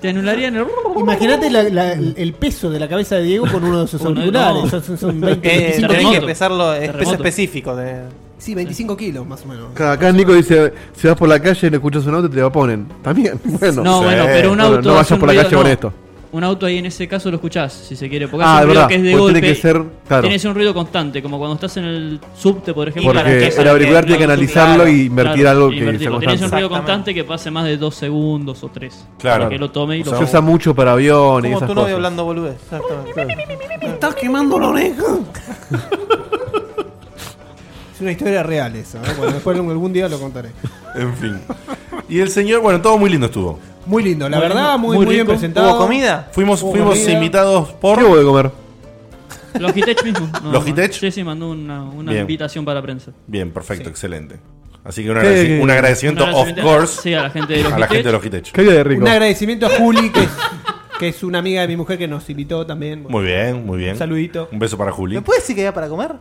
C: Te anularían el.
S: Imagínate la- la- el peso de la cabeza de Diego con uno de sus auriculares. Son- son, son 20,
D: Eh,
S: 25
D: tenés que
S: kilos.
D: pesarlo, es
S: Terremoto.
D: peso específico. De...
G: Sí, 25 kilos más o menos.
H: Acá acá Nico dice, si vas por la calle y no escuchas un auto, te lo ponen. También, bueno.
C: No, bueno, pero un auto. hace
H: no vayas
C: un
H: por la
C: ruido-
H: calle con
C: no,
H: esto.
C: Un auto ahí en ese caso lo escuchás, si se quiere. Porque hace
H: Ah, es
C: un ruido
H: verdad,
C: que es de
H: porque
C: golpe.
H: tiene que ser- claro.
C: Tienes un ruido constante, como cuando estás en el subte, por ejemplo.
H: Porque el auricular tiene que analizarlo y invertir algo que sea
C: Tienes un
H: constante.
C: ruido constante que pase más de dos segundos o tres. Para que lo tome y lo
H: Se usa mucho para aviones y
D: Como
H: esas
D: tu novio
H: cosas.
D: hablando boludez. exactamente.
G: ¡Me estás quemando la oreja! es una historia real eso, ¿eh? Bueno, después algún día lo contaré.
B: En fin. Y el señor, bueno, todo muy lindo estuvo.
G: Muy lindo, la
B: Muy
G: verdad,
B: lindo,
G: muy,
B: muy
G: muy bien
B: rico.
G: presentado.
B: ¿Hubo comida? Fuimos-
G: Hubo
B: fuimos
G: comida.
B: invitados por...
H: ¿Qué hubo de comer?
C: Logitech mismo. No,
B: ¿Logitech?
C: Sí, sí, mandó una, una
B: Bien.
C: invitación para prensa.
B: Bien, perfecto, excelente. Así que un,
H: ¿Qué-
B: agradeci- un agradecimiento,
C: Un agradecimiento,
B: of course,
C: sí, a la gente de
B: a la
C: Logitech.
B: gente de Logitech.
H: ¿Qué había de rico?
G: Un agradecimiento a Juli, que es, que es una amiga de mi mujer que nos invitó también.
B: Muy bien, muy bien.
G: Un saludito.
B: Un beso para Juli.
G: ¿Me
D: ¿Puedes decir que había para comer?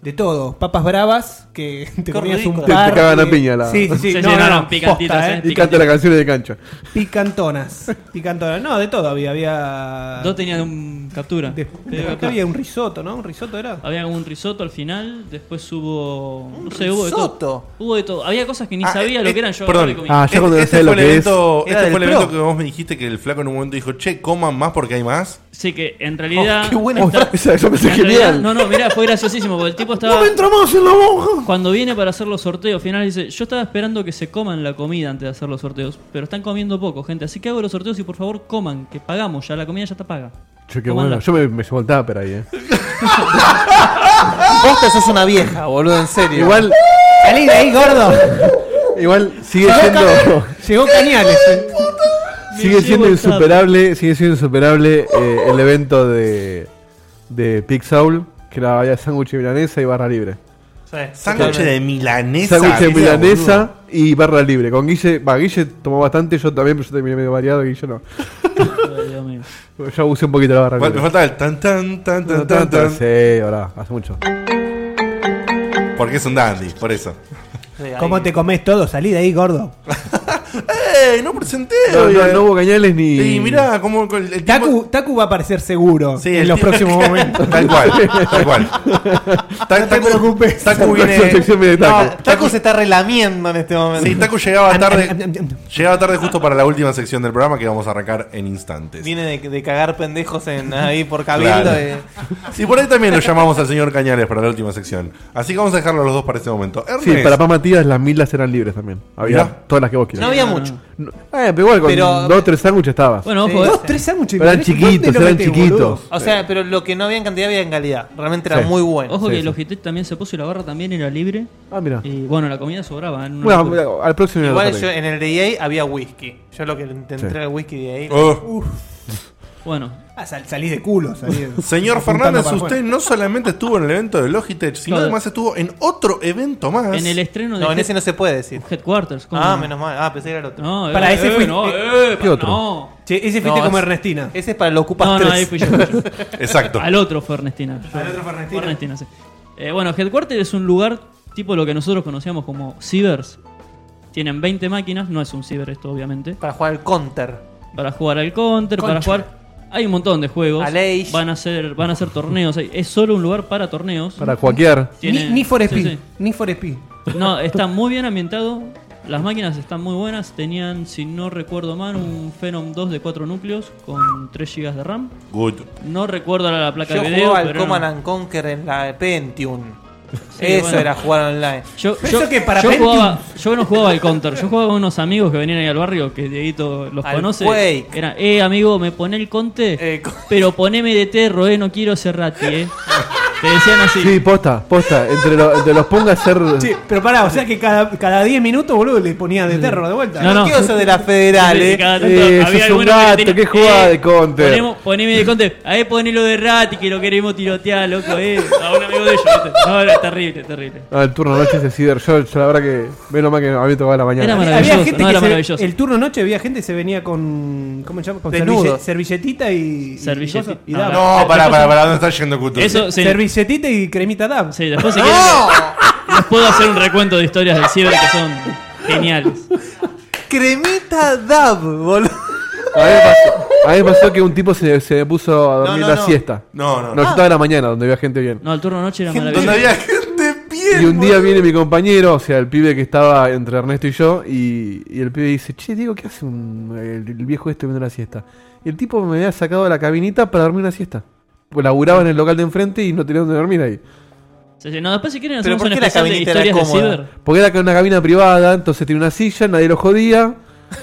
G: De todo, papas bravas que te comías un
H: Te,
G: par.
H: te cagan a
G: de-
H: piña la.
G: Sí, sí, sí. no, no, no, posta, ¿eh?
H: Y canta las canciones de cancha.
G: Picantonas. Picantonas. No, de todo había. había...
C: Dos tenían un captura. Tenía
G: Acá
C: captura.
G: había un risotto, ¿no? Un risotto era.
C: Había como un risotto al final, después hubo. No sé, hubo de
D: risotto?
C: todo. Hubo de todo. Había cosas que ni sabía lo que eran yo.
B: Perdón.
C: agarré comí.
H: Ah, ya cuando
B: este
H: sé lo
B: fue el
H: que
B: evento,
H: es. Era
B: Este
H: del
B: fue el evento
H: pro.
B: que vos me dijiste que el flaco en un momento dijo, che, coman más porque hay más.
C: Sí, que en realidad.
B: Oh, qué buena frase, eso me hace
C: en realidad-
B: genial.
C: No, no, mirá, fue graciosísimo porque el tipo estaba.
H: ¡No me entra más en la boca!
C: Cuando viene para hacer los sorteos finales, dice: Yo estaba esperando que se coman la comida antes de hacer los sorteos, pero están comiendo poco, gente. Así que hago los sorteos y por favor coman, que pagamos ya, la comida ya está paga.
H: Che, qué
C: Comanla.
H: bueno. Yo me, me llevo el tupper ahí, eh.
D: Vos que sos una vieja, boludo, en serio.
H: Igual-
D: Salí de ahí, gordo.
H: Igual sigue
D: Llegó
H: siendo.
G: Llegó Cañales. ¿eh?
H: Sigue siendo insuperable, sigue siendo insuperable eh, el evento de, de Pig Soul, que era había sándwich de milanesa y barra libre.
B: Sándwich de milanesa.
H: Sándwich de
B: ¿viste,
H: milanesa
B: boludo?
H: y barra libre. Con Guille, va, Guille tomó bastante, yo también, pero yo terminé medio variado, Guille no. yo abusé un poquito la barra
B: Bueno,
H: libre. eh.
B: Me faltaba el tan tan tan tan tan tan.
H: Sí, ahora, hace mucho.
B: Porque es un dandy, por eso.
G: ¿Cómo te comes todo? Salí de ahí, gordo.
B: Güey, no presenté.
H: No, no,
B: güey.
H: no hubo cañales ni.
B: Y mirá, como el, el
G: Taku, Taku va a aparecer seguro
B: Sí,
G: en
B: el
G: los
B: tipo-
G: próximos momentos.
B: Tal cual, tal cual. Ta-
G: No te
B: Taku-
G: preocupes.
B: Taku viene-
D: No, Taco se está relamiendo en este momento.
B: Sí, Taku llegaba tarde. llegaba tarde justo para la última sección del programa que vamos a arrancar en instantes.
D: Viene de, de cagar pendejos en, ahí por cabildo.
B: Claro.
D: eh.
B: Y por ahí también lo llamamos al señor Cañales para la última sección. Así que vamos a dejarlo a los dos para este momento.
H: Sí,
B: Ernest,
H: para Paz Matías las milas eran libres también. Había
B: Mirá.
H: todas las que vos quieras.
C: Ah,
D: No había mucho.
H: No, eh, pero igual, con
D: Pero-
H: dos tres sándwiches estabas.
D: Sí.
H: dos, tres sándwiches. Pero eran chiquitos, eran chiquitos.
D: eh. O sea, pero lo que no había en cantidad había en calidad. Realmente era
H: Sí.
D: muy bueno.
C: Ojo
H: Sí,
C: que
H: sí.
C: el Logitech también se puso y la barra también era libre.
H: Ah, mira.
C: Y bueno, la comida sobraba. era una
H: Bueno,
C: locura.
H: mira, al próximo día
D: Igual
H: lo
D: yo
H: traigo.
D: en el de EA había whisky. Yo lo que intenté era el whisky de EA.
B: Oh.
D: Uf.
C: Bueno.
G: Ah, sal- salí de culo, salí de-
B: Señor
G: apuntando
B: Fernández,
G: para afuera.
B: usted no solamente estuvo en el evento de Logitech, sino
C: Claro.
B: además estuvo en otro evento más.
C: En el estreno de
D: No, en
C: Head-
D: ese no se puede decir.
C: Headquarters. ¿cómo
D: Ah,
C: no?
D: menos mal. Ah, pensé que era el otro.
C: No, Para eh, ese eh, fuiste- no, eh, ¿Qué pa- otro? no. Che, ese fuiste como
D: es-
C: Ernestina.
D: Ese es para lo ocupas
C: No, no,
D: tres.
C: ahí fui yo. fui yo. Al otro fue Ernestina. Yo-
D: Al otro fue Ernestina.
C: Ernestina, sí. Eh, bueno, Headquarter es un lugar tipo lo que nosotros conocíamos como cibers. Tienen 20 máquinas, no es un ciber esto, obviamente.
D: Para jugar al counter.
C: Para jugar al counter, para
D: Concha.
C: jugar. Hay un montón de juegos.
D: Al Age.
C: Van a ser, van a ser torneos. Hay- Es solo un lugar para torneos.
H: Para cuaquear.
C: Tiene-
G: Ni, ni for
C: sí,
G: Speed,
C: sí.
G: ni for Speed.
C: No, está muy bien ambientado. Las máquinas están muy buenas. Tenían, si no recuerdo mal, un Phenom 2 de 4 núcleos con 3 GB de RAM.
B: Good.
C: No recuerdo ahora la placa
D: Yo
C: de video.
D: jugaba al
C: pero
D: Command
C: era-
D: and Conquer en la Pentium.
C: Sí,
D: Eso
C: bueno.
D: era jugar online.
C: Yo, yo- yo jugaba- yo no jugaba al counter, yo jugaba con unos amigos que venían ahí al barrio, que Dieguito los
D: Al
C: conoce.
D: Quake.
C: Era, eh, amigo, me pone el conte, pero poneme de terro, eh, no quiero Cerrati, eh. Te decían así.
H: Sí, posta, posta. Entre, lo- entre los ponga a hacer.
G: Sí, pero pará, o sea que cada, cada 10 minutos, boludo, le ponía de terror de vuelta.
C: No, no.
D: ¿Qué oso de la federal, eh?
C: Cada tanto
H: Eh,
C: había
H: sos un
C: alguno que
H: gato,
C: tenía-
H: que jugaba
C: eh,
H: Ah, de counter.
C: ponemos- poneme de counter, ahí ponelo de Rati, que lo queremos tirotear, loco, eh. A un amigo de ellos. ¿viste? No, era terrible, terrible.
H: Ah, el turno noche ese ciber. Yo, yo la verdad que. Menos mal que a mí me tocaba la mañana.
C: Era maravilloso,
G: Había gente
C: no,
G: que
C: era
G: se-
C: maravilloso.
G: el turno noche había gente que se venía con ¿cómo se llama? Con
C: Desnudo.
G: serville- servilletita y y
C: Servilleti-
G: cosas, y
C: no,
G: daba.
B: No, pará, pará, pará, ¿dónde está yendo Couture?
C: Eso, sí.
G: Servilletita y cremita dab.
C: Sí, después si quieren, les puedo hacer un recuento de historias del ciber que son geniales.
D: Cremita Dab, boludo.
H: A mí, me pasó, a mí me pasó que un tipo se, se puso a dormir
D: no,
H: la
D: no.
H: siesta.
B: No, no.
H: No, yo estaba en la mañana, donde había gente bien.
C: No, el turno noche era
B: Donde
C: maravilloso.
B: había gente bien.
H: Y un día viene mi compañero, o sea, el pibe que estaba entre Ernesto y yo, y, y el pibe dice, che, Diego, ¿qué hace un- el, el viejo este viendo una siesta? Y el tipo me había sacado de la cabinita para dormir una siesta. Pues laburaba en el local de enfrente y no tenía donde dormir ahí.
C: Sí, sí, no, después si quieren
D: Pero
C: hacemos
D: ¿por
C: un
D: qué la
C: especial de
D: cabinita era
C: historias de
D: cómoda?
C: ciber.
H: Porque era que una cabina privada, entonces tenía una silla, nadie lo jodía,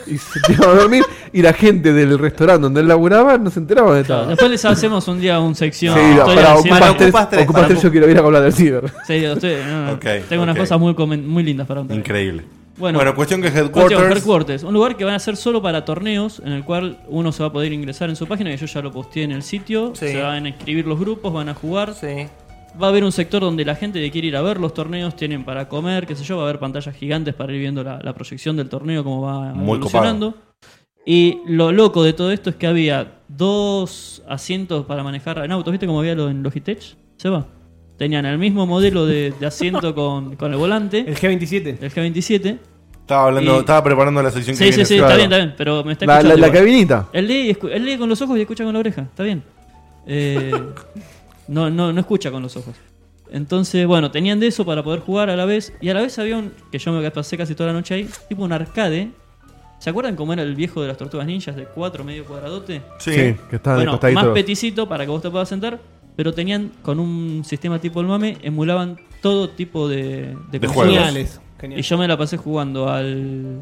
H: y se tiraba a dormir, y la gente del restaurante donde él laburaba no se enteraba de estaba.
C: Después les hacemos un día un sección
H: Sí,
C: de historias
H: para
C: del ciber.
H: ocupas tres, ocupas tres, yo quiero ir a hablar del ciber.
C: Sí, yo estoy- no, no.
B: Ok,
C: Tengo unas
B: ok.
C: cosas muy, comen- muy lindas para contar.
B: Increíble.
C: Bueno,
B: Bueno, cuestión que Headquarters-
C: Headquarters, Un lugar que van a ser solo para torneos, en el cual uno se va a poder ingresar en su página, que yo ya lo posteé en el sitio.
D: Sí.
C: Se van a inscribir los grupos, van a jugar. Va a haber un sector donde la gente que quiere ir a ver los torneos tienen para comer, qué sé yo. Va a haber pantallas gigantes para ir viendo la, la proyección del torneo, cómo va
B: Muy
C: evolucionando. Y lo loco de todo esto es que había dos asientos para manejar en autos. ¿Viste cómo había lo en Logitech? Se va. Tenían el mismo modelo de, de asiento con, con el volante. El
G: G27.
C: El G27.
B: Estaba hablando,
C: Y-
B: estaba preparando la sección que
C: Sí, sí,
B: viene.
C: sí, está bien, está bien, pero me está
H: La-
C: escuchando.
H: la- la
C: igual.
H: cabinita.
C: Él lee, y escu- él lee con los ojos y escucha con la oreja, está bien. Eh, no, no, no escucha con los ojos. Entonces, bueno, tenían de eso para poder jugar a la vez. Y a la vez había un, que yo me pasé casi toda la noche ahí, tipo un arcade. ¿Se acuerdan cómo era el viejo de las tortugas ninjas de 4 medio cuadradote?
H: Sí. Sí, que estaba de
C: bueno,
H: costadito.
C: Más peticito para que vos te puedas sentar, pero tenían con un sistema tipo el mame, emulaban todo tipo de, de,
B: De
C: consolas.
G: juegos. Genial.
C: Y yo me la pasé jugando al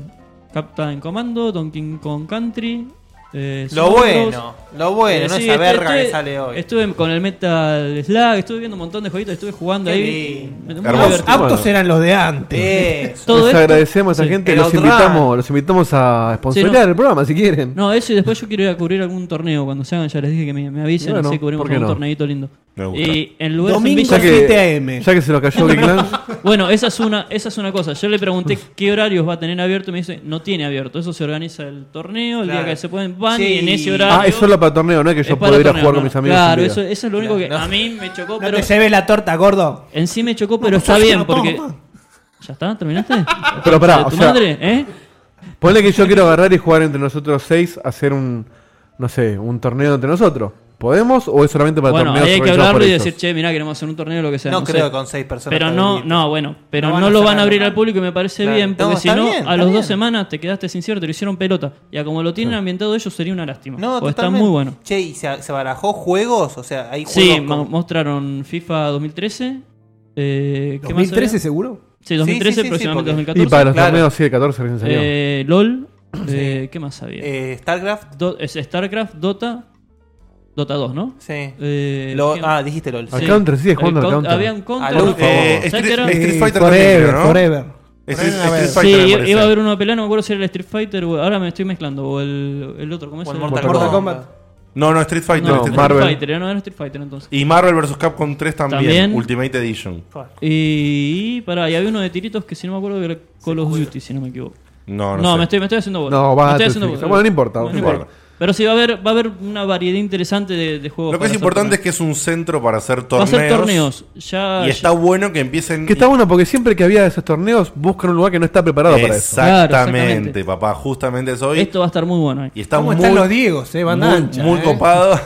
C: Captain Commando, Donkey Kong Country. eh,
D: Lo
C: Smash
D: bueno,
C: Bros.
D: lo bueno, no esa
C: estu-
D: verga que
C: estuve-
D: sale hoy.
C: Estuve con el Metal Slug, estuve viendo un montón de jueguitos, estuve jugando
D: Qué
C: ahí.
D: lindo.
C: Muy
B: Hermoso.
C: divertido.
G: Aptos eran los de antes.
C: Todo
H: Les
C: esto-
H: agradecemos a
C: sí.
H: esa gente,
C: El
H: los
C: Outrun.
H: invitamos, los invitamos a sponsorear
C: Sí, no.
H: el programa si quieren.
C: No, eso y después yo quiero ir a cubrir algún torneo. Cuando se hagan, ya les dije que me, me avisen.
H: Bueno,
C: así cubrimos
H: ¿por qué
C: algún
H: no?
C: torneito lindo.
H: Me gusta.
C: Y en lugar
G: Domingo
C: de
H: Ya que- 7 AM. ya que se lo cayó Big Lunch.
C: Bueno, esa es, una, esa es una cosa. Yo le pregunté qué horarios va a tener abierto y me dice, no tiene abierto. Eso se organiza el torneo, el día
D: Claro.
C: que se pueden van y
D: Sí.
C: en ese horario.
H: Ah, es solo para torneo, no es que yo
C: Es para
H: puedo ir a
C: torneo,
H: jugar
C: no,
H: con mis amigos.
C: Claro,
H: sin
C: eso,
H: vida.
C: eso es lo único que a mí me chocó.
G: No
C: pero
G: te lleves la torta, gordo.
C: En sí me chocó, pero
G: No,
C: está
G: yo
C: bien
G: no
C: porque.
G: tomo.
C: ¿Ya está? ¿Terminaste?
H: Pero pará,
C: ¿Tu
H: o sea-
C: madre? ¿Eh?
H: Ponle que yo quiero agarrar y jugar entre nosotros seis, hacer un, no sé, un torneo entre nosotros. ¿Podemos o es solamente para
C: Bueno,
H: torneos
C: ahí hay que
H: organizados por
C: hablarlo y
H: ellos?
C: decir, che, mirá, queremos hacer un torneo o lo que sea.
D: No creo
C: sé.
D: que con seis personas
C: Pero
D: te
C: no,
D: habiliten.
C: no, bueno, pero
D: No
C: no,
D: van a
C: lo
D: hacer
C: van a
D: nada.
C: abrir al público y me parece
D: Claro.
C: bien, porque
D: No,
C: si
D: está
C: no,
D: bien,
C: a
D: está
C: los
D: bien.
C: dos semanas te quedaste sin cierto, te lo hicieron pelota. Y a como lo tienen ambientado ellos sería una lástima.
D: No,
C: porque está
D: totalmente.
C: muy bueno.
D: Che, ¿y se, se barajó juegos? O sea, hay
C: Sí,
D: juegos.
C: mo- mostraron FIFA 2013. Eh, ¿qué más había?
G: ¿2013 seguro?
C: Sí, 2013,
D: Sí, sí, sí,
C: próximamente
D: sí, porque-
C: 2014.
H: Y para los torneos, sí, el 14 recién salió.
C: Eh, LOL. eh, ¿Qué más había?
D: StarCraft.
C: es StarCraft, Dota. Dota 2, ¿no?
D: Sí.
C: Eh,
D: Lo-
C: ¿qué-
D: ah, dijiste LOL.
C: Sí.
D: Al Counter,
H: sigues
C: El
H: jugando al
C: Count-
H: Counter.
C: Había un Counter.
D: Al Ufa.
B: Eh,
C: ¿Sabes
B: Street-
C: qué era?
B: Street Fighter también, creo, ¿no? Street, Street Fighter me
C: sí,
B: parece.
C: iba a haber una pelea, no me acuerdo si era el Street Fighter o ahora me estoy mezclando. O el, el otro, ¿cómo es?
D: O el
C: el
D: Mortal Mortal Kombat. Kombat.
B: No, no, Street Fighter.
C: No,
B: Street
C: Marvel.
B: Fighter.
C: Fighter, era, no era Street Fighter entonces.
B: Y Marvel vs. Capcom 3 también,
C: También.
B: Ultimate Edition.
C: Y pará, y había uno de tiritos que si no me acuerdo que era Call of Duty, si no me equivoco.
B: No, no sé.
C: me, estoy, me estoy haciendo bola.
B: No,
C: Me
B: va,
C: estoy
B: te-
C: haciendo
B: sí,
C: bola.
B: bueno, no importa, no importa.
C: Pero sí, va a haber, va a haber una variedad interesante de, de juegos.
B: Lo que es
C: para
B: importante es
C: hacer
B: que es un centro para hacer
C: Va a
B: torneos.
C: ser torneos, ya-
B: y está bueno que empiecen.
H: Que está bueno porque siempre que había esos torneos buscan un lugar que no está preparado para eso.
B: Exactamente,
C: Claro, exactamente.
B: papá. Justamente eso hoy.
C: Esto va a estar muy bueno. eh. ahí.
B: Y está
C: ¿Cómo
B: muy,
C: están los Diegos, eh? Banda
B: muy,
C: ancha,
B: muy
C: eh.
B: copado.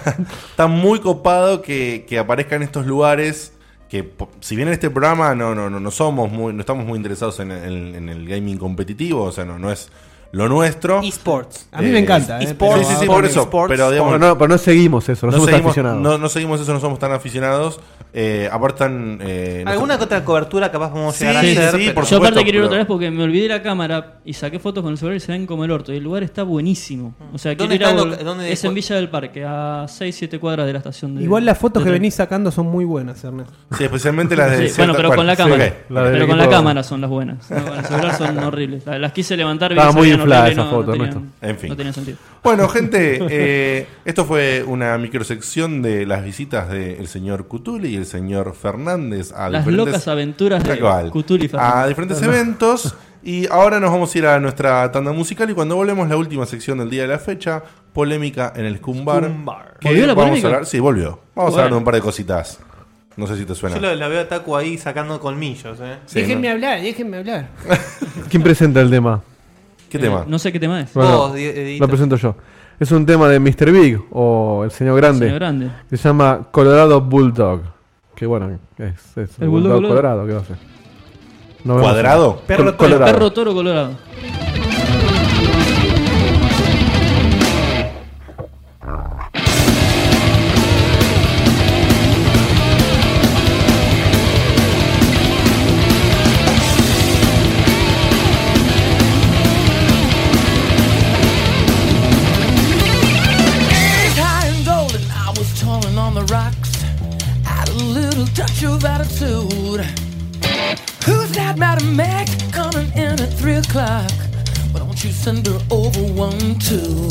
B: está muy copado que, que aparezcan estos lugares. Que po- si bien en este programa no, no, no, no somos muy, no estamos muy interesados en el, en el gaming competitivo, o sea, no, no es lo nuestro.
D: Esports.
G: A mí me encanta, eh,
B: Esports. Sí, sí, sí, por eso. pero, digamos,
H: Pero no, pero no seguimos eso, no, somos
B: seguimos,
H: aficionados.
B: No, no seguimos eso, no somos tan aficionados. Eh, aparte están, eh,
D: Alguna que otra cobertura capaz podemos
B: Sí,
D: llegar a
B: sí,
D: hacer.
B: sí,
D: pero-
B: por
C: Yo aparte quiero ir
B: pero-
C: otra vez porque me olvidé la cámara y saqué fotos con el celular y se ven como el orto. Y el lugar está buenísimo. O sea, quiero
D: ¿Dónde
C: ir a
D: está
C: vol-
D: lo- dónde-
C: Es en Villa del Parque, a 6, 7 cuadras de la estación de...
G: Igual las fotos
C: de
G: que
C: tren.
G: venís sacando son muy buenas, Ernesto.
B: Sí, especialmente las de.
C: Sí, bueno, pero con la
B: sí,
C: cámara.
B: ok.
C: pero con la cámara son las buenas. No, con el celular son horribles. La- Las quise levantar bien.
H: Estaba muy
C: salían
H: inflada
C: horribles,
H: esa foto,
C: tenían-
H: Ernesto.
B: En fin.
C: No tenía sentido.
B: Bueno, gente, eh, esto fue una microsección de las visitas del señor Cutuli y el señor Fernández a
C: Las
B: diferentes-
C: locas aventuras de
B: Tal cual.
C: Cutuli y Fernández.
B: A diferentes
C: Fernández.
B: eventos. Y ahora nos vamos a ir a nuestra tanda musical y cuando volvemos la última sección del día de la fecha, polémica en el Scumbar.
D: Scumbar.
B: que
D: ¿Volvió la
B: vamos a
D: polémica?
B: hablar- sí, volvió. Vamos a hablar de
D: Bueno.
B: un par de cositas. No sé si te suena.
D: Yo lo- la veo a Taku ahí sacando colmillos, eh.
B: Sí, Déjenme
G: hablar, déjenme hablar.
H: ¿Quién presenta el tema?
B: ¿Qué tema?
C: Eh, No sé qué tema es.
H: Bueno,
C: Vos, di- edita.
H: lo presento yo. Es un tema de Mr. Big o el señor grande.
C: El señor grande.
H: Se llama Colorado Bulldog. Que bueno, es, es
C: El Bulldog
H: un bulldog,
C: Colorado.
H: colorado, ¿qué va a ser? No vemos.
B: ¿Cuadrado?
C: Perro,
H: Col-
C: toro,
H: colorado.
C: perro toro colorado.
A: high and golden, I was tumbling on the rocks. Had a little touch of attitude. Who's that Madam Mac coming in at three o'clock? Why don't you send her over one, two?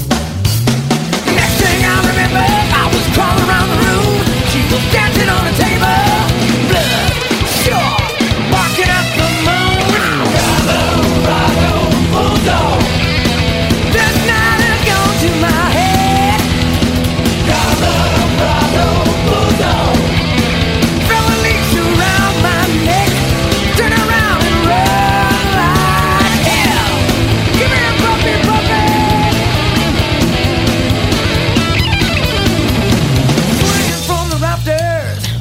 A: Next thing I remember, I was crawling around the room. She was dancing on a table. Blood, sure, barking up the moon. Colorado bulldog. This night is going to my head.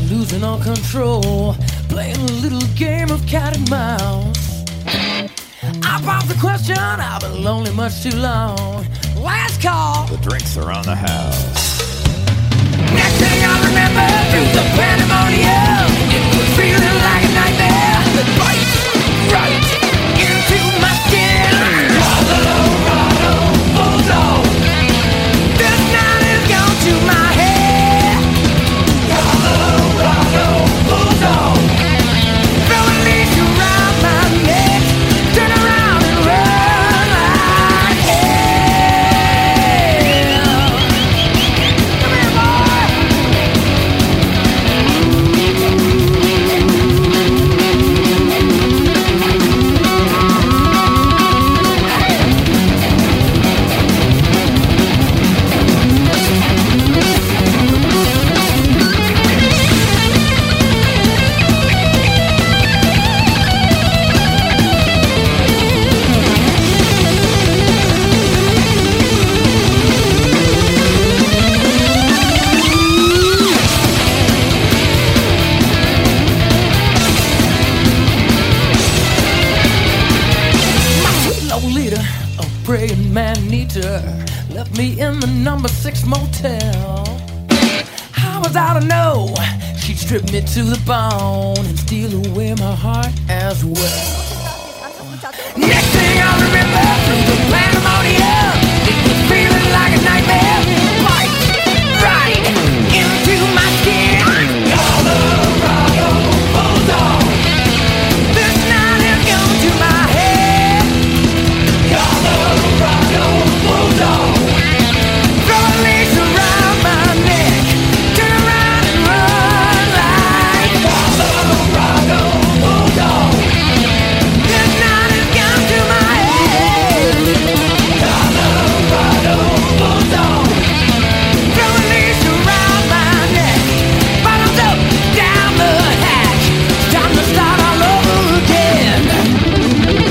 A: Losing all control, playing a little game of cat and mouse. I popped the question, I've been lonely much too long. Last call.
T: The drinks are on the house.
A: Next thing I remember through the pandemonium, it was feeling like a nightmare that bites right into my skin. Colorado bulldog, this night has gone to my head. Colorado bulldog, throw a leash around my neck, turn around and run like hell. Come here, boy. Asian man eater left me in the number six motel. I was out of know. She stripped me to the bone and steal away my heart as well. Next thing I remember through the pandemonium, it was feeling like a nightmare. Bite right into my skin. Colorado Bulldog. This night has come to my head. Colorado Bulldog. Throw a leash around my neck. Turn around and run like Colorado Bulldog. This night has come to my head. Colorado Bulldog. Throw a leash around my neck. Bottoms up, down the hatch. Time to start all over again.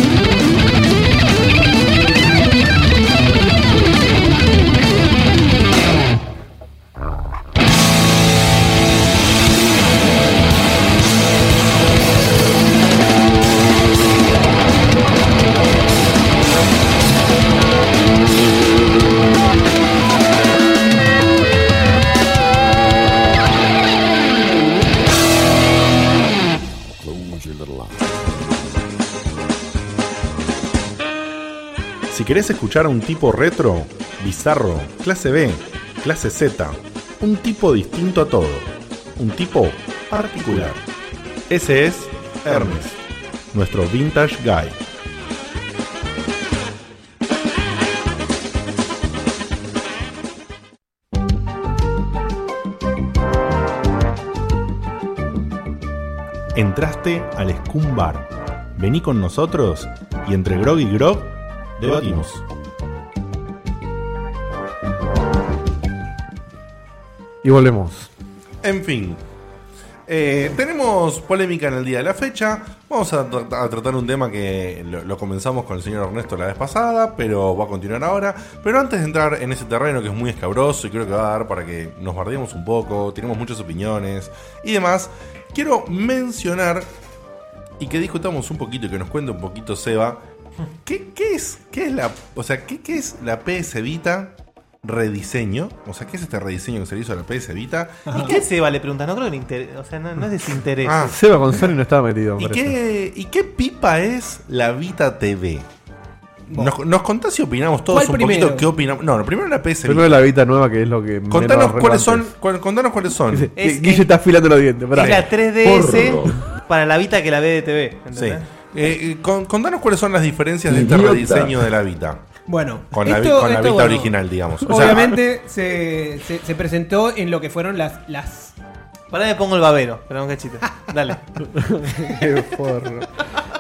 B: Si querés escuchar a un tipo retro, bizarro, clase B, clase Z, un tipo distinto a todo, un tipo particular. Ese es Ernest, nuestro vintage guy. Entraste al Scum Bar. Vení con nosotros y entre grog y grog debatimos.
H: Y volvemos.
B: En fin. Eh, tenemos polémica en el día de la fecha. Vamos a, tra- a tratar un tema que lo, lo comenzamos con el señor Ernesto la vez pasada, pero va a continuar ahora. Pero antes de entrar en ese terreno que es muy escabroso y creo que va a dar para que nos bardeemos un poco, tenemos muchas opiniones y demás, quiero mencionar y que discutamos un poquito y que nos cuente un poquito Seba. ¿Qué, qué es, qué es la, o sea, qué, qué es la PS Vita rediseño? O sea, ¿qué es este rediseño que se le hizo a la PS Vita?
D: ¿Y qué Seba le pregunta? No creo que le interese. O sea, no, no es desinterés.
H: Ah, Seba González no estaba metido.
B: ¿Y
H: parece.
B: qué, ¿Y qué pipa es la Vita TV? Nos, nos contás si opinamos todos
H: ¿Cuál
B: un
H: primero?
B: poquito qué opinamos. No, lo primero la PS
H: Primero
B: Vita.
H: la vida nueva, que es lo que.
B: Contanos
H: menos
B: cuáles son.
H: relevante
B: cuál- contanos cuáles son.
H: es. Gui- Guille está afilando los dientes. pará.
D: Es la 3DS para la Vita que la ve de TV.
B: Sí.
D: ¿entendés?
B: Eh, eh, con- contanos cuáles son las diferencias de este
D: Idiota.
B: rediseño de la Vita.
G: Bueno,
B: con la, vi-
G: esto-
B: con la
G: esto,
B: Vita
G: bueno,
B: original, digamos. O sea,
G: Obviamente se, se- se presentó en lo que fueron las. las...
D: Pará, me pongo el babero. Perdón, cachito. Dale.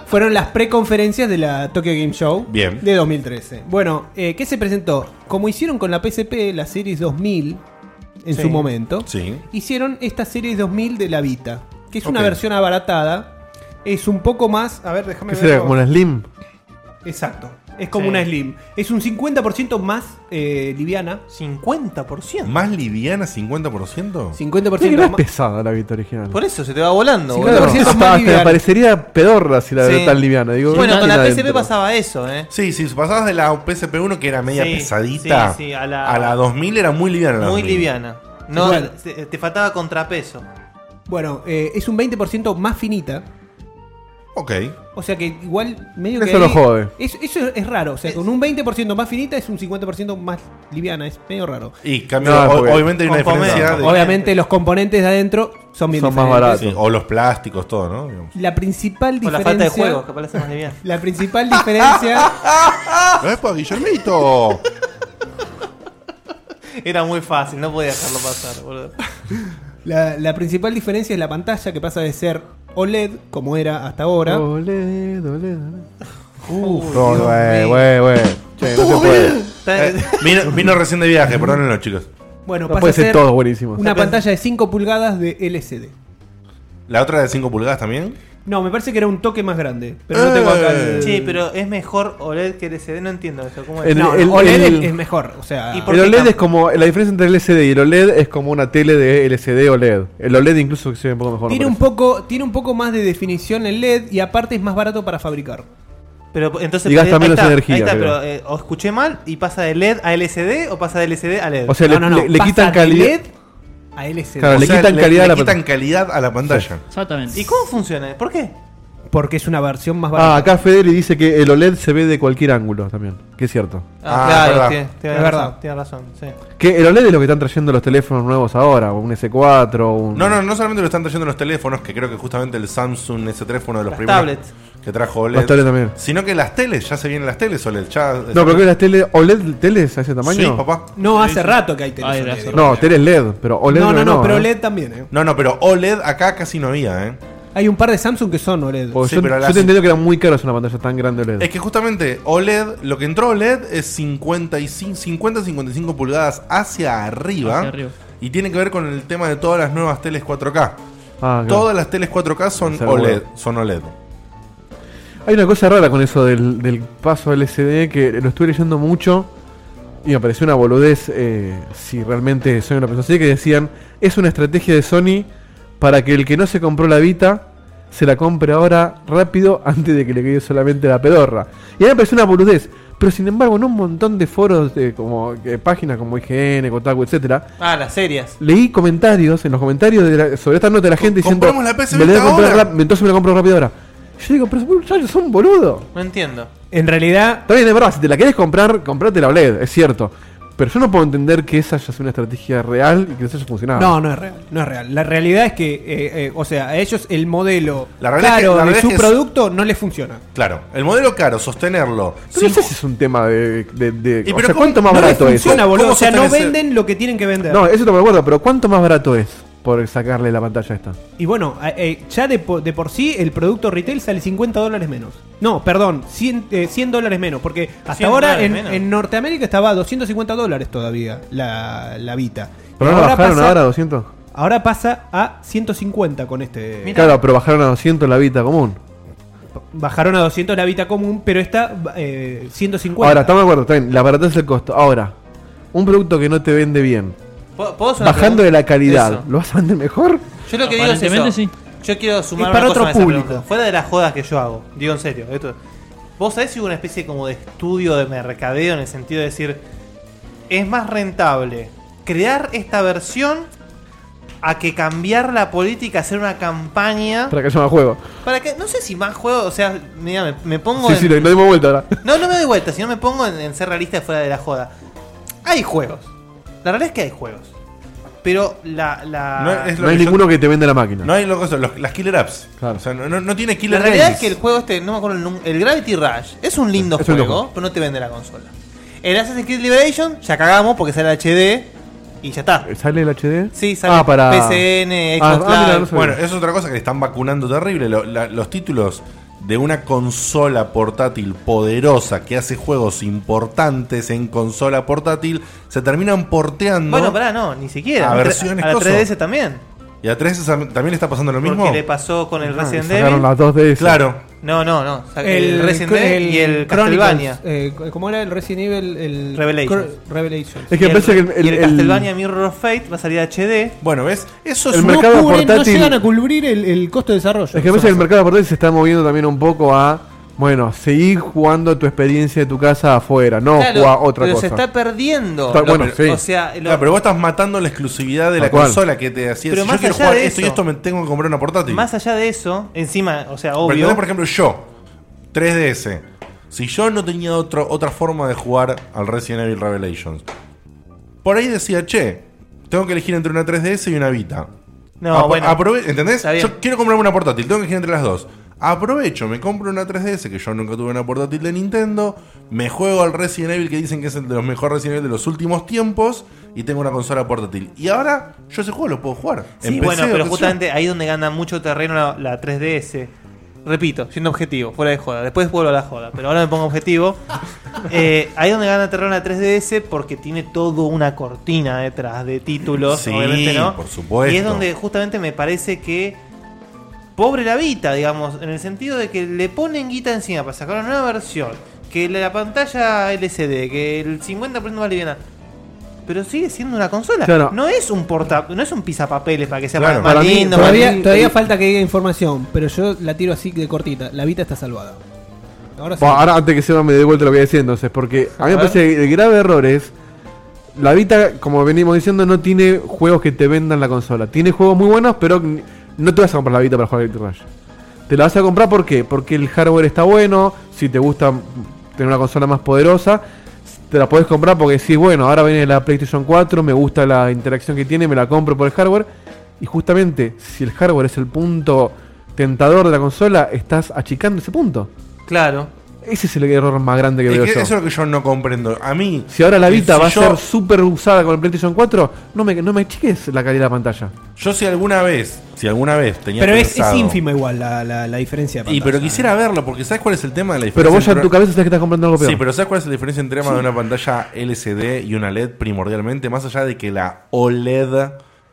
G: Fueron las preconferencias de la Tokyo Game Show
B: Bien.
G: de 2013. Bueno, eh, ¿qué se presentó? Como hicieron con la PSP, la Series 2000 en
S: Sí.
G: su momento,
B: Sí.
G: hicieron esta Series 2000 de la Vita, que es una
H: Ok.
G: versión abaratada. Es un poco más. A ver, déjame
H: ¿Qué
G: ver.
H: será? ¿Como la Slim?
G: Exacto. Es como
H: Sí.
G: una Slim. Es un 50% más eh, liviana.
D: ¿50%?
B: ¿Más liviana 50%?
G: 50%
H: Creo que no es
G: más-
H: pesada la vida original.
D: Por eso se te va volando.
H: Sí,
D: boludo.
H: claro. Hasta- hasta me parecería pedorra si la
D: Sí.
H: veo tan liviana. Digo,
D: Bueno,
H: no
D: con
H: tiene
D: la PSP
H: adentro.
D: pasaba eso, ¿eh?
B: Sí, sí, pasabas de la PSP1 que era media
D: Sí,
B: pesadita.
D: sí, sí, a la-
B: 2000 era muy liviana. la
D: Muy
B: 2000.
D: liviana. No,
G: Bueno.
D: te, te faltaba contrapeso.
G: Bueno, eh, es un 20% más finita.
B: Ok.
G: O sea que igual medio que.
H: Eso lo jode.
G: Es- eso es raro. O sea, con un 20% más finita es un 50% más liviana. Es medio raro.
B: Y cambio, o- obviamente hay una diferencia. de-
G: Obviamente los componentes de adentro son bien diferentes.
B: Sí, o los plásticos, todo, ¿no? Digamos.
G: La principal
D: Por
G: diferencia.
D: la falta de juegos, capaz la hace más liviana.
G: La principal diferencia.
B: ¡No es para ¡Ah! Guillermito!
D: Era muy fácil, no podía dejarlo pasar, boludo.
G: La, la principal diferencia es la pantalla que pasa de ser OLED, como era hasta ahora.
H: Oh. OLED, OLED.
G: Uf,
B: No,
G: Dios
B: güey,
G: mío.
B: güey, güey. Che, no se puede.
G: Está-
B: Eh, vino, vino recién de viaje, perdónenlo, chicos.
G: Bueno,
H: No
G: pasa
H: puede
G: a
H: ser
G: ser
H: todo buenísimo.
G: Una pantalla de 5 pulgadas de LCD.
B: ¿La otra de 5 pulgadas también?
G: No, me parece que era un toque más grande. Pero no tengo acá
B: Eh.
G: el-
D: Sí, pero es mejor OLED que LCD, no entiendo eso. ¿Cómo es?
H: El-
D: no,
H: el-
D: no, OLED
H: el-
D: es- es
G: mejor, o sea...
D: ¿Y por
H: El
D: qué
H: OLED
D: cambia?
H: es como. La diferencia entre el LCD y el OLED es como una tele de LCD OLED. E El OLED incluso se ve un poco mejor. me
G: E Tiene un, poco, tiene un poco más de definición el LED y aparte es más barato para fabricar.
D: Pero entonces.
H: Y gasta
D: ahí está,
H: menos energía,
D: Ahí está,
H: creo.
D: pero eh, o escuché mal y pasa de LED a LCD o pasa de LCD a LED.
H: O sea, le- le- le
D: pasa
H: quitan
D: de
H: calidad-
D: LED a LCD.
H: Claro, le quitan calidad a la
B: quitan
H: pantalla.
B: calidad a la pantalla.
D: Exactamente. ¿Y cómo funciona? ¿Por qué?
G: Porque es una versión más
H: Ah,
G: barata.
H: acá Fedeli dice que el OLED se ve de cualquier ángulo también. Que es cierto.
D: Ah,
B: verdad.
D: claro, tiene- tiene
G: Es
D: razón,
G: verdad.
D: Tiene razón, sí.
H: Que el OLED es lo que están trayendo los teléfonos nuevos ahora. Un S4, un.
B: No, no, no solamente lo están trayendo los teléfonos, que creo que justamente el Samsung, ese teléfono de los
D: Las
B: primeros
D: tablets.
B: que trajo OLED.
H: Las tablets también.
B: Sino que las teles, ya se vienen las teles OLED. Ya,
H: No, pero que las tele OLED teles a ese tamaño.
B: Sí, papá.
G: No, hace rato que hay teléfono.
H: No, teles LED, pero OLED no, no, ¿eh?
B: E
G: también, ¿eh?
B: No, no, pero OLED acá casi no había, ¿eh?
G: Hay un par de Samsung que son E OLED.
H: Porque Pues
B: Sí,
H: yo
B: pero
H: yo
B: las-
H: te entiendo que eran muy caros una pantalla tan grande E OLED.
B: Es que justamente OLED, lo que entró OLED es 50-55 pulgadas hacia arriba,
C: Hacia arriba.
B: Y tiene que ver con el tema de todas las nuevas teles 4K.
H: Ah, claro.
B: Todas las teles 4K son
H: Ser
B: OLED.
H: bueno.
B: Son OLED.
H: Hay una cosa rara con eso del, del paso LCD que lo estuve leyendo mucho y me pareció una boludez eh, si realmente Sony lo pensó así, que decían, es una estrategia de Sony para que el que no se compró la Vita se la compre ahora rápido antes de que le quede solamente la pedorra. Y a mí me pareció una boludez, pero sin embargo en un montón de foros, de como eh, páginas como IGN, Kotaku, etcétera,
D: Ah, las series.
H: Leí comentarios, en los comentarios de la- sobre esta nota de la gente diciendo.
D: compramos la PS
H: "Me la voy a comprar
D: ahora".
H: rap- entonces me la compro rápido ahora. Yo digo, pero muchachos, son boludo.
D: No entiendo.
G: En realidad.
H: Está bien, es verdad, si te la querés comprar, comprate la OLED, es cierto. Pero yo no puedo entender que esa haya sido una estrategia real y que eso haya funcionado.
G: No, no es real, no es real. La realidad es que, eh, eh, o sea, a ellos el modelo
B: La
G: claro
B: realidad es que- la
G: de
B: realidad
G: su
B: es que es-
G: producto no les funciona.
B: Claro, el modelo caro, sostenerlo.
H: Pero no sé si es un tema de. de- de-
B: Y
H: o
B: pero
H: sea,
B: ¿cómo-
H: ¿cuánto más
B: no le
H: barato es?
G: Funciona, boludo. O sea, no
B: sostener ese-
G: venden lo que tienen que vender.
H: No, eso no me acuerdo, pero ¿cuánto más barato es por sacarle la pantalla esta?
G: Y bueno, eh, eh, ya de, po- de por sí el producto retail sale 50 dólares menos. No, perdón, 100, eh, 100 dólares menos. Porque hasta
D: 100
G: ahora
D: dólares
G: en,
D: menos.
G: en Norteamérica estaba a 250 dólares todavía la, la Vita.
H: ¿Pero
G: Y
H: no la bajaron
G: pasa-
H: ahora a 200?
G: Ahora pasa a 150 con este.
H: Claro, pero bajaron a 200 la Vita común.
G: Bajaron a 200 la Vita común, pero esta eh, 150.
H: Ahora, estamos de acuerdo, está bien, la verdad es el costo. Ahora, un producto que no te vende bien,
D: ¿Puedo- puedo hacer una
H: bajando de la
D: pregunta?
H: calidad,
D: Eso.
H: ¿lo vas a vender mejor?
D: Yo lo que digo es eso.
H: Aparentemente
D: Yo quiero sumar
H: Es para
D: una cosa
H: otro
D: a esa
H: público.
D: pregunta. Fuera de las jodas que yo hago, digo en serio. Esto, ¿Vos sabés si hubo una especie como de estudio de mercadeo en el sentido de decir, es más rentable crear esta versión a que cambiar la política, hacer una campaña
H: Para que haya más juego.
D: para que, no sé si más juegos, o sea, mira, me, me pongo
H: Sí,
D: en-
H: sí, lo, lo dimos vuelta ahora.
D: no, no me doy vuelta, sino me pongo en, en ser realista fuera de la joda. Hay juegos. La realidad es que hay juegos. Pero la. la-
B: No es lo
H: No hay
B: que yo-
H: ninguno que te venda la máquina.
B: No hay locos, los- las killer apps. O sea, no, no- no tiene
D: la
B: killer
D: realidad es
B: games.
D: que el juego este, no me acuerdo el nombre. El Gravity Rush es un lindo
B: Es un
D: juego,
B: lindo juego.
D: pero no te vende la consola. El Assassin's Creed Liberation, ya cagamos porque sale HD y ya está.
H: Eh, ¿Sale el HD?
D: Sí, sale
H: Ah, para. Ah,
D: PCN, Xbox Live.
B: Bueno, es otra cosa que le están vacunando terrible. Lo- la- los títulos de una consola portátil poderosa que hace juegos importantes en consola portátil se terminan porteando.
D: Bueno, pará, no, ni siquiera.
B: A
D: A, tre-
B: versiones
D: a la
B: coso.
D: 3DS también.
B: ¿Y a 3 también le está pasando lo mismo?
D: Porque le pasó con el
B: Ah,
D: Resident
B: sacaron
D: Evil.
B: las dos DS. Claro.
D: No, no, no. Sa- El, Resident Evil y el
G: Chronicles,
D: Castlevania.
G: eh, ¿Cómo era el Resident Evil? El
D: Revelations.
G: Cro- Revelations.
H: Es que
D: Y
H: parece que el-
D: y el
H: el-
D: Castlevania Mirror of Fate va a salir HD.
B: Bueno, ¿ves? Eso
H: El mercado portátil-
G: No llegan a cubrir el, el costo de desarrollo.
H: Es que a veces el mercado portátil se está moviendo también un poco a. Bueno, seguir jugando tu experiencia de tu casa afuera, no
D: Claro,
H: jugar otra
D: pero
H: cosa.
D: se está perdiendo.
H: Está-
D: Lo-
H: bueno,
D: pero-
H: sí.
D: O sea, lo-
B: Claro, pero vos estás matando la exclusividad de
H: Tal
B: la
H: cual.
B: consola que te hacía.
D: Pero
B: si
D: más
B: yo quiero
D: allá
B: jugar
D: de
B: esto y
D: eso-
B: esto me tengo que comprar una portátil.
D: más allá de eso, encima, o sea,
B: Pero
D: obvio.
B: tenés, por ejemplo, yo, 3DS. Si yo no tenía otro, otra forma de jugar al Resident Evil Revelations, por ahí decía, che, tengo que elegir entre una 3DS y una Vita.
D: No,
B: Apro-
D: bueno.
B: aprove- ¿Entendés?
D: Está bien.
B: Yo quiero comprarme una portátil, tengo que elegir entre las dos. Aprovecho, me compro una 3DS, que yo nunca tuve una portátil de Nintendo, me juego al Resident Evil, que dicen que es el de los mejores Resident Evil de los últimos tiempos, y tengo una consola portátil. Y ahora, yo ese juego lo puedo jugar.
D: Sí,
B: En PC
D: bueno,
B: o qué sé
D: pero
B: yo.
D: justamente ahí es donde gana mucho terreno la, la 3DS. Repito, siendo objetivo, fuera de joda. Después vuelvo a la joda, pero ahora me pongo objetivo. Eh, ahí es donde gana terreno la 3DS porque tiene toda una cortina detrás de títulos,
B: Sí,
D: obviamente, ¿no?
B: por supuesto.
D: Y es donde justamente me parece que. Pobre la Vita, digamos, en el sentido de que le ponen guita encima para sacar una nueva versión, que la pantalla LCD, que el 50% más liviana. Pero sigue siendo una consola.
G: Claro.
D: No es un porta, no es un pisapapeles para que sea
G: Claro.
D: más, más lindo. más
G: todavía,
D: lindo.
G: todavía falta que llegue información, pero yo la tiro así de cortita. La Vita está salvada. Ahora sí.
H: Bueno, ahora antes que se me dé vuelta lo voy a decir entonces, porque a mí
G: A
H: me parece que el grave error es. La Vita, como venimos diciendo, no tiene juegos que te vendan la consola. Tiene juegos muy buenos, pero n- no te vas a comprar la Vita para jugar Guilty Rush. Te la vas a comprar ¿por qué? porque el hardware está bueno, si te gusta tener una consola más poderosa, te la podés comprar porque decís, bueno, ahora viene la PlayStation 4, me gusta la interacción que tiene, me la compro por el hardware. Y justamente, si el hardware es el punto tentador de la consola, estás achicando ese punto.
D: Claro.
H: Ese es el error más grande que
B: Es
H: veo
B: que
H: yo.
B: eso es lo que yo no comprendo. A mí.
H: Si ahora la
B: que
H: Vita
B: si
H: va
B: yo-
H: a ser súper usada con el PlayStation 4, no me, no me achiques la calidad de la pantalla.
B: Yo si alguna vez, si alguna vez tenía
G: Pero es, es
B: pensado-
G: ínfima igual la, la- la diferencia. de
B: Y
G: pantalla.
B: pero quisiera verlo, porque ¿sabes cuál es el tema de la diferencia?
H: Pero vos ya en
B: entre-
H: tu cabeza sabes que estás comprando algo peor.
B: Sí, pero ¿sabes cuál es la diferencia entre
H: Sí.
B: de una pantalla LCD y una LED primordialmente? Más allá de que la OLED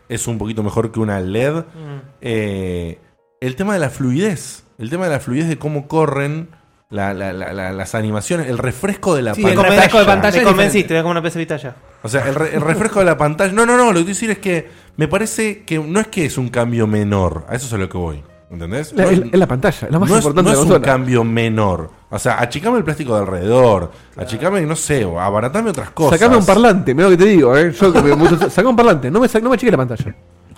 B: es un poquito mejor que una E LED,
G: Mm.
B: eh, el tema de la fluidez. El tema de la fluidez de cómo corren la- la- la- la- las animaciones, el refresco de la
D: Sí, el refresco de pantalla Me es convenciste, diferente. era como una PC Vita ya.
B: O sea, el, re- el refresco de la pantalla. No, no, no, lo que quiero decir es que me parece que no es que es un cambio menor. A eso es a lo que voy. ¿Entendés?
H: La-
B: No
H: el- es la pantalla, es la más
B: no
H: importante de
B: Es, no
H: la
B: es un
H: consola.
B: cambio menor. O sea, achicame el plástico de alrededor. Achicame, no sé, o abaratame otras cosas.
H: Sacame un parlante, mira lo que te digo, eh. Yo que me gusta- sacame un parlante, no me, sa- no me achiques la pantalla.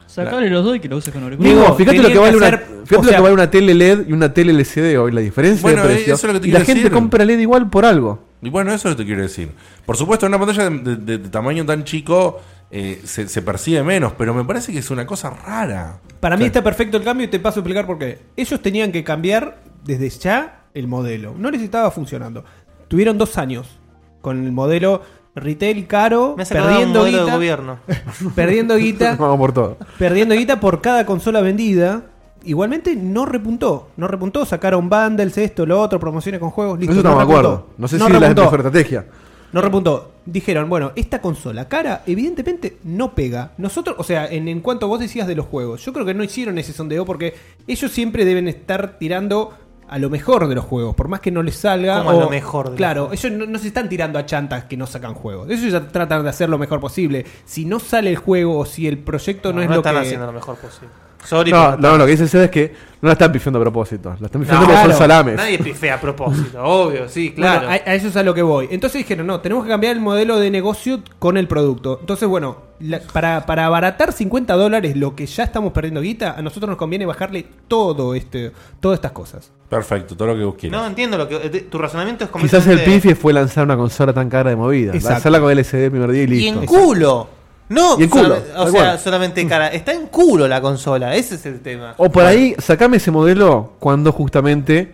C: Sacale los dos y que lo uses con auriculares.
H: Digo, fíjate lo que vale una,
C: hacer-
H: fíjate
C: o
H: lo
C: sea-
H: que vale una tele LED y una tele LCD hoy, la diferencia
B: Bueno, eh,
H: de precio.
B: eso es lo que te
H: y la
B: quiero
H: gente
B: decir.
H: compra LED igual por algo.
B: Y bueno, eso es lo que te quiero decir. Por supuesto, en una pantalla de, de- de tamaño tan chico eh, se, se percibe menos, pero me parece que es una cosa rara.
G: Para mí está perfecto el cambio y te paso a explicar por qué. Ellos tenían que cambiar desde ya el modelo. No les estaba funcionando. Tuvieron dos años con el modelo retail caro,
D: Me hace acordar un
G: perdiendo
D: modelo de
G: guita,
D: gobierno.
G: perdiendo guita,
H: Vamos por todo.
G: perdiendo guita por cada consola vendida. Igualmente no repuntó, no repuntó, sacaron bundles, esto, lo otro, promociones con juegos, listo.
H: Eso
G: no
H: estamos de
G: repuntó.
H: acuerdo. No sé
G: No
H: si es la
G: repuntó.
H: mejor estrategia.
G: No repuntó. Dijeron, bueno, esta consola cara, evidentemente no pega. Nosotros, o sea, en, en cuanto vos decías de los juegos, yo creo que no hicieron ese sondeo porque ellos siempre deben estar tirando a lo mejor de los juegos, por más que no les salga.
D: Como a lo mejor de los
G: Claro, ellos no, no se están tirando a chantas que no sacan juegos. Ellos ya tratan de hacer lo mejor posible. Si no sale el juego o si el proyecto no,
D: No,
G: es
D: no
G: lo
D: están
G: que.
D: haciendo lo mejor posible. Sorry,
H: No,
D: pero-
H: no, lo que dice Seba es que no la están pifiando a propósito. La están
D: No,
H: pifiando porque
D: claro.
H: son salames.
D: Nadie pifea a propósito, obvio, sí,
G: Bueno,
D: claro.
G: a, a eso es a lo que voy. Entonces dijeron, no, tenemos que cambiar el modelo de negocio con el producto. Entonces, bueno, la- para, para abaratar 50 dólares lo que ya estamos perdiendo guita, a nosotros nos conviene bajarle todo este, todas estas cosas.
B: Perfecto, todo lo que vos quieras.
D: No entiendo lo que. de- Tu razonamiento es
H: Quizás
D: completamente.
H: el pifie fue lanzar una consola tan cara de movida.
D: Exacto.
H: Lanzarla con LCD el primer día y
D: Y
H: listo.
D: en culo. No,
H: Y en culo,
D: solamente- o
H: tal
D: sea,
H: cual.
D: solamente cara. Está en culo la consola, ese es el tema.
H: O por ahí, sacame ese modelo cuando justamente,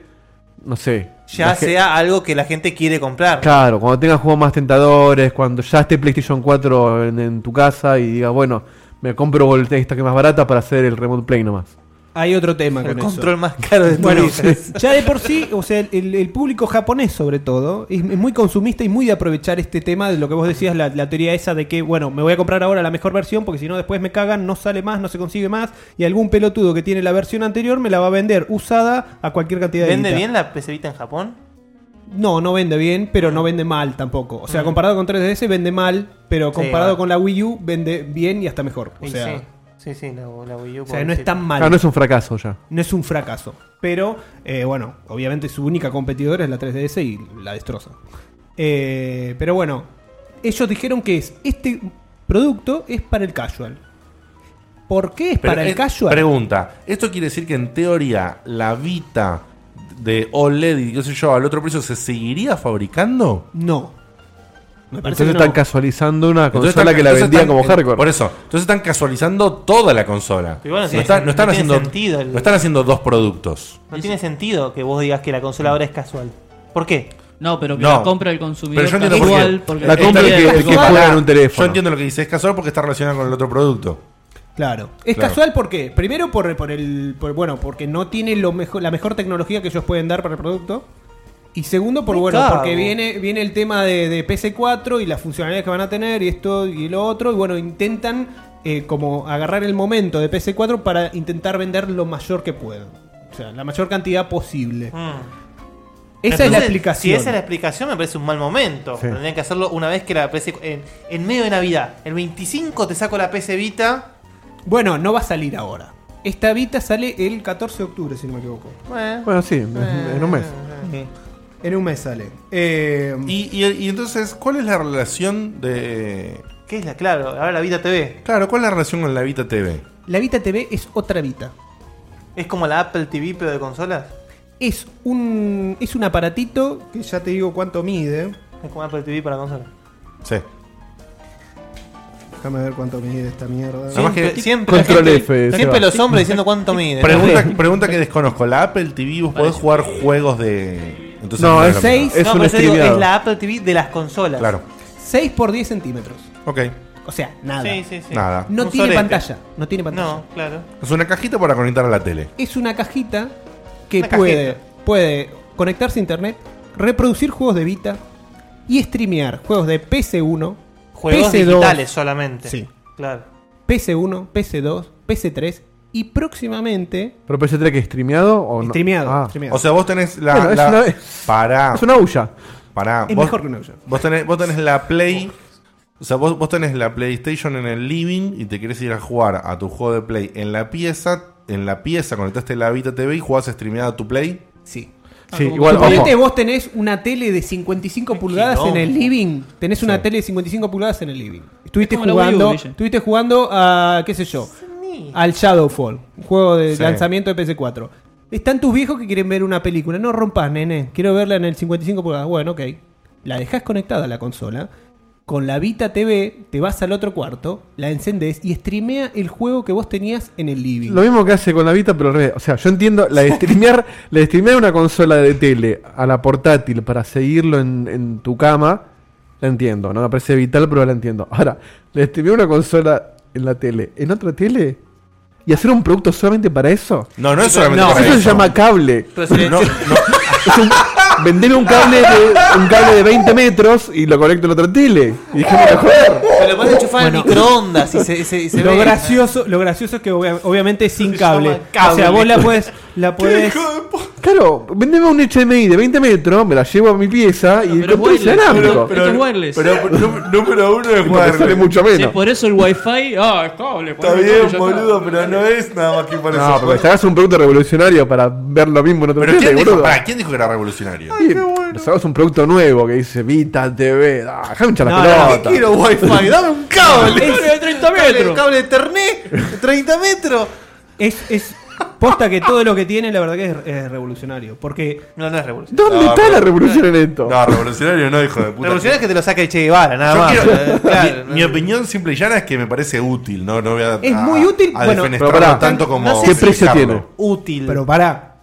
H: no sé.
D: Ya
H: la gen-
D: sea algo que la gente quiere comprar.
H: Claro, cuando tengas juegos más tentadores, cuando ya esté PlayStation 4 en, en tu casa y digas, bueno, me compro el- esta que es más barata para hacer el Remote Play nomás.
G: Hay otro tema
D: El
G: con
D: control
G: eso.
D: más caro de tu
G: Bueno,
D: vida.
G: ya de por sí, o sea, el, el público japonés sobre todo es, es muy consumista y muy de aprovechar este tema de lo que vos decías, la, la teoría esa de que, bueno, me voy a comprar ahora la mejor versión porque si no después me cagan, no sale más, no se consigue más y algún pelotudo que tiene la versión anterior me la va a vender usada a cualquier cantidad de
D: ¿Vende
G: guita.
D: bien la PC Vita en Japón?
G: No, no vende bien, pero no vende mal tampoco. O sea,
D: Mm.
G: comparado con 3DS vende mal, pero
D: Sí,
G: comparado
D: va.
G: con la Wii U vende bien y hasta mejor. O
D: Y
G: sea,
D: sí. Sí, sí, la, la Wii U.
G: o sea, no es tan mal.
H: Ah, no es un fracaso ya.
G: No es un fracaso. Pero, eh, bueno, obviamente su única competidora es la 3DS y la destroza. Eh, pero bueno, ellos dijeron que es este producto es para el casual. ¿Por qué es
B: Pero
G: para el
B: es-
G: casual?
B: Pregunta, ¿esto quiere decir que en teoría la Vita de OLED y qué sé yo, al otro precio se seguiría fabricando?
G: No. Me parece
H: Entonces
G: que no.
H: están casualizando una
B: Entonces
H: consola
B: están-
H: que Ah, la
B: entonces
H: vendían
B: están-
H: como hardcore.
B: Por eso. Entonces están casualizando toda la consola.
D: Pero bueno,
B: no,
D: sí,
B: están, no están
D: no tiene
B: haciendo,
D: sentido el-
B: no están haciendo dos productos.
D: No tiene sentido que vos digas que la consola ahora es casual. ¿por qué?
C: No, pero que
B: No.
C: la compra el consumidor
B: Pero yo entiendo por
C: casual,
B: qué.
C: porque
B: Está-
C: compra-
G: juega
B: Pará,
G: en un teléfono.
B: Yo entiendo lo que dice, es casual porque está relacionado con el otro producto.
G: Claro. Es
B: Claro.
G: casual porque, primero por, por el por- bueno, porque no tiene lo mejor, la mejor tecnología que ellos pueden dar para el producto. Y segundo, por
S: Me
G: bueno,
S: cago.
G: porque viene, viene el tema de, de PC4 y las funcionalidades que van a tener, y esto y lo otro, y bueno, intentan eh, como agarrar el momento de PC4 para intentar vender lo mayor que puedan. O sea, la mayor cantidad posible. Esa es la
D: Mm. Entonces,
G: explicación.
D: Si esa es la explicación, me parece un mal momento.
G: Sí.
D: Tendrían que hacerlo una vez que la PC. En, en medio de Navidad. El 25 te saco la PC Vita.
G: Bueno, no va a salir ahora. Esta Vita sale el 14 de octubre, si no me equivoco.
D: Bueno,
G: Eh.
H: Bueno, sí, en un mes.
G: En un mes sale.
B: y, y- y entonces, ¿cuál es la relación de.
D: ¿Qué es la? Claro, ahora la Vita TV.
B: Claro, ¿cuál es la relación con la Vita TV?
G: La Vita TV es otra Vita.
D: ¿Es como la Apple TV pero de consolas?
G: Es un, es un aparatito que ya te digo cuánto mide.
D: Es como Apple TV para consolas.
B: Sí.
G: Déjame ver cuánto mide esta mierda.
B: Además que-
D: siempre los hombres diciendo cuánto mide.
B: Pregunta, pregunta que desconozco. La Apple TV, vos podés jugar juegos de. Entonces,
D: No,
B: es
D: es seis. No, pero yo digo,
B: streameado.
D: es la Apple TV de las consolas.
B: Claro.
G: 6 por 10 centímetros.
B: Ok.
G: O sea, nada.
D: Sí, sí, sí.
B: Nada.
G: No
D: Un
G: tiene
D: sorete.
G: pantalla. No tiene pantalla.
D: No, claro.
B: Es una cajita para conectar a la tele.
G: Es una cajita que
D: Una
G: puede, puede conectarse a internet, reproducir juegos de Vita y streamear juegos de PC1,
D: Juegos
G: PC2,
D: digitales solamente.
G: Sí.
D: Claro.
G: PC1, PC2, PC3 y próximamente
H: ¿Pero PS3 que es streameado o no?
G: Streameado,
H: Ah.
G: streameado.
B: O sea, vos tenés la.
H: Bueno, es
B: la-
H: una-
B: Pará.
H: Es una huya.
B: Pará.
H: Es
B: Ah, vos,
H: mejor que una olla.
B: Vos tenés, vos tenés la Play. O sea, vos, vos tenés la PlayStation en el living y te querés ir a jugar a tu juego de Play en la pieza. En la pieza conectaste la Vita TV y jugás streameada a tu Play.
G: Sí.
B: Sí,
D: Ah,
B: igual.
G: Suponete
B: ojo.
G: vos tenés una tele de 55 pulgadas en
B: quilombo.
G: el living. Tenés una tele de 55 pulgadas en el living. Estuviste
S: como la Wii U,
G: jugando,
S: Guille.
G: estuviste jugando a qué sé yo, al Shadowfall, un juego de
S: Sí.
G: lanzamiento de PS4. Están tus viejos que quieren ver una película. No rompas, nene. Quiero verla en el 55 pulgadas. ah, Bueno, ok. La dejás conectada a la consola. Con la Vita TV te vas al otro cuarto, la encendés y streamea el juego que vos tenías en el living.
H: Lo mismo que hace con la Vita, pero al revés. O sea, yo entiendo la de streamear, la de streamear una consola de tele a la portátil para seguirlo en, en tu cama, la entiendo. No me parece vital, pero la entiendo. Ahora, la de streamear una consola en la tele, en otra tele, y hacer un producto solamente para eso.
B: No, no es solamente para
H: eso.
B: eso.
H: se llama cable.
B: Pero se le- No,
H: Es un- vendeme un cable, de, un cable de 20 metros y lo conecto a la otra tele. Y déjame de joder.
D: Pero lo podés enchufar en microondas y se, se, se
G: lo,
D: ve.
G: gracioso, lo gracioso es que obvia- obviamente es sin cable.
D: cable.
G: O sea, vos la puedes. La podés-
H: Claro, vendeme un HDMI de 20 metros, me la llevo a mi pieza y el control es inalámbrico.
C: Esto es wireless.
B: número uno es
H: wireless. sale mucho menos.
C: Sí, por eso el wifi. Ah, es cable.
B: Está bien, boludo, pero no es nada más que para
H: No,
B: eso.
H: pero sacás un producto revolucionario para ver lo mismo en otro
B: Pero ¿quién
H: tele,
B: dijo,
H: boludo.
B: pará, ¿quién dijo que era revolucionario?
H: Sí, Sacás un producto nuevo que dice Vita TV. Ah, déjame hinchar la
B: No, no,
H: pelota.
B: ¿qué quiero,
D: Wi-Fi? Dame un cable.
G: Es-
D: Cable de 30 metros. Cable de Ethernet. 30 metros.
G: Es, es posta que todo lo que tiene, la verdad que es, es revolucionario. Porque.
D: No, no es revolucionario.
H: ¿Dónde está la revolución en esto?
B: No, revolucionario no, hijo de puta.
D: Revolucionario es que te lo saque Che Guevara, nada
B: Yo
D: más.
B: quiero-
D: Eh, claro.
B: mi, mi opinión simple y llana es que me parece útil, ¿no? No voy a,
G: Es
B: a-
G: muy útil.
B: a
G: bueno,
B: defenestrarlo tanto como. dejarlo.
D: Útil.
G: Pero pará.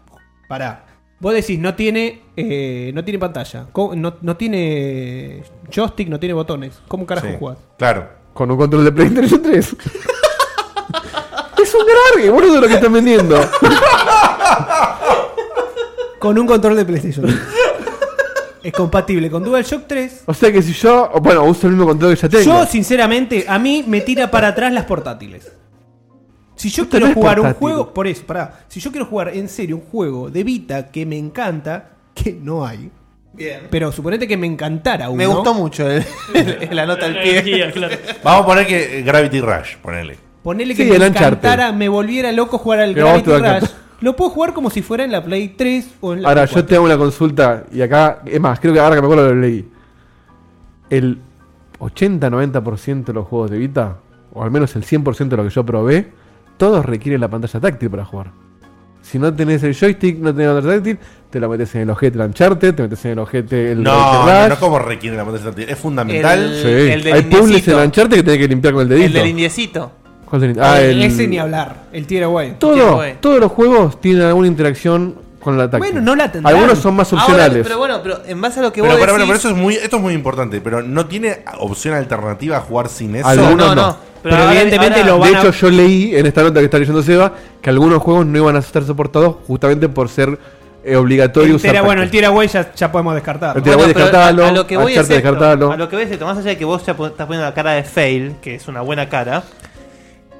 G: Pará. Vos decís, no tiene, eh, no tiene pantalla. Co- No, no tiene joystick, no tiene botones. ¿Cómo carajo
H: Sí.
G: jugás?
B: Claro.
H: Con un control de PlayStation 3. es un garage, boludo, lo que están vendiendo.
G: Con un control de PlayStation. es compatible con DualShock 3.
H: O sea que si yo, bueno, uso el mismo control que ya tengo.
G: Yo, sinceramente, a mí me tira para atrás las portátiles. Si yo quiero
H: tenés
G: jugar
H: portátil.
G: un juego, por eso, pará. Si yo quiero jugar en serio un juego de Vita que me encanta, que no hay.
D: Bien.
G: Pero suponete que me encantara uno.
D: Me gustó mucho el- el- la nota al pie.
B: Vamos a poner que eh, Gravity Rush, ponele.
G: Ponele que
H: Sí,
G: me
H: el Uncharted.
G: encantara, me volviera loco jugar al
H: Pero vamos
G: Gravity
H: a
G: Rush.
H: tocar.
G: Lo puedo jugar como si fuera en la Play 3 o en la
H: Ahora,
G: Play
H: yo te hago una consulta y acá, es más, creo que ahora que me acuerdo lo leí. El 80-90% de los juegos de Vita, o al menos el 100% de lo que yo probé, todos requieren la pantalla táctil para jugar. Si no tenés el joystick, no tenés la pantalla táctil, te lo metes en el ojete el Uncharted, te metes en el ojete el
B: No,
H: Gravity
B: no,
H: Rush.
B: no, como requiere la potencia táctil. Es fundamental.
H: Sí. Hay puzzles en el Uncharted que tenés que limpiar con el dedito.
D: El del indiecito.
H: ¿Cuál del in-
G: Ah,
H: ah, el-
G: Ese ni hablar, el tiro away.
H: todo, todos los juegos tienen alguna interacción con la táctil.
G: Bueno, no la tendrán.
H: Algunos son más
D: Ahora,
H: opcionales.
D: pero bueno, pero en base a lo que
B: Pero,
D: vos
B: pero,
D: decís.
B: pero eso es muy, esto es muy importante, pero no tiene opción alternativa a jugar sin eso.
H: Algunos no. ahora- ahora- De hecho, yo leí en esta nota que está leyendo Seba que algunos juegos no iban a estar soportados justamente por ser eh, obligatorio
G: El
H: usar.
G: tira- bueno, el
H: táctil.
G: tiro away ya, ya podemos descartar.
H: El tira away
D: pero
H: descartalo,
D: a, a lo que voy es
H: Uncharted
D: esto,
H: descartalo.
D: a lo que voy es esto, más allá de que vos ya pon- estás poniendo la cara de fail, que es una buena cara,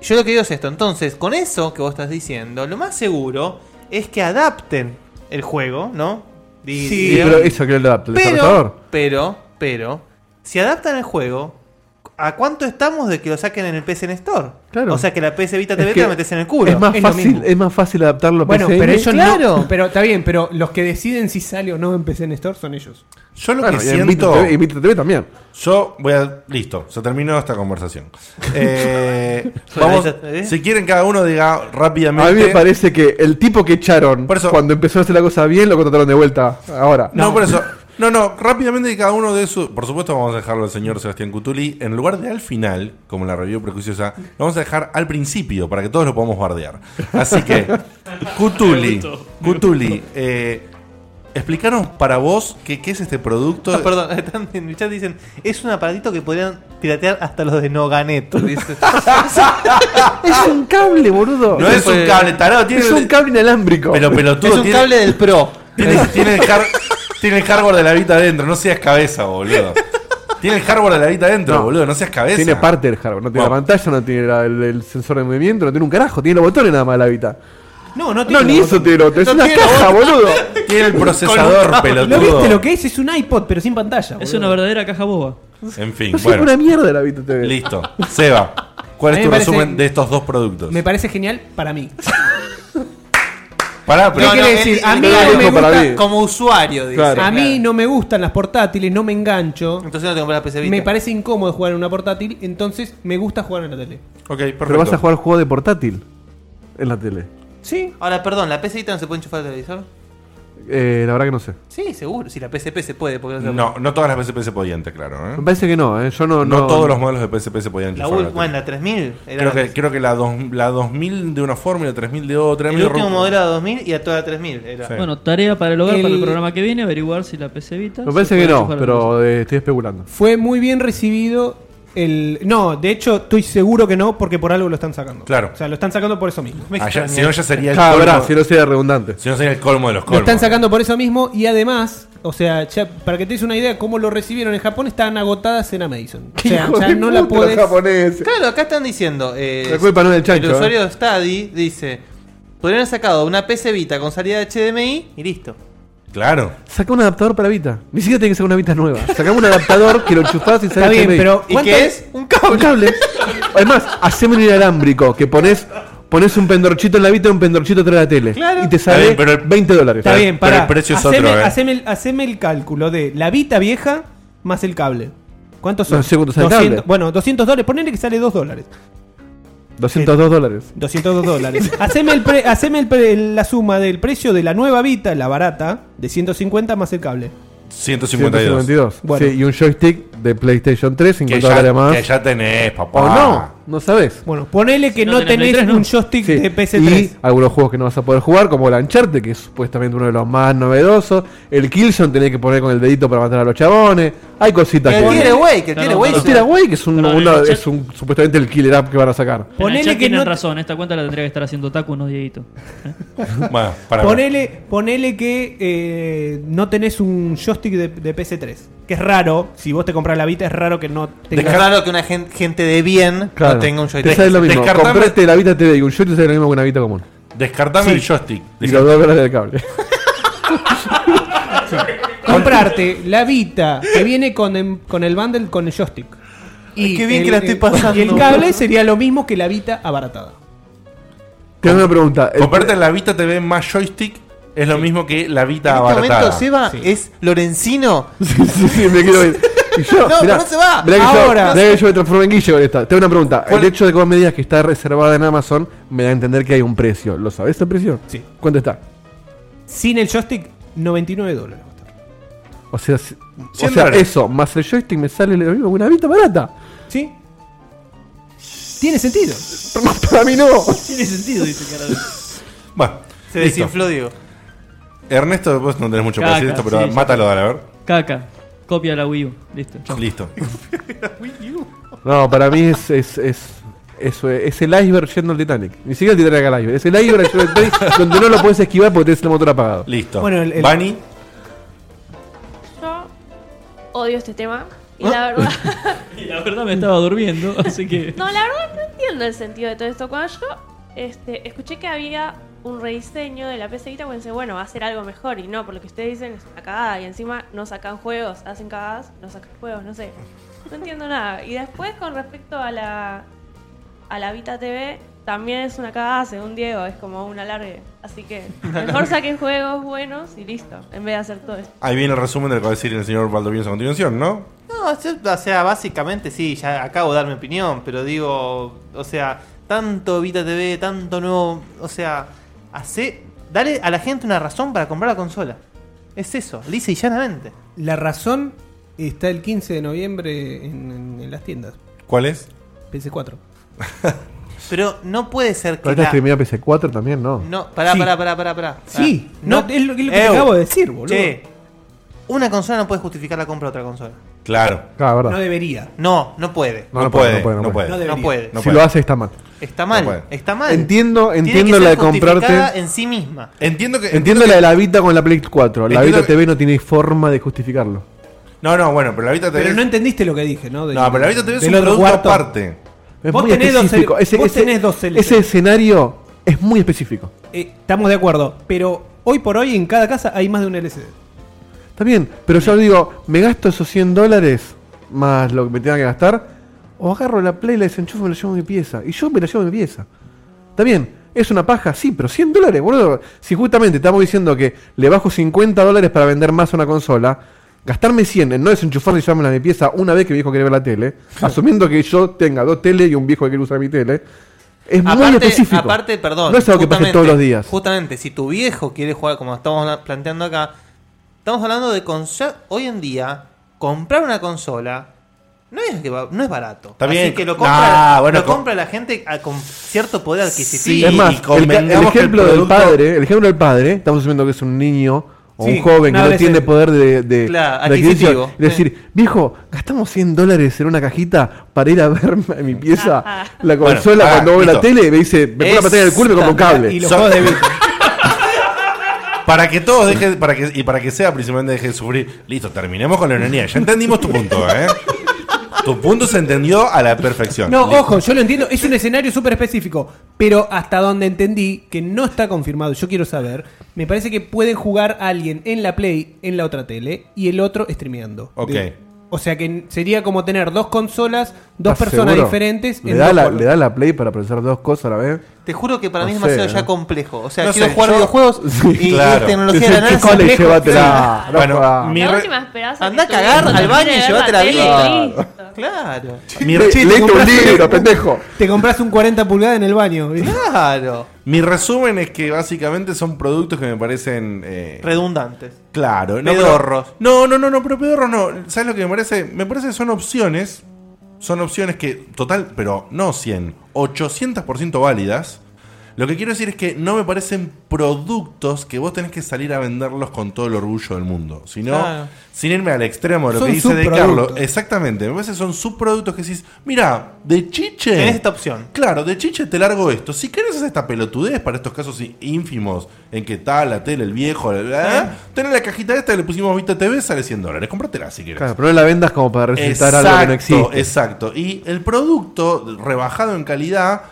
D: yo lo que digo es esto, entonces, con eso que vos estás diciendo, lo más seguro es que adapten el juego, ¿no? Di-
H: Sí,
D: digamos-
H: pero eso que lo adapta el
D: pero,
H: desarrollador.
D: pero, pero, si adaptan el juego, ¿A cuánto estamos de que lo saquen en el PSN Store?
H: Claro.
D: O sea que la PS Vita
H: Es
D: TV
H: que
D: te la metes en el culo.
H: Es más,
D: lo
H: fácil,
D: mismo.
H: es más fácil adaptarlo a
G: Bueno,
H: PCN.
G: pero ellos
D: Claro.
G: no. Pero está bien, pero los que deciden si sale o no en PC en Store son ellos. Ah,
B: Yo lo
H: Bueno,
B: que
H: y en
B: siento.
H: Vita TV y Vita TV también.
B: Yo voy a. Listo, se terminó esta conversación. Eh,
H: Bueno,
B: vamos,
H: eso- ¿eh?
B: si quieren, cada uno diga rápidamente.
H: A mí me parece que el tipo que echaron
B: Por eso-
H: cuando empezó a hacer la cosa bien lo contrataron de vuelta. Ahora.
B: No, por eso. No, no, rápidamente cada uno de sus. Por supuesto, vamos a dejarlo al señor Sebastián Cutuli. En lugar de al final, como la review prejuiciosa, lo vamos a dejar al principio para que todos lo podamos bardear. Así que, Cutuli, Cutuli, eh, explícanos para vos qué, qué es este producto.
D: No, Ah, perdón, están en el chat dicen, es un aparatito que podrían piratear hasta los de Noganet. dice.
H: es un cable, boludo.
B: No es un cable, tarado. Tiene
H: Es un cable inalámbrico.
B: Pero pelotudo. tiene- Tiene, tiene el har- tiene el hardware de la Vita adentro. No seas cabeza, boludo. Tiene el hardware de la Vita adentro,
H: No.
B: boludo. No seas cabeza.
H: Tiene parte del hardware, no tiene
B: Bueno.
H: la pantalla, no tiene la- el, el sensor de movimiento, no tiene un carajo, tiene los botones nada más la Vita.
G: No, no
H: No, ni eso tiene el otro, es
G: No
H: una
G: tiene
H: caja,
G: otro.
H: boludo.
B: Tiene el
G: Con un cable. ¿No viste lo que es? Es un iPod, pero sin pantalla.
C: Es una verdadera caja boba.
B: En fin,
H: No sirve
B: bueno.
H: una mierda la Vita TV.
B: Listo. Seba, ¿cuál
G: A
B: es
G: mí
B: tu
G: me parece-
B: resumen de estos dos productos?
G: Me parece genial para mí.
B: Pará,
G: ¿Qué quiere decir? A mí no me gusta-
D: como usuario, dice.
G: a mí no me gustan las portátiles, no me engancho.
D: Entonces no te compras la PC Vita.
G: Me parece incómodo jugar en una portátil, entonces me gusta jugar en la tele.
B: Ok,
H: Pero vas a jugar juego de portátil en la tele.
G: Sí.
D: Ahora, perdón, ¿la PC Vita no se puede enchufar al televisor?
H: Eh, la verdad que no sé.
D: Sí, seguro. Si la PSP se puede, porque se
B: No, no todas las PSP se podían, te claro. ¿eh?
H: Me parece que no, eh, yo no-
B: No
H: no-
B: todos los modelos de PSP se podían
D: La
B: enchufar a la
D: última, en la 3000.
B: tele.
D: Era
B: Creo
D: la-
B: que, creo que la, dos- la 2000 de una forma y la 3000 de otra.
D: el
B: medio
D: último
B: ro-
D: modelo era 2000 y a toda la 3000. Era.
C: Bueno, tarea para el hogar,
G: El-
C: para el programa que viene, averiguar si la PC Vita.
H: Me parece
C: se
H: que
C: puede
H: no,
C: enchufar a la
H: pero eh, estoy especulando.
G: Fue muy bien recibido el. No, de hecho, estoy seguro que no, porque por algo lo están sacando.
B: Claro.
G: O sea, lo están sacando por eso mismo.
B: Ah, ya- si no, ya sería el
H: Cabra,
B: colmo.
H: si no sería redundante.
B: Si no sería el colmo de los
G: Lo
B: colmos.
G: están sacando por eso mismo y además, o sea, ya, para que te des una idea cómo lo recibieron en Japón, están agotadas en Amazon. O sea,
D: Hijo
G: ya
D: de
G: no
D: puta
G: la puedes.
D: los Claro, acá están diciendo. eh,
H: La culpa no es del chancho,
D: El usuario
H: eh.
D: Stadi dice: Podrían haber sacado una PC Vita con salida HDMI y listo.
B: Claro.
H: Saca un adaptador para Vita. Ni siquiera tiene que sacar una Vita nueva. Sacamos un adaptador que lo enchufás y sale
D: Está bien,
H: HDMI.
D: pero ¿Y ¿cuánto- qué es?
H: Un cable. Además, hacemos un inalámbrico que pones pones un pendorchito en la Vita y un pendorchito atrás de la tele.
G: Claro.
H: Y te
G: Está
H: sale
G: bien,
H: 20 dólares.
G: Está bien, para. haceme,
B: eh.
H: eh.
G: haceme el, haceme el cálculo de la Vita vieja más el cable. ¿Cuántos son?
H: No sé cuánto sale el cable.
G: Bueno, 200 dólares. Ponele que sale 2 dólares.
H: 202 dólares.
G: 202 dólares. haceme el pre- haceme el pre- la suma del precio de la nueva Vita, la barata, de 150 más el cable.
B: 152.
H: 152.
G: Bueno.
H: Sí, y un joystick de PlayStation 3,
B: Que
H: 50
B: ya,
H: dólares más.
B: que ya tenés, papá.
H: O no, no sabes.
G: Bueno, ponele que
H: no
G: no,
H: tenés Play
G: tenés
H: 3, ¿no?
G: un joystick
H: Sí,
G: de PS3.
H: Y algunos juegos que no vas a poder jugar, como el Uncharted, que es supuestamente uno de los más novedosos. El Killzone tenés que poner con el dedito para matar a los chabones. Hay cositas
D: El
H: que.
D: Tearaway, que el
H: No,
D: Tearaway
H: no,
D: es
H: El
D: una-
H: Tearaway, que es un,
C: Perdón,
H: una-
C: el
H: es un- supuestamente el killer app que van a sacar.
C: En el
G: Ponele
C: chat
G: que
C: tienen
G: no te-
C: razón, esta cuenta la tendría que estar haciendo Taku, no Dieguito.
B: Bueno, para
G: Ponele, ponele que eh, no tenés un joystick de, de PS3. Que es raro. Si vos te compras la Vita, es raro que no tengas.
D: Es raro que una gen- gente de bien no tenga un
H: Te
D: joystick.
H: sale lo mismo.
D: Descartame-
H: Compraste la Vita TV y un joystick te sale lo mismo que una Vita común.
B: Descartame
H: Sí.
B: el joystick.
H: Y los dos dólares del cable.
G: comprarte la Vita que viene con, em- con el bundle con el joystick. Y
D: Qué bien
G: el-
D: que la estoy
G: el-
D: pasando.
G: Y el cable sería lo mismo que la Vita abaratada.
H: Te hago una pregunta. El-
B: Comprarte la Vita TV más joystick es lo mismo que la Vita
D: En este
B: abaratada.
D: momento, Seba es Lorenzino.
H: Sí, sí, me quiero ir. Y yo,
D: No,
H: mirá,
D: pero no se va.
H: mirá que
D: Ahora.
H: Yo, mirá que yo me transformo en Guille con esta. Tengo una pregunta. El hecho de que vos me digas que está reservada en Amazon me da a entender que hay un precio. ¿Lo sabés el precio?
G: Sí.
H: ¿Cuánto está?
G: Sin el joystick, 99 dólares.
H: O sea, si- o
G: Cien
H: sea
G: dólares.
H: eso, más el joystick me sale lo mismo que una vita barata.
G: ¿Sí? Tiene sentido.
H: Para mí no.
C: Tiene sentido, dice Carlos.
B: Bueno,
C: Se
B: listo.
C: desinfló, Diego.
B: Ernesto, vos no tenés mucho para
C: Caca,
B: decir esto, pero
C: sí,
B: mátalo,
C: sí.
B: dale, a ver.
C: Caca. Copia la Wii U. Listo. chao.
B: Listo.
H: No, para mí es, es, es, es, es el iceberg yendo al Titanic. Ni siquiera el Titanic al iceberg. Es el iceberg yendo al Titanic donde no lo puedes esquivar porque tenés el motor apagado.
B: Listo.
H: Bueno, el- el-
B: Bani,
I: Yo odio este tema. Y la verdad.
C: Y la verdad me estaba durmiendo, así que.
I: No, la verdad no entiendo el sentido de todo esto. Cuando yo este, escuché que había un rediseño de la PCita, cuando dice, bueno, va a ser algo mejor. Y no, por lo que ustedes dicen es una cagada. Y encima no sacan juegos, hacen cagadas, no sacan juegos, no sé. No entiendo nada. Y después, con respecto a la, a la Vita TV, también es una cagada, según Diego, es como un alargue. Así que mejor saquen juegos buenos y listo, en vez de hacer todo esto.
B: Ahí viene el resumen de lo que va a decir el señor Valdovinos a continuación, ¿no?
D: No, yo, o sea, básicamente sí, ya acabo de dar mi opinión, pero digo, o sea, tanto Vita TV, tanto nuevo, o sea, hace, dale a la gente una razón para comprar la consola. Es eso, lisa y llanamente.
G: La razón está el 15 de noviembre en, en- en las tiendas.
B: ¿Cuál es?
G: PS4.
D: Pero no puede ser
H: Pero
D: que
H: ahorita
D: la-
H: streamea PC4 también, ¿no.
D: No, pará,
H: Sí.
D: pará, pará, pará, pará.
H: Sí,
D: Pará.
H: no, es lo que- lo que te acabo de decir, boludo.
D: Ah, Che, una consola no puede justificar la compra de otra consola.
B: Claro.
H: Claro, verdad.
D: No debería. No, no puede.
H: No, no puede, no puede, no puede.
D: No puede.
H: No Si puede. lo hace, está mal.
D: Está
H: No
D: mal,
H: puede.
D: está mal.
H: Entiendo-
D: Tiene
H: entiendo
D: que ser
H: la de comprarte-
D: justificada en sí misma.
B: Entiendo que.
H: Entiendo la de la Vita con la Play 4. La
B: Entiendo
H: Vita TV no tiene forma de justificarlo.
B: No, no, bueno, pero la Vita TV.
G: Pero
B: es-
G: no entendiste lo que dije, ¿no? De-
B: No, pero la Vita TV es
G: del
B: un
G: otro
B: producto
G: cuarto.
B: aparte.
H: Es
G: Vos
H: muy
G: tenés dos
H: específico.
G: cel-
H: ese,
G: vos
H: ese-
G: tenés dos cel-
H: ese escenario es muy específico.
G: Eh, estamos de acuerdo, pero hoy por hoy en cada casa hay más de un LCD.
H: Está bien, pero yo digo, me gasto esos 100 dólares más lo que me tenga que gastar, o agarro la play, la desenchufo y me la llevo a mi pieza. Y yo me la llevo a mi pieza. Está bien, es una paja, sí, pero 100 dólares, boludo. Si justamente estamos diciendo que le bajo 50 dólares para vender más una consola, gastarme 100 en no desenchufarla y llevármela a mi pieza una vez que mi viejo quiere ver la tele, asumiendo que yo tenga dos tele y un viejo que quiere usar mi tele, es muy específico.
D: aparte, perdón.
H: No es algo que pase
D: justamente-
H: todos los días.
D: Justamente, si tu viejo quiere jugar, como estamos la- planteando acá, estamos hablando de con- ya hoy en día, comprar una consola no es, que va- no es barato.
B: Está bien.
D: Así que lo compra,
B: Nah, bueno,
D: lo
B: con-
D: compra la gente a- con cierto poder adquisitivo.
B: Sí,
H: es más,
B: y
H: el, ca- el
B: convengamos que el
H: ejemplo del
B: producto-
H: padre, el ejemplo del padre, estamos asumiendo que es un niño o
D: Sí,
H: un joven
D: un
H: que no tiene
D: adolescente.
H: poder de, de,
D: Claro,
H: de adquisición,
D: adquisitivo,
H: y decir, viejo, gastamos 100 dólares en una cajita para ir a ver a mi pieza la
B: Bueno,
H: consola
B: ah,
H: cuando veo la
B: listo.
H: tele, me dice, me pongo la pantalla del culo y me compro un cable.
B: Son- Para que todos dejen, para que, y para que sea principalmente deje de sufrir. Listo, terminemos con la ironía. Ya entendimos tu punto, ¿eh? Tu punto se entendió a la perfección.
G: No,
B: Listo.
G: ojo, yo lo entiendo, es un escenario súper específico, pero hasta donde entendí que no está confirmado, yo quiero saber, me parece que pueden jugar a alguien en la Play, en la otra tele, y el otro streameando.
B: Ok.
G: De- o sea que n- sería como tener dos consolas, dos
H: ¿Estás
G: personas
H: seguro?
G: diferentes.
H: ¿Le
G: en
H: da,
G: dos
H: la,
G: colos.
H: le da la play para procesar dos cosas a la vez.
D: Te juro que para mí
H: No
D: es demasiado
H: sé,
D: ya
H: ¿no?
D: complejo. O sea,
H: No
D: quiero
H: sé,
D: jugar
H: yo-
D: videojuegos
H: Sí,
D: y, y
H: claro.
D: es tecnología de la
H: Decís,
D: NASA.
H: "Chicole,
D: complejo".
H: llévatela,
D: Sí.
H: no Bueno, jodas. mi
I: La
H: re-
I: última esperanza.
D: Andá a
I: que tuve
D: cagar
I: cuando
D: al baño y
I: terminé de ver
D: llévatela
I: la tele,
D: bien.
I: listo.
D: Claro.
B: Mi,
H: Che,
B: te
H: leíste Ah. un
B: compraste-
H: libro, pendejo.
G: Te compras un 40 pulgadas en el baño. ¿viste?
D: Claro.
B: Mi resumen es que básicamente son productos que me parecen. eh,
D: Redundantes.
B: Claro, no,
D: Pedorros.
B: pero- No, no, no, no, pero pedorros no. ¿Sabes lo que me parece? Me parece que son opciones. Son opciones que, total, pero no 100, 800% válidas. Lo que quiero decir es que no me parecen productos que vos tenés que salir a venderlos con todo el orgullo del mundo. Sino,
D: Claro.
B: sin irme al extremo de lo
D: Son
B: que dice de
D: subproductos.
B: Carlos. Exactamente, me parece que son subproductos que decís, mira, de chiche.
D: Tenés esta opción.
B: Claro, de chiche te largo esto. Si querés hacer esta pelotudez para estos casos í- ínfimos en que tal, la tele, el viejo, la, la-
D: ¿Eh?
B: tenés la cajita esta que le pusimos Vita TV, sale 100 dólares. Cómpratela si querés.
H: Claro, pero no la vendas como para resucitar algo que no existe.
B: Exacto. Y el producto rebajado en calidad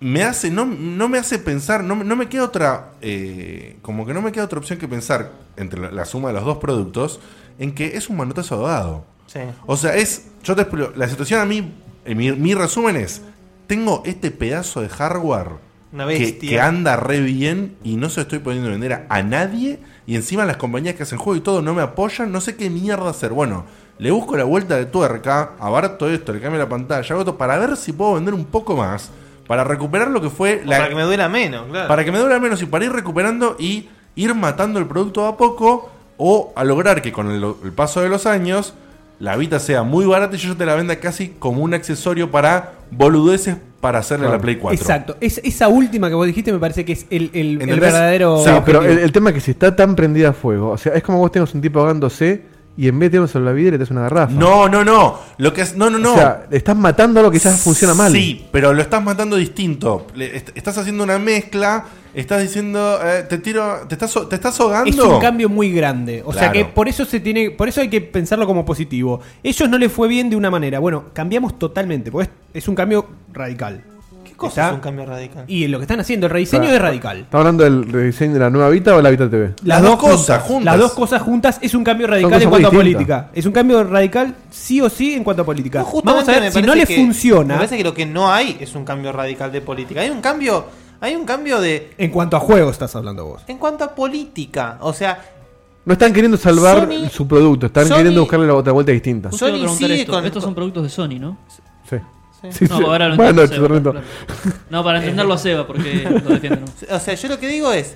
B: me hace, no, no me hace pensar, no, me- no me queda otra, eh, como que no me queda otra opción que pensar entre la, la suma de los dos productos en que es un manotazo dado.
D: Sí.
B: O sea, es, yo te explico, la situación a mí, eh, mi, mi resumen es, tengo este pedazo de hardware
D: Una
B: que,
D: bestia.
B: que anda re bien y no se lo estoy poniendo a vender a, a nadie. Y encima las compañías que hacen juego y todo no me apoyan, no sé qué mierda hacer. Bueno, le busco la vuelta de tuerca, abarto esto, le cambio la pantalla, hago esto, para ver si puedo vender un poco más. Para recuperar lo que fue
D: O Para que me duela menos, claro.
B: para que me dure al menos y para ir recuperando y ir matando el producto a poco o a lograr que con el, el paso de los años la Vita sea muy barata y yo te la venda casi como un accesorio para boludeces para hacerle la Play 4.
G: Exacto, es- esa última que vos dijiste me parece que es el, el- el
B: ¿Entendés?
G: verdadero...
H: Sí, pero el,
G: objetivo.
H: el tema es que si está tan prendida a fuego, o sea, es como vos tengas un tipo ahogándose y en vez de tirarlo a la vidrio le das una garrafa.
B: No, no, no. Lo que es, no, no, no.
H: O sea, estás matando algo que ya funciona mal.
B: Sí, pero lo estás matando distinto. Le- est- estás haciendo una mezcla, estás diciendo, eh, te tiro, te estás, te estás ahogando.
G: Es un cambio muy grande. O sea
B: Claro.
G: que por eso se tiene, por eso hay que pensarlo como positivo. Ellos no les fue bien de una manera. Bueno, cambiamos totalmente, porque es, es un cambio radical. cosa
D: es un cambio radical?
G: Y lo que están haciendo, el rediseño
H: Pará,
G: es radical.
H: ¿Estamos hablando del rediseño de la nueva Vita o la Vita TV?
G: Las, dos, cosas juntas. Las dos cosas juntas es un cambio radical
H: cosas
G: en
H: muy
G: cuanto a
H: distintas.
G: política. Es un cambio radical sí o sí en cuanto a política. Vamos
D: Justamente
G: a
D: me
G: ver si no
D: parece
G: le
D: que- Me
G: funciona
D: parece que lo que no hay es un cambio radical de política. Hay un cambio, hay un cambio de
G: en cuanto a juegos estás hablando vos.
D: en cuanto a política. O sea,
H: No están queriendo salvar
D: Sony-
H: su producto, están
D: Sony-
H: queriendo buscarle la otra vuelta distinta.
C: Justo iba a
D: Sony
C: preguntar
D: sigue
C: esto.
D: con-
C: Estos son productos de Sony, ¿no?
H: Sí. Sí,
C: no,
H: sí.
C: ahora lo
H: Buenas
C: entiendo,
H: noches,
C: Seba,
H: Fernando.
C: claro. No, para entenderlo a Seba, porque lo defienden.
D: O sea, yo lo que digo es,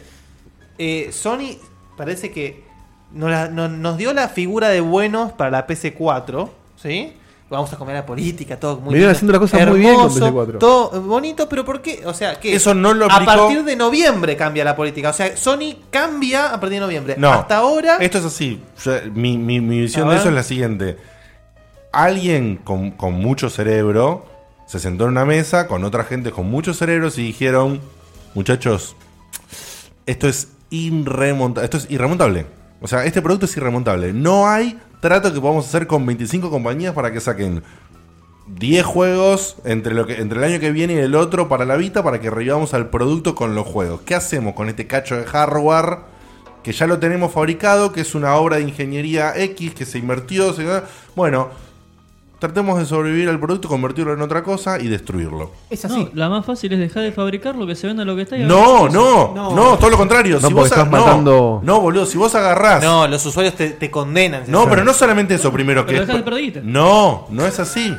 D: eh, Sony parece que nos, la- no- nos dio la figura de buenos para la PC4, ¿sí? Vamos a comer la política, todo muy lindo,
H: Venían haciendo las cosas muy bien con
D: hermoso,
H: PC4.
D: Todo bonito, pero ¿por qué? O sea, que
B: Eso no lo
D: A
B: aplicó-
D: partir de noviembre cambia la política. O sea, Sony cambia a partir de noviembre.
B: No.
D: Hasta ahora...
B: Esto es así. Yo- mi, mi- mi visión
D: A
B: de
D: ver.
B: eso es la siguiente. Alguien con, con mucho cerebro se sentó en una mesa con otra gente con muchos cerebros y dijeron, muchachos, esto es irremontable. Esto es irremontable. O sea, este producto es irremontable. No hay trato que podamos hacer con 25 compañías para que saquen 10 juegos entre, lo que, entre el año que viene y el otro para la Vita para que revivamos al producto con los juegos. ¿Qué hacemos con este cacho de hardware que ya lo tenemos fabricado, que es una obra de ingeniería X que se invirtió? se- Bueno, tratemos de sobrevivir al producto, convertirlo en otra cosa y destruirlo.
G: Es
C: así. la más fácil es dejar de fabricar lo que se vende lo que está y
B: No, no, no, todo lo contrario.
H: No, porque
B: si vos a-
H: estás
B: no,
H: matando-
B: No, boludo, si vos agarrás...
D: No, los usuarios te, te condenan.
B: No, pero no solamente eso primero
D: pero
B: que.
D: dejas de perder guita.
B: No, no es así.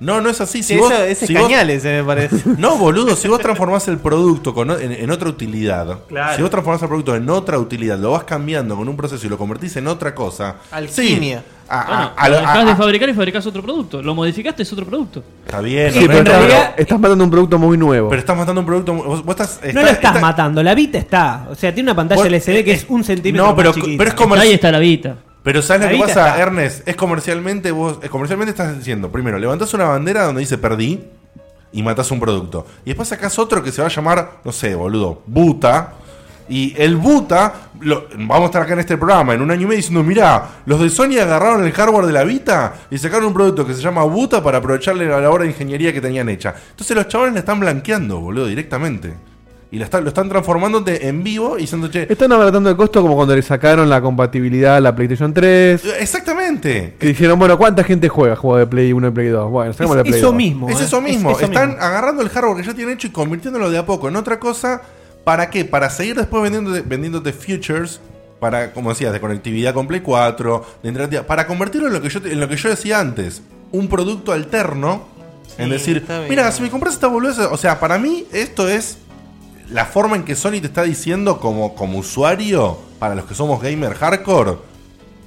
B: No, no es así. Si
D: Eso-
B: vos,
D: ese es
B: si vos-
D: Cañales, eh, me parece.
B: No, boludo, si vos transformás el producto con, o- en, en otra utilidad,
D: Claro.
B: si vos transformás el producto en otra utilidad, lo vas cambiando con un proceso y lo convertís en otra cosa.
C: Alquimia.
B: Sí, a- a-
C: Bueno,
B: a-
C: lo
B: a-
C: dejás
B: a-
C: de fabricar y fabricás otro producto. Lo modificaste, es otro producto.
B: Está bien,
H: Sí,
B: no,
H: pero
B: no,
H: estás,
B: pero-
H: estás matando un producto muy nuevo.
B: pero estás matando un producto. Vos, vos estás,
G: No lo estás matando, la Vita está. O sea, tiene una pantalla
B: Vos- eh,
G: LCD que es un centímetro.
B: No, pero,
G: más chiquita.
B: pero es comercial.
C: Vita.
B: Pero ¿sabes
G: La
B: lo que
G: Vita
B: pasa,
G: está.
B: Ernest? Es comercialmente, vos, eh, comercialmente estás diciendo, primero, levantás una bandera donde dice perdí y matás un producto. Y después sacás otro que se va a llamar, no sé, boludo, Buta. Y el Buta, lo- vamos a estar acá en este programa en un año y medio diciendo, mirá, los de Sony agarraron el hardware de la Vita y sacaron un producto que se llama Buta para aprovecharle la labor de ingeniería que tenían hecha. Entonces los chavales la están blanqueando, boludo, directamente. Y la están- lo están transformándote en vivo y diciendo, che,
H: Están abaratando el costo como cuando le sacaron la compatibilidad a la PlayStation 3.
B: exactamente.
H: Que dijeron, bueno, ¿cuánta gente juega juego de Play 1 y Play 2? Bueno, sacamos la Play 2.
G: ¿eh?
B: Es eso mismo. Están agarrando el hardware que ya tienen hecho y convirtiéndolo de a poco en otra cosa. ¿Para qué? Para seguir después vendiéndote, vendiéndote futures. Para, como decías, de conectividad con Play 4, de interactividad, para convertirlo en lo que yo, te- en lo que yo decía antes, un producto alterno, en decir,
D: está bien.
B: mira, si me compras esta boludeza, o sea, para mí esto es la forma en que Sony te está diciendo como, como usuario, para los que somos gamer hardcore,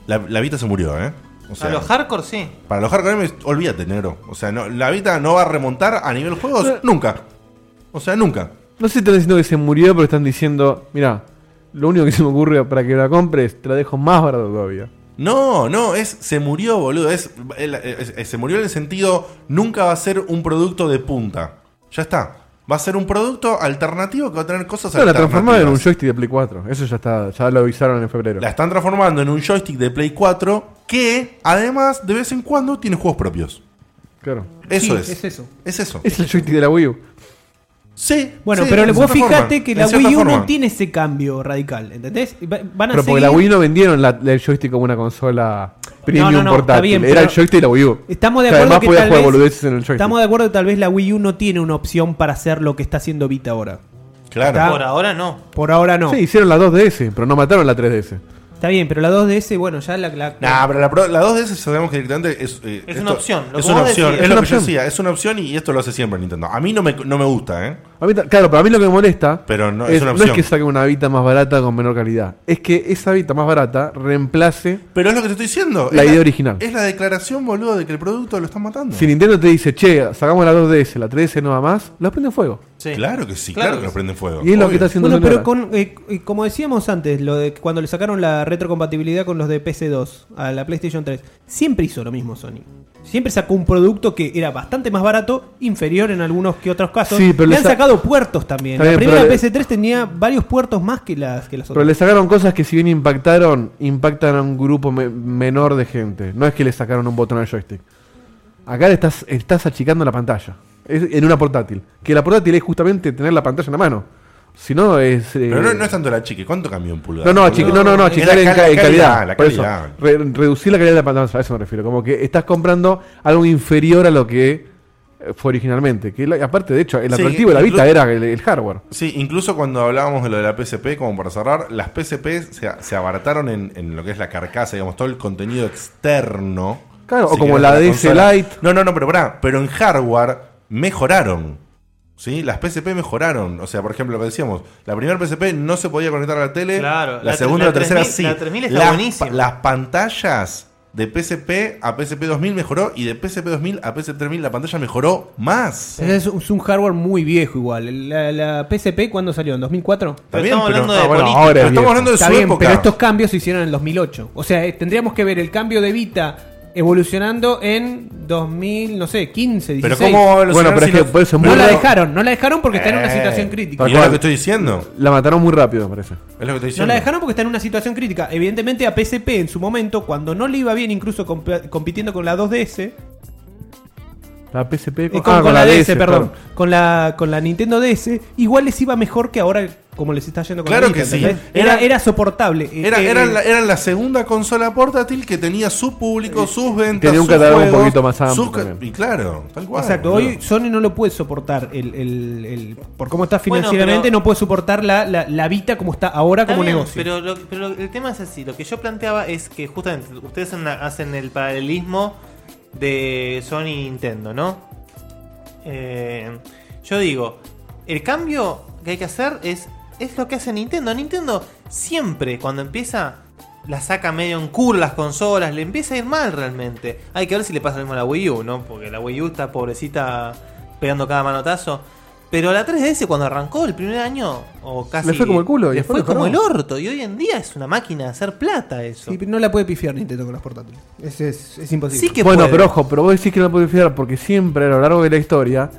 B: la, la Vita se murió, ¿eh? O sea,
D: a los hardcore sí.
B: para los hardcore gamers, olvídate, negro. O sea, no, la Vita no va a remontar a nivel juegos nunca. O sea, nunca.
H: No sé si están diciendo que se murió, pero están diciendo, mira, lo único que se me ocurre para que la compres, te la dejo más barata todavía.
B: No, no, es se murió, boludo. Es, el- es- es- se murió en el sentido, nunca va a ser un producto de punta. Ya está. Va a ser un producto alternativo que va a tener cosas
H: No, la transformaron en un
B: alternativas.
H: joystick de Play 4. Eso ya está, ya lo avisaron en febrero.
B: La están transformando en un joystick de Play 4 que, además, de vez en cuando tiene juegos propios.
H: Claro.
B: Eso
G: Sí,
B: es.
G: es eso.
B: Es eso.
H: Es el joystick de la Wii U.
B: Sí.
G: Bueno,
B: sí,
G: pero
B: en
G: vos
B: cierta
G: fijate
B: forma,
G: que
B: en
G: la
B: cierta
G: Wii U no
B: forma.
G: tiene ese cambio radical, ¿entendés? Va- Van a
H: Pero
G: seguir-
H: porque la Wii no vendieron la- el joystick como una consola premium
G: no, no, está
H: portátil.
G: bien,
H: Era el
G: pero
H: joystick de la Wii U.
G: Estamos de
H: Que
G: acuerdo
H: además
G: que
H: podías
G: tal
H: jugar
G: vez-
H: boludeces en el joystick.
G: Estamos de acuerdo que tal vez la Wii U no tiene una opción para hacer lo que está haciendo Vita ahora.
B: Claro.
G: Está-
D: Por ahora no.
G: Por ahora no.
H: Sí, hicieron la 2DS, pero no mataron la 3DS.
G: Está bien, pero la 2DS, bueno, ya la... la-
B: Nah, pero la, pro- la 2DS sabemos que directamente es. eh,
D: Es una opción, lo
B: Es
D: que
B: una
D: vos
B: opción.
D: decís.
B: Es
D: Es
B: lo
D: una
B: que yo
D: opción.
B: decía. Es una opción y esto lo hace siempre Nintendo. A mí no me, no me gusta, ¿eh?
H: A mí ta- claro, pero a mí lo que me molesta
B: Pero no- es una
H: no es
B: opción.
H: que saquen una Vita más barata con menor calidad. Es que esa Vita más barata reemplace.
B: Pero es lo que te estoy diciendo.
H: La
B: Es
H: idea original.
B: Es la declaración, boludo, de que el producto lo están matando.
H: Si Nintendo te dice, che, sacamos la 2DS, la 3DS no va más, los prende fuego.
B: Claro que sí,
H: Claro
B: claro,
H: que
B: que lo
H: sí.
B: prenden fuego.
H: Y es lo que
B: Obvio.
H: está haciendo
G: Bueno,
H: Sony
G: pero
H: ahora.
G: con, eh, eh, como decíamos antes, lo de que cuando le sacaron la retrocompatibilidad con los de PC2 a la PlayStation 3, siempre hizo lo mismo Sony. Siempre sacó un producto que era bastante más barato, inferior en algunos que otros casos.
H: Sí, pero
G: le
H: le
G: han
H: sa-
G: sacado puertos también.
H: Está
G: La
H: bien,
G: primera
H: pero-
G: PC3 tenía varios puertos más que las, que las
H: Pero
G: otras.
H: le sacaron cosas que si bien impactaron, impactan a un grupo me- menor de gente. No es que le sacaron un botón al joystick. Acá le estás, estás achicando la pantalla. Es en una portátil. Que la portátil es justamente tener la pantalla en la mano. Si no, es. eh,
B: Pero no, no es tanto la chique. ¿Cuánto cambió en pulgadas?
H: no, no, achic- no, no, no,
B: Es
H: achicar
B: la
H: en,
B: cal-
H: ca- en
B: la
H: calidad.
B: la
H: por eso,
B: calidad.
H: re- reducir la calidad de la pantalla, a eso me refiero. Como que estás comprando algo inferior a lo que eh, fue originalmente. Que la- aparte, de hecho, el
B: Sí,
H: atractivo de la
B: inclu-
H: Vita era el, el hardware.
B: Sí, incluso cuando hablábamos de lo de la PSP, como para cerrar, las PSP se, se abarataron en, en lo que es la carcasa, digamos, todo el contenido externo.
H: Claro,
B: Si
H: o como
B: querés,
H: la
B: de
H: DS
B: consola.
H: Lite.
B: No, no, no, pero pará, pero en hardware mejoraron. ¿Sí? Las PSP mejoraron. O sea, por ejemplo, lo que decíamos, la primera PSP no se podía conectar a la tele,
D: Claro,
B: la,
D: la
B: segunda, la,
D: tre- la
B: tercera
D: 3000
B: sí.
D: la 3000 está
B: Las-
D: buenísima.
B: Las pantallas de PSP a PSP 2000 mejoró y de PSP 2000 a PSP 3000 la pantalla mejoró más.
G: Ese Es, es un hardware muy viejo igual. La, la PSP, ¿cuándo salió? ¿En 2004?
B: Está bien, estamos pero- hablando de no, bueno, política. ahora es
G: Pero estamos
B: viejo.
G: hablando de
B: Está
G: su
B: bien,
G: época.
B: pero
G: Pero
B: estos
G: estos cambios se hicieron en el 2008. O sea, eh, tendríamos que ver el cambio de Vita evolucionando en 2000, no sé, 15, 16.
B: Pero ¿cómo va a evolucionar Bueno, pero si es que los- por eso es
G: No
B: muy
G: la
B: raro.
G: dejaron, no la dejaron porque está en una
B: Eh,
G: situación crítica.
B: ¿Y es lo que estoy diciendo?
H: La mataron muy rápido, me parece.
B: Es lo que estoy
G: No
B: diciendo.
G: la dejaron porque está en una situación crítica. Evidentemente a PSP en su momento, cuando no le iba bien incluso comp- compitiendo con la 2DS,
H: Ah, La PSP
G: Eh, con, con la, DS, perdón. Con, la, con la Nintendo DS, igual les iba mejor que ahora, como les está yendo con
B: Claro
G: la
B: que
G: Vita,
B: sí.
G: ¿entendés? Era,
B: Era-
G: era soportable. Eh,
B: Era,
G: eh,
B: era la, era la segunda consola portátil que tenía su
G: eh,
B: público, sus ventas.
H: tenía un
B: sus
H: catálogo un
B: juegos,
H: poquito más amplio
B: sus ca-
H: también.
B: Y claro, tal cual.
G: Exacto,
B: boludo.
G: hoy Sony no lo puede soportar. El, el- el- por cómo está
D: Bueno,
G: financieramente,
D: pero-
G: no puede soportar la, la, la Vita como está ahora
D: Está
G: como
D: bien,
G: negocio.
D: Pero, lo- pero lo- el tema es así. Lo que yo planteaba es que justamente ustedes hacen una- hacen el paralelismo de Sony y Nintendo, ¿no? Eh, yo digo, el cambio que hay que hacer es, es lo que hace Nintendo. Nintendo siempre, cuando empieza, la saca medio en curva las consolas, le empieza a ir mal realmente. Hay que ver si le pasa lo mismo a la Wii U, ¿no? Porque la Wii U está pobrecita pegando cada manotazo. Pero la 3DS cuando arrancó el primer año, o casi...
H: Le fue como el culo y
D: Le
H: después
D: fue
H: lo
D: como el
H: paró.
D: orto. Y hoy en día es una máquina de hacer plata eso.
G: Sí, pero no la puede pifiar Nintendo con los portátiles. Es, es, es imposible.
H: bueno, pero ojo, pero vos decís que no la puede fiar porque siempre a lo largo de la historia,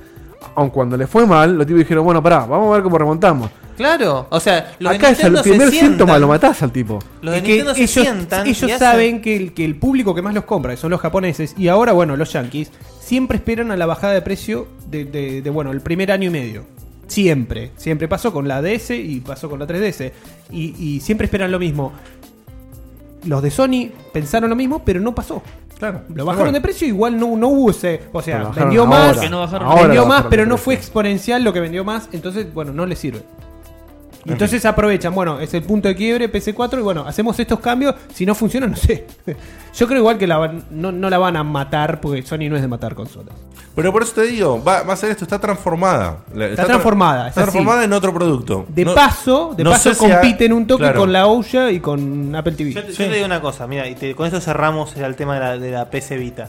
H: aun cuando le fue mal, los tipos dijeron, bueno, pará, vamos a ver cómo remontamos.
D: Claro, o sea, los de
H: Acá es el
D: Nintendo se
H: primer
D: sientan-
H: síntoma, lo matás al tipo.
D: Los de
G: Es que
D: Nintendo se
G: ellos,
D: sientan
G: ellos
D: y hacen-
G: saben que el, que el público que más los compra, que son los japoneses, y ahora, bueno, los yankees, siempre esperan a la bajada de precio de, de- de, bueno, el primer año y medio. Siempre. Siempre pasó con la DS y pasó con la 3DS. Y, y siempre esperan lo mismo. Los de Sony pensaron lo mismo, pero no pasó. Claro. Lo bajaron
S: Bueno.
G: de precio, igual no, no hubo ese. O
S: Pero
G: sea,
S: bajaron
G: vendió
S: ahora.
G: más,
S: Que no bajaron. Ahora
G: vendió
S: bajaron
G: más,
S: de
G: pero no
S: precio.
G: fue exponencial lo que vendió más. Entonces, bueno, no le sirve. Y Entonces aprovechan, bueno, es el punto de quiebre PC4 y bueno, hacemos estos cambios, si no funciona, no sé. Yo creo igual que la van- no, no la van a matar porque Sony no es de matar consolas.
B: Pero por eso te digo, va, va a ser esto, está transformada. La-
G: Está transformada,
B: Está
G: es así.
B: transformada en otro producto.
G: De
B: No-
G: paso, de
B: no
G: paso
B: sé si ha-
G: compiten un toque
B: claro.
G: con la OUSHA y con Apple TV.
D: Yo te, yo te digo una cosa, mira, y te- con eso cerramos el tema de la, de la PC Vita.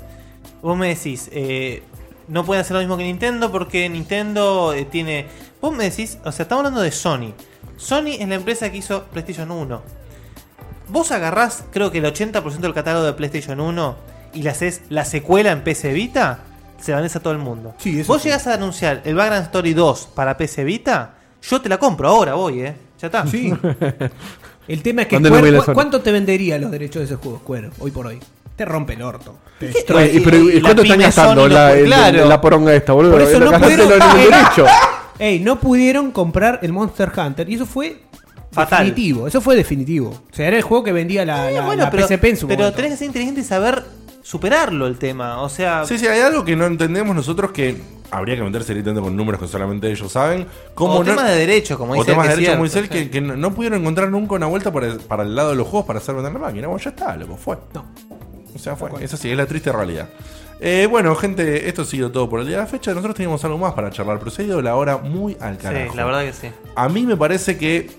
D: Vos me decís, eh, no puede hacer lo mismo que Nintendo porque Nintendo eh, tiene. Vos me decís, o sea, estamos hablando de Sony. Sony es la empresa que hizo PlayStation 1. Vos agarrás, creo que el 80% del catálogo de PlayStation 1 y le haces la secuela en PC Vita, se la vendés a todo el mundo. Vos llegás a anunciar el Background Story 2 para PC Vita, yo te la compro ahora, voy, ¿eh? Ya está.
G: Sí. El tema es que
D: ¿Dónde lo
G: Square-
D: ve la
G: ¿cu-
D: Sony?
G: ¿cuánto te vendería los derechos de ese juego Square hoy por hoy? Te rompe el orto. Te
H: Oye,
G: destruye.
H: y pero, ¿y
G: La
H: ¿Cuánto están
G: pyme
H: gastando
G: Sony no
H: la,
G: puede-
H: el-
G: Claro.
H: la poronga esta, boludo?
G: Por eso
H: Lo
G: no
H: gastaste
G: pudieron,
H: lo- lo
G: Ey,
H: derecho.
G: ey, no pudieron comprar el Monster Hunter y eso fue
D: Fatal. Eh,
G: definitivo. Eso fue definitivo. O sea, era el juego que vendía la, la-
D: bueno,
G: la
D: pero,
G: PSP en su
D: pero
G: momento.
D: tenés que ser inteligente y saber superarlo el tema. O sea,
B: Sí, sí, hay algo que no entendemos nosotros que habría que meterse gritando con números que solamente ellos saben. Como
D: O
B: no-
D: temas de derecho, como
B: O
D: dice
B: temas
D: él, que
B: de
D: es
B: derecho, como dice
D: cierto,
B: él, que, que no, no pudieron encontrar nunca una vuelta para el, para el lado de los juegos para hacer vender la máquina. Bueno, ya está, loco, fue.
G: No.
B: O sea, fue. Eso sí, es la triste realidad. Eh, bueno, gente, esto ha sido todo por el día de la fecha. Nosotros teníamos algo más para charlar, pero se ha ido la hora muy al carajo.
D: sí, la verdad que sí.
B: A mí me parece que.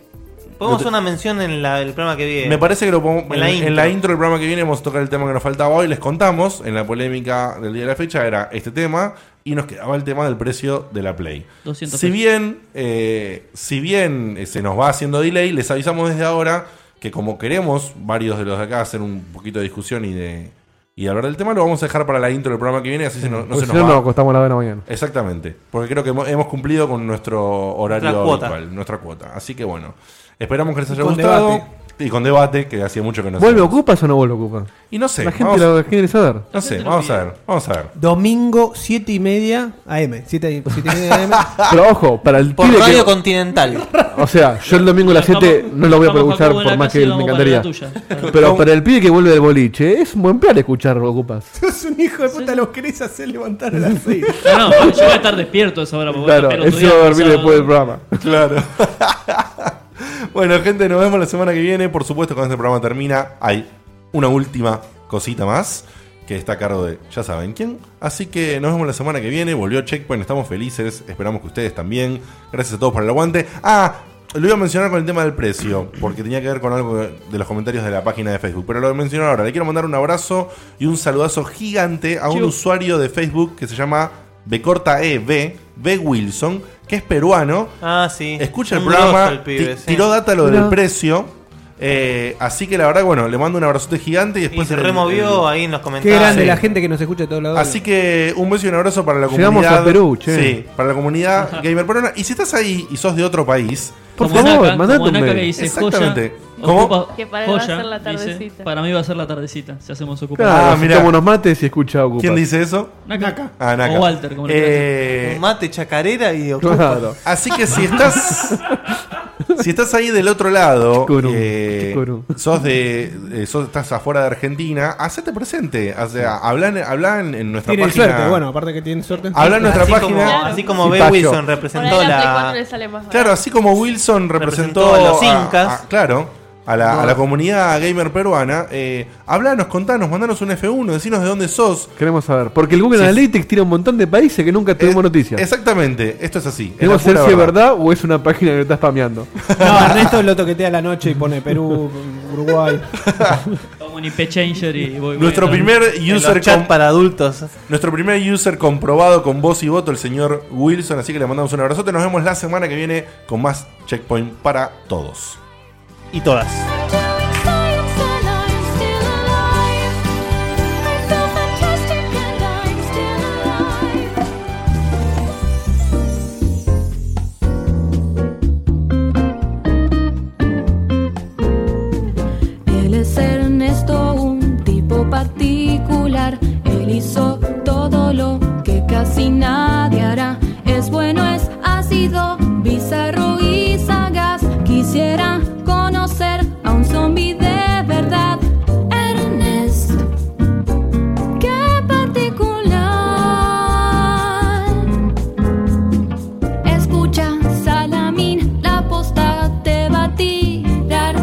D: Podemos
B: lo te-
D: hacer una mención en la- el programa que viene.
B: Me parece que lo podemos-
D: En la intro.
B: del programa que viene vamos a tocar el tema que nos faltaba hoy. Les contamos, en la polémica del día de la fecha era este tema y nos quedaba el tema del precio de la Play.
C: 200
B: si
C: pesos.
B: bien, eh, si bien eh, se nos va haciendo delay, les avisamos desde ahora que como queremos varios de los de acá hacer un poquito de discusión y de y de hablar del tema, lo vamos a dejar para la intro del programa que viene, así se no, no
H: Porque
B: se
H: si
B: nos
H: no,
B: va.
H: nos acostamos a la buena mañana.
B: Exactamente, porque creo que hemos, hemos cumplido con nuestro horario
H: Nuestra
B: nuestra
H: cuota.
B: nuestra cuota. Así que bueno, esperamos que les haya
H: Con
B: gustado.
H: debate.
B: Y con debate, que hacía mucho que no
H: ¿Vuelve
B: hacía.
H: ocupas o no vuelve ocupas?
B: Y no sé.
H: La gente
B: vamos-
H: lo que quiere saber.
B: No sé, vamos a ver. Vamos a ver.
G: Domingo 7 y media AM. 7 y, siete y media AM.
H: Pero ojo, para el
G: Por
H: pibe que-
G: Radio
D: Continental.
H: O sea, yo el domingo a las 7 no lo voy a poder
D: vamos a
H: escuchar
D: Cuba,
H: por
D: la
H: más
D: casa
H: que
D: y
H: me
D: vamos para
H: encantaría.
D: la tuya.
H: Pero para el pibe que vuelve del boliche, es un buen plan escuchar ocupas.
G: Sos un hijo de puta, los querés hacer levantar a las 6.
C: No, no, yo voy a estar despierto a esa hora. porque voy a
H: Claro,
C: estar
H: eso
C: pelotudeando
H: va a dormir
C: el
H: después del
C: sábado.
H: programa.
B: Claro. bueno, gente, nos vemos la semana que viene. Por supuesto, cuando este programa termina, hay una última cosita más que está a cargo de ya saben quién. Así que nos vemos la semana que viene. Volvió Checkpoint, estamos felices. Esperamos que ustedes también. Gracias a todos por el aguante. Ah, lo iba a mencionar con el tema del precio, porque tenía que ver con algo de los comentarios de la página de Facebook. Pero lo menciono ahora. Le quiero mandar un abrazo y un saludazo gigante a un
Q: Chiu.
B: usuario de Facebook que se llama B.E.B. B, Wilson, que es peruano.
D: Ah, sí.
B: Escucha el
D: Un
B: programa.
D: grosso el pibe,
B: ti-
D: sí.
B: Tiró data lo
D: Mirá.
B: del precio. eh, así que la verdad, bueno, le mando un abrazote gigante y después.
D: se
B: el-
D: removió
B: el-
D: ahí en los
G: Qué
D: comentarios.
G: grande
B: Sí.
G: la gente que nos escucha de todos lados.
B: Así que un beso y un abrazo para la comunidad.
H: Llegamos a Perú, che.
B: Sí, para la comunidad gamer peruana. Y si estás ahí y sos de otro país.
H: Por Como favor, Naka,
C: mandate como un Naka mail. que dice,
B: Exactamente.
C: joya,
B: ¿Cómo?
C: ocupa-
I: Que para él va a
C: joya,
I: ser la
C: dice,
I: tardecita.
C: para mí va a ser la tardecita, si hacemos ocupar.
H: Claro,
B: Ah,
H: si
B: mirá.
H: toma unos mates y escucha ocupas.
B: ¿Quién dice eso?
C: Naka.
B: Ah, Naka.
C: O Walter, como le
B: Eh,
D: Un mate, chacarera y ocupas.
H: Claro.
B: Así que si estás. Si estás ahí del otro lado, eh, sos de, eh, sos- estás afuera de Argentina, hacete presente. O sea, hablan, hablan en nuestra
G: Tienen
B: página.
G: suerte, bueno, aparte que tienen suerte.
B: Habla en nuestra
D: Así como-
B: página.
D: así como B. Wilson representó
I: Por ahí la Play
D: la.
I: 4 le sale más
B: Claro, así como Wilson representó,
D: Representó a los
B: a-
D: incas.
B: a- claro, a la, a la comunidad gamer peruana, eh, hablanos, contanos, mandanos un F1, decinos de dónde sos.
H: Queremos saber. Porque el Google
B: Sí. Eh,
H: Analytics tira un montón de países que nunca tuvimos noticias.
B: Exactamente, esto es así. es
H: Queremos
B: la
H: saber
B: pura
H: si es verdad o es una página que lo está spameando.
G: No, Ernesto lo toquetea a la noche y pone Perú, Uruguay.
C: Como un IP changer y voy-
B: Nuestro
C: voy a-
B: primer
C: en los
B: user
C: chats
B: com-
D: para adultos.
B: Nuestro primer user comprobado con voz y voto, el señor Wilson. Así que le mandamos un abrazote. Nos vemos la semana que viene con más Checkpoint para todos.
D: Y todas.
U: Él es Ernesto, un tipo particular. Él hizo todo lo que casi nadie hará. Es bueno, es ácido, bizarro y sagaz. Quisiera conocer a un zombie de verdad. Ernest, qué particular. Escucha, Salamín, la posta te va a tirar.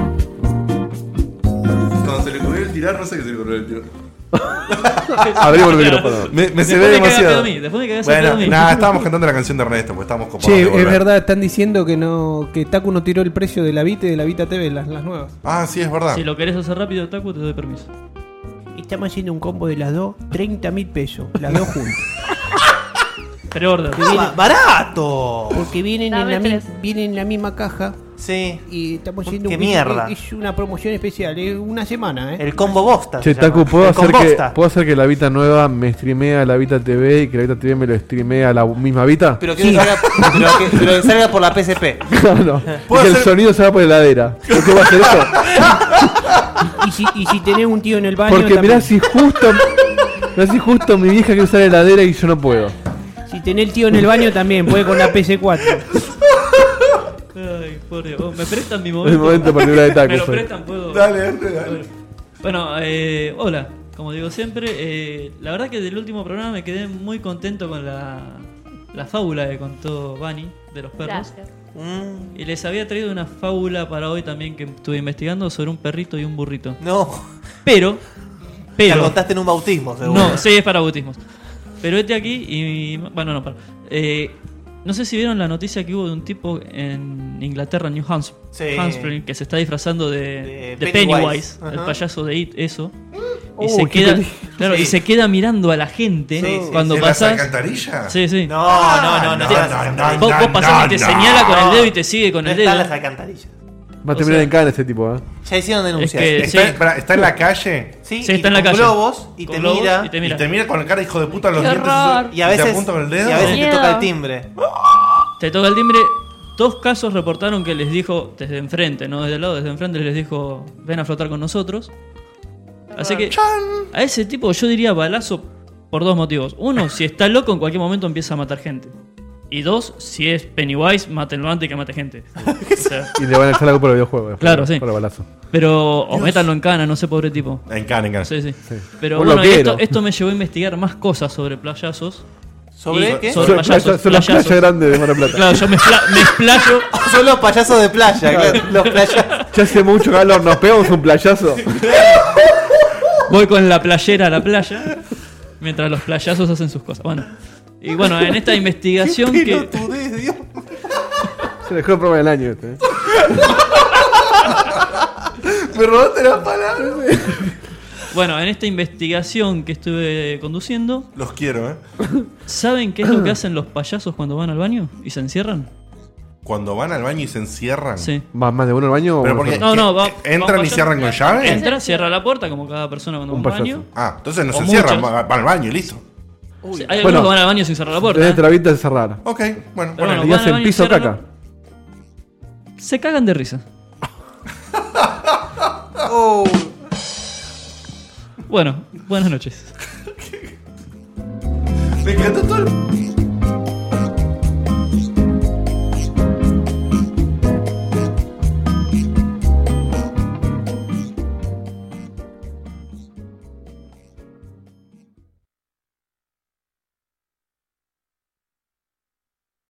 B: Cuando se le ocurrió el tirar, no sé qué se le ocurrió el tirar.
H: Abrimos el micrófono.
B: Me, me se
H: Después
B: ve
H: me cagaste
B: demasiado.
H: a mí, después me cagaste a
B: bueno,
H: mí.
B: nada, estábamos cantando la canción de Ernesto, porque estábamos copados.
G: Che,
B: de
G: es
B: volver.
G: verdad, están diciendo que no que Taku no tiró el precio de la Vita y de la Vita TV, las, las nuevas.
B: Ah, sí, es verdad.
C: Si lo querés hacer rápido, Taku, te doy permiso.
G: Estamos haciendo un combo de las dos, 30 mil pesos, las dos juntas.
C: Preorder.
G: Que viene-
D: Ah, ¡Barato!
G: Porque vienen en,
D: Dame
G: la mi-
D: tres.
G: vienen en la misma caja.
D: Sí.
G: Y estamos haciendo
D: ¡Qué mierda!
G: Es, es una promoción especial, es una semana, ¿eh?
D: El combo bosta.
H: Che,
D: se llama.
H: Taku, ¿puedo
D: El
H: hacer,
D: combo
H: que,
D: bosta.
H: ¿puedo hacer que la Vita nueva me streamea a la Vita TV y que la Vita TV me lo streamea a la misma Vita?
D: Pero que, salga, pero que- pero que salga por la PSP.
H: Claro. Y
D: ¿Puedo
H: que el
D: hacer-
H: sonido se va por heladera. ¿Por qué va a hacer eso?
G: y, si, y si tenés un tío en el baño,
H: Porque mirá
G: también-
H: si justo. mirá si justo mi vieja quiere usar heladera y yo no puedo.
G: si tenés el tío en el baño también, puede con la PC4.
C: Ay, por Dios. Oh, ¿Me prestan mi momento?
H: El momento particular de Taku
C: ¿Me lo
H: fue.
C: prestan? ¿Puedo?
H: Dale, dale, dale.
C: Bueno. Bueno, eh, hola. Como digo siempre, eh, la verdad que del último programa me quedé muy contento con la, la fábula que contó Bani de los perros.
I: Gracias.
C: Y les había traído una fábula para hoy también que estuve investigando sobre un perrito y un burrito.
D: No.
C: Pero. Pero.
D: La contaste en un bautismo, seguro.
C: No, sí, es para bautismos. Pero este aquí y. Bueno, no, para. Eh, no sé si vieron la noticia que hubo de un tipo en Inglaterra, en New Hampshire,
D: Sí.
C: Hampshire, que se está disfrazando
D: De
C: de, de
D: Pennywise.
C: Pennywise,
D: Ajá.
C: el payaso de It, eso.
D: Uy,
C: Y, se
D: qué
C: queda,
D: peli-
C: claro,
D: Sí.
C: y se queda mirando a la gente
D: Sí, sí,
C: cuando
D: sí. ¿En las
C: pasas.
D: alcantarillas?
C: Sí, sí.
D: No, no, no, no,
C: Te-
D: no, no,
C: vos,
D: no,
C: vos pasás y te
D: no,
C: señala con
D: no.
C: el dedo y te sigue con
D: No
C: el
D: está
C: dedo.
D: en las alcantarillas.
H: Va a
C: O
H: terminar
C: sea-
H: en cana ese tipo, ¿eh?
D: Ya hicieron denuncias.
C: Es que-
B: ¿Está, pará, ¿está en la calle?
D: Sí, Sí, está y en la con calle. globos y
B: Con
D: te
B: globos
D: mira.
B: Y te mira. con cara, hijo de puta, los
D: Qué
B: dientes.
D: horror. Y a
B: te
D: veces-
B: apunta con el dedo.
D: y a veces te Miedo. toca el timbre.
C: Te toca el timbre, Dos casos reportaron que les dijo desde enfrente, no desde el lado, desde enfrente les dijo, ven a flotar con nosotros. Así que a ese tipo yo diría balazo por dos motivos. Uno, si está loco en cualquier momento empieza a matar gente. Y dos, si es Pennywise, mátenlo antes que mate gente. O sea,
H: Y le van a echar la culpa al videojuego. después,
C: Claro, sí.
H: Por el balazo.
C: Pero, o
H: Dios.
C: métanlo en cana, no sé, pobre tipo.
B: En cana, en cana.
C: Sí, sí.
B: Sí.
C: Pero
B: Un
C: bueno,
B: loquero.
C: esto, esto me llevó a investigar más cosas sobre playazos.
D: ¿Sobre
C: Y-
D: qué?
C: Sobre
H: Son-
C: playazos.
H: son- son las
C: playazos.
H: playas grandes de Mar del Plata.
C: Claro, yo me, espla- me explayo.
D: Son los payasos de playa, claro. Los playas.
H: Ya hace mucho calor, nos pegamos un playazo.
C: Voy con la playera a la playa. Mientras los playazos hacen sus cosas. Bueno. Y bueno, en esta investigación
H: Qué
C: que.
H: Se dejó el programa del año este. ¿eh? Me robaste las palabras.
C: Bueno, en esta investigación que estuve conduciendo.
B: Los quiero, ¿eh?
C: ¿Saben qué es lo que hacen los payasos cuando van al baño? ¿Y se encierran?
B: Cuando van al baño y se encierran.
C: Sí.
H: ¿Más, más de uno al baño?
B: Pero
H: o
B: porque-
H: solo?
C: No, no, va-
B: ¿Entran
C: va-
B: y cierran con llave?
C: Entra, cierra la puerta como cada persona cuando
H: Un
C: va al
H: payaso.
C: baño.
B: Ah, entonces no
C: O
B: se encierran,
C: muchas.
B: van van al baño y listo.
C: Sí, hay algunos
H: Bueno.
C: que van al baño sin cerrar la puerta.
H: Tenés
C: ¿eh?
H: trabita de cerrar.
B: Ok, bueno,
C: Pero
B: bueno.
C: bueno,
H: Y
C: van al
H: hacen
C: baño y
H: piso
C: cierran la-
H: caca.
C: Se cagan de risa.
B: Oh.
C: Bueno, buenas noches.
B: Me encantó todo el-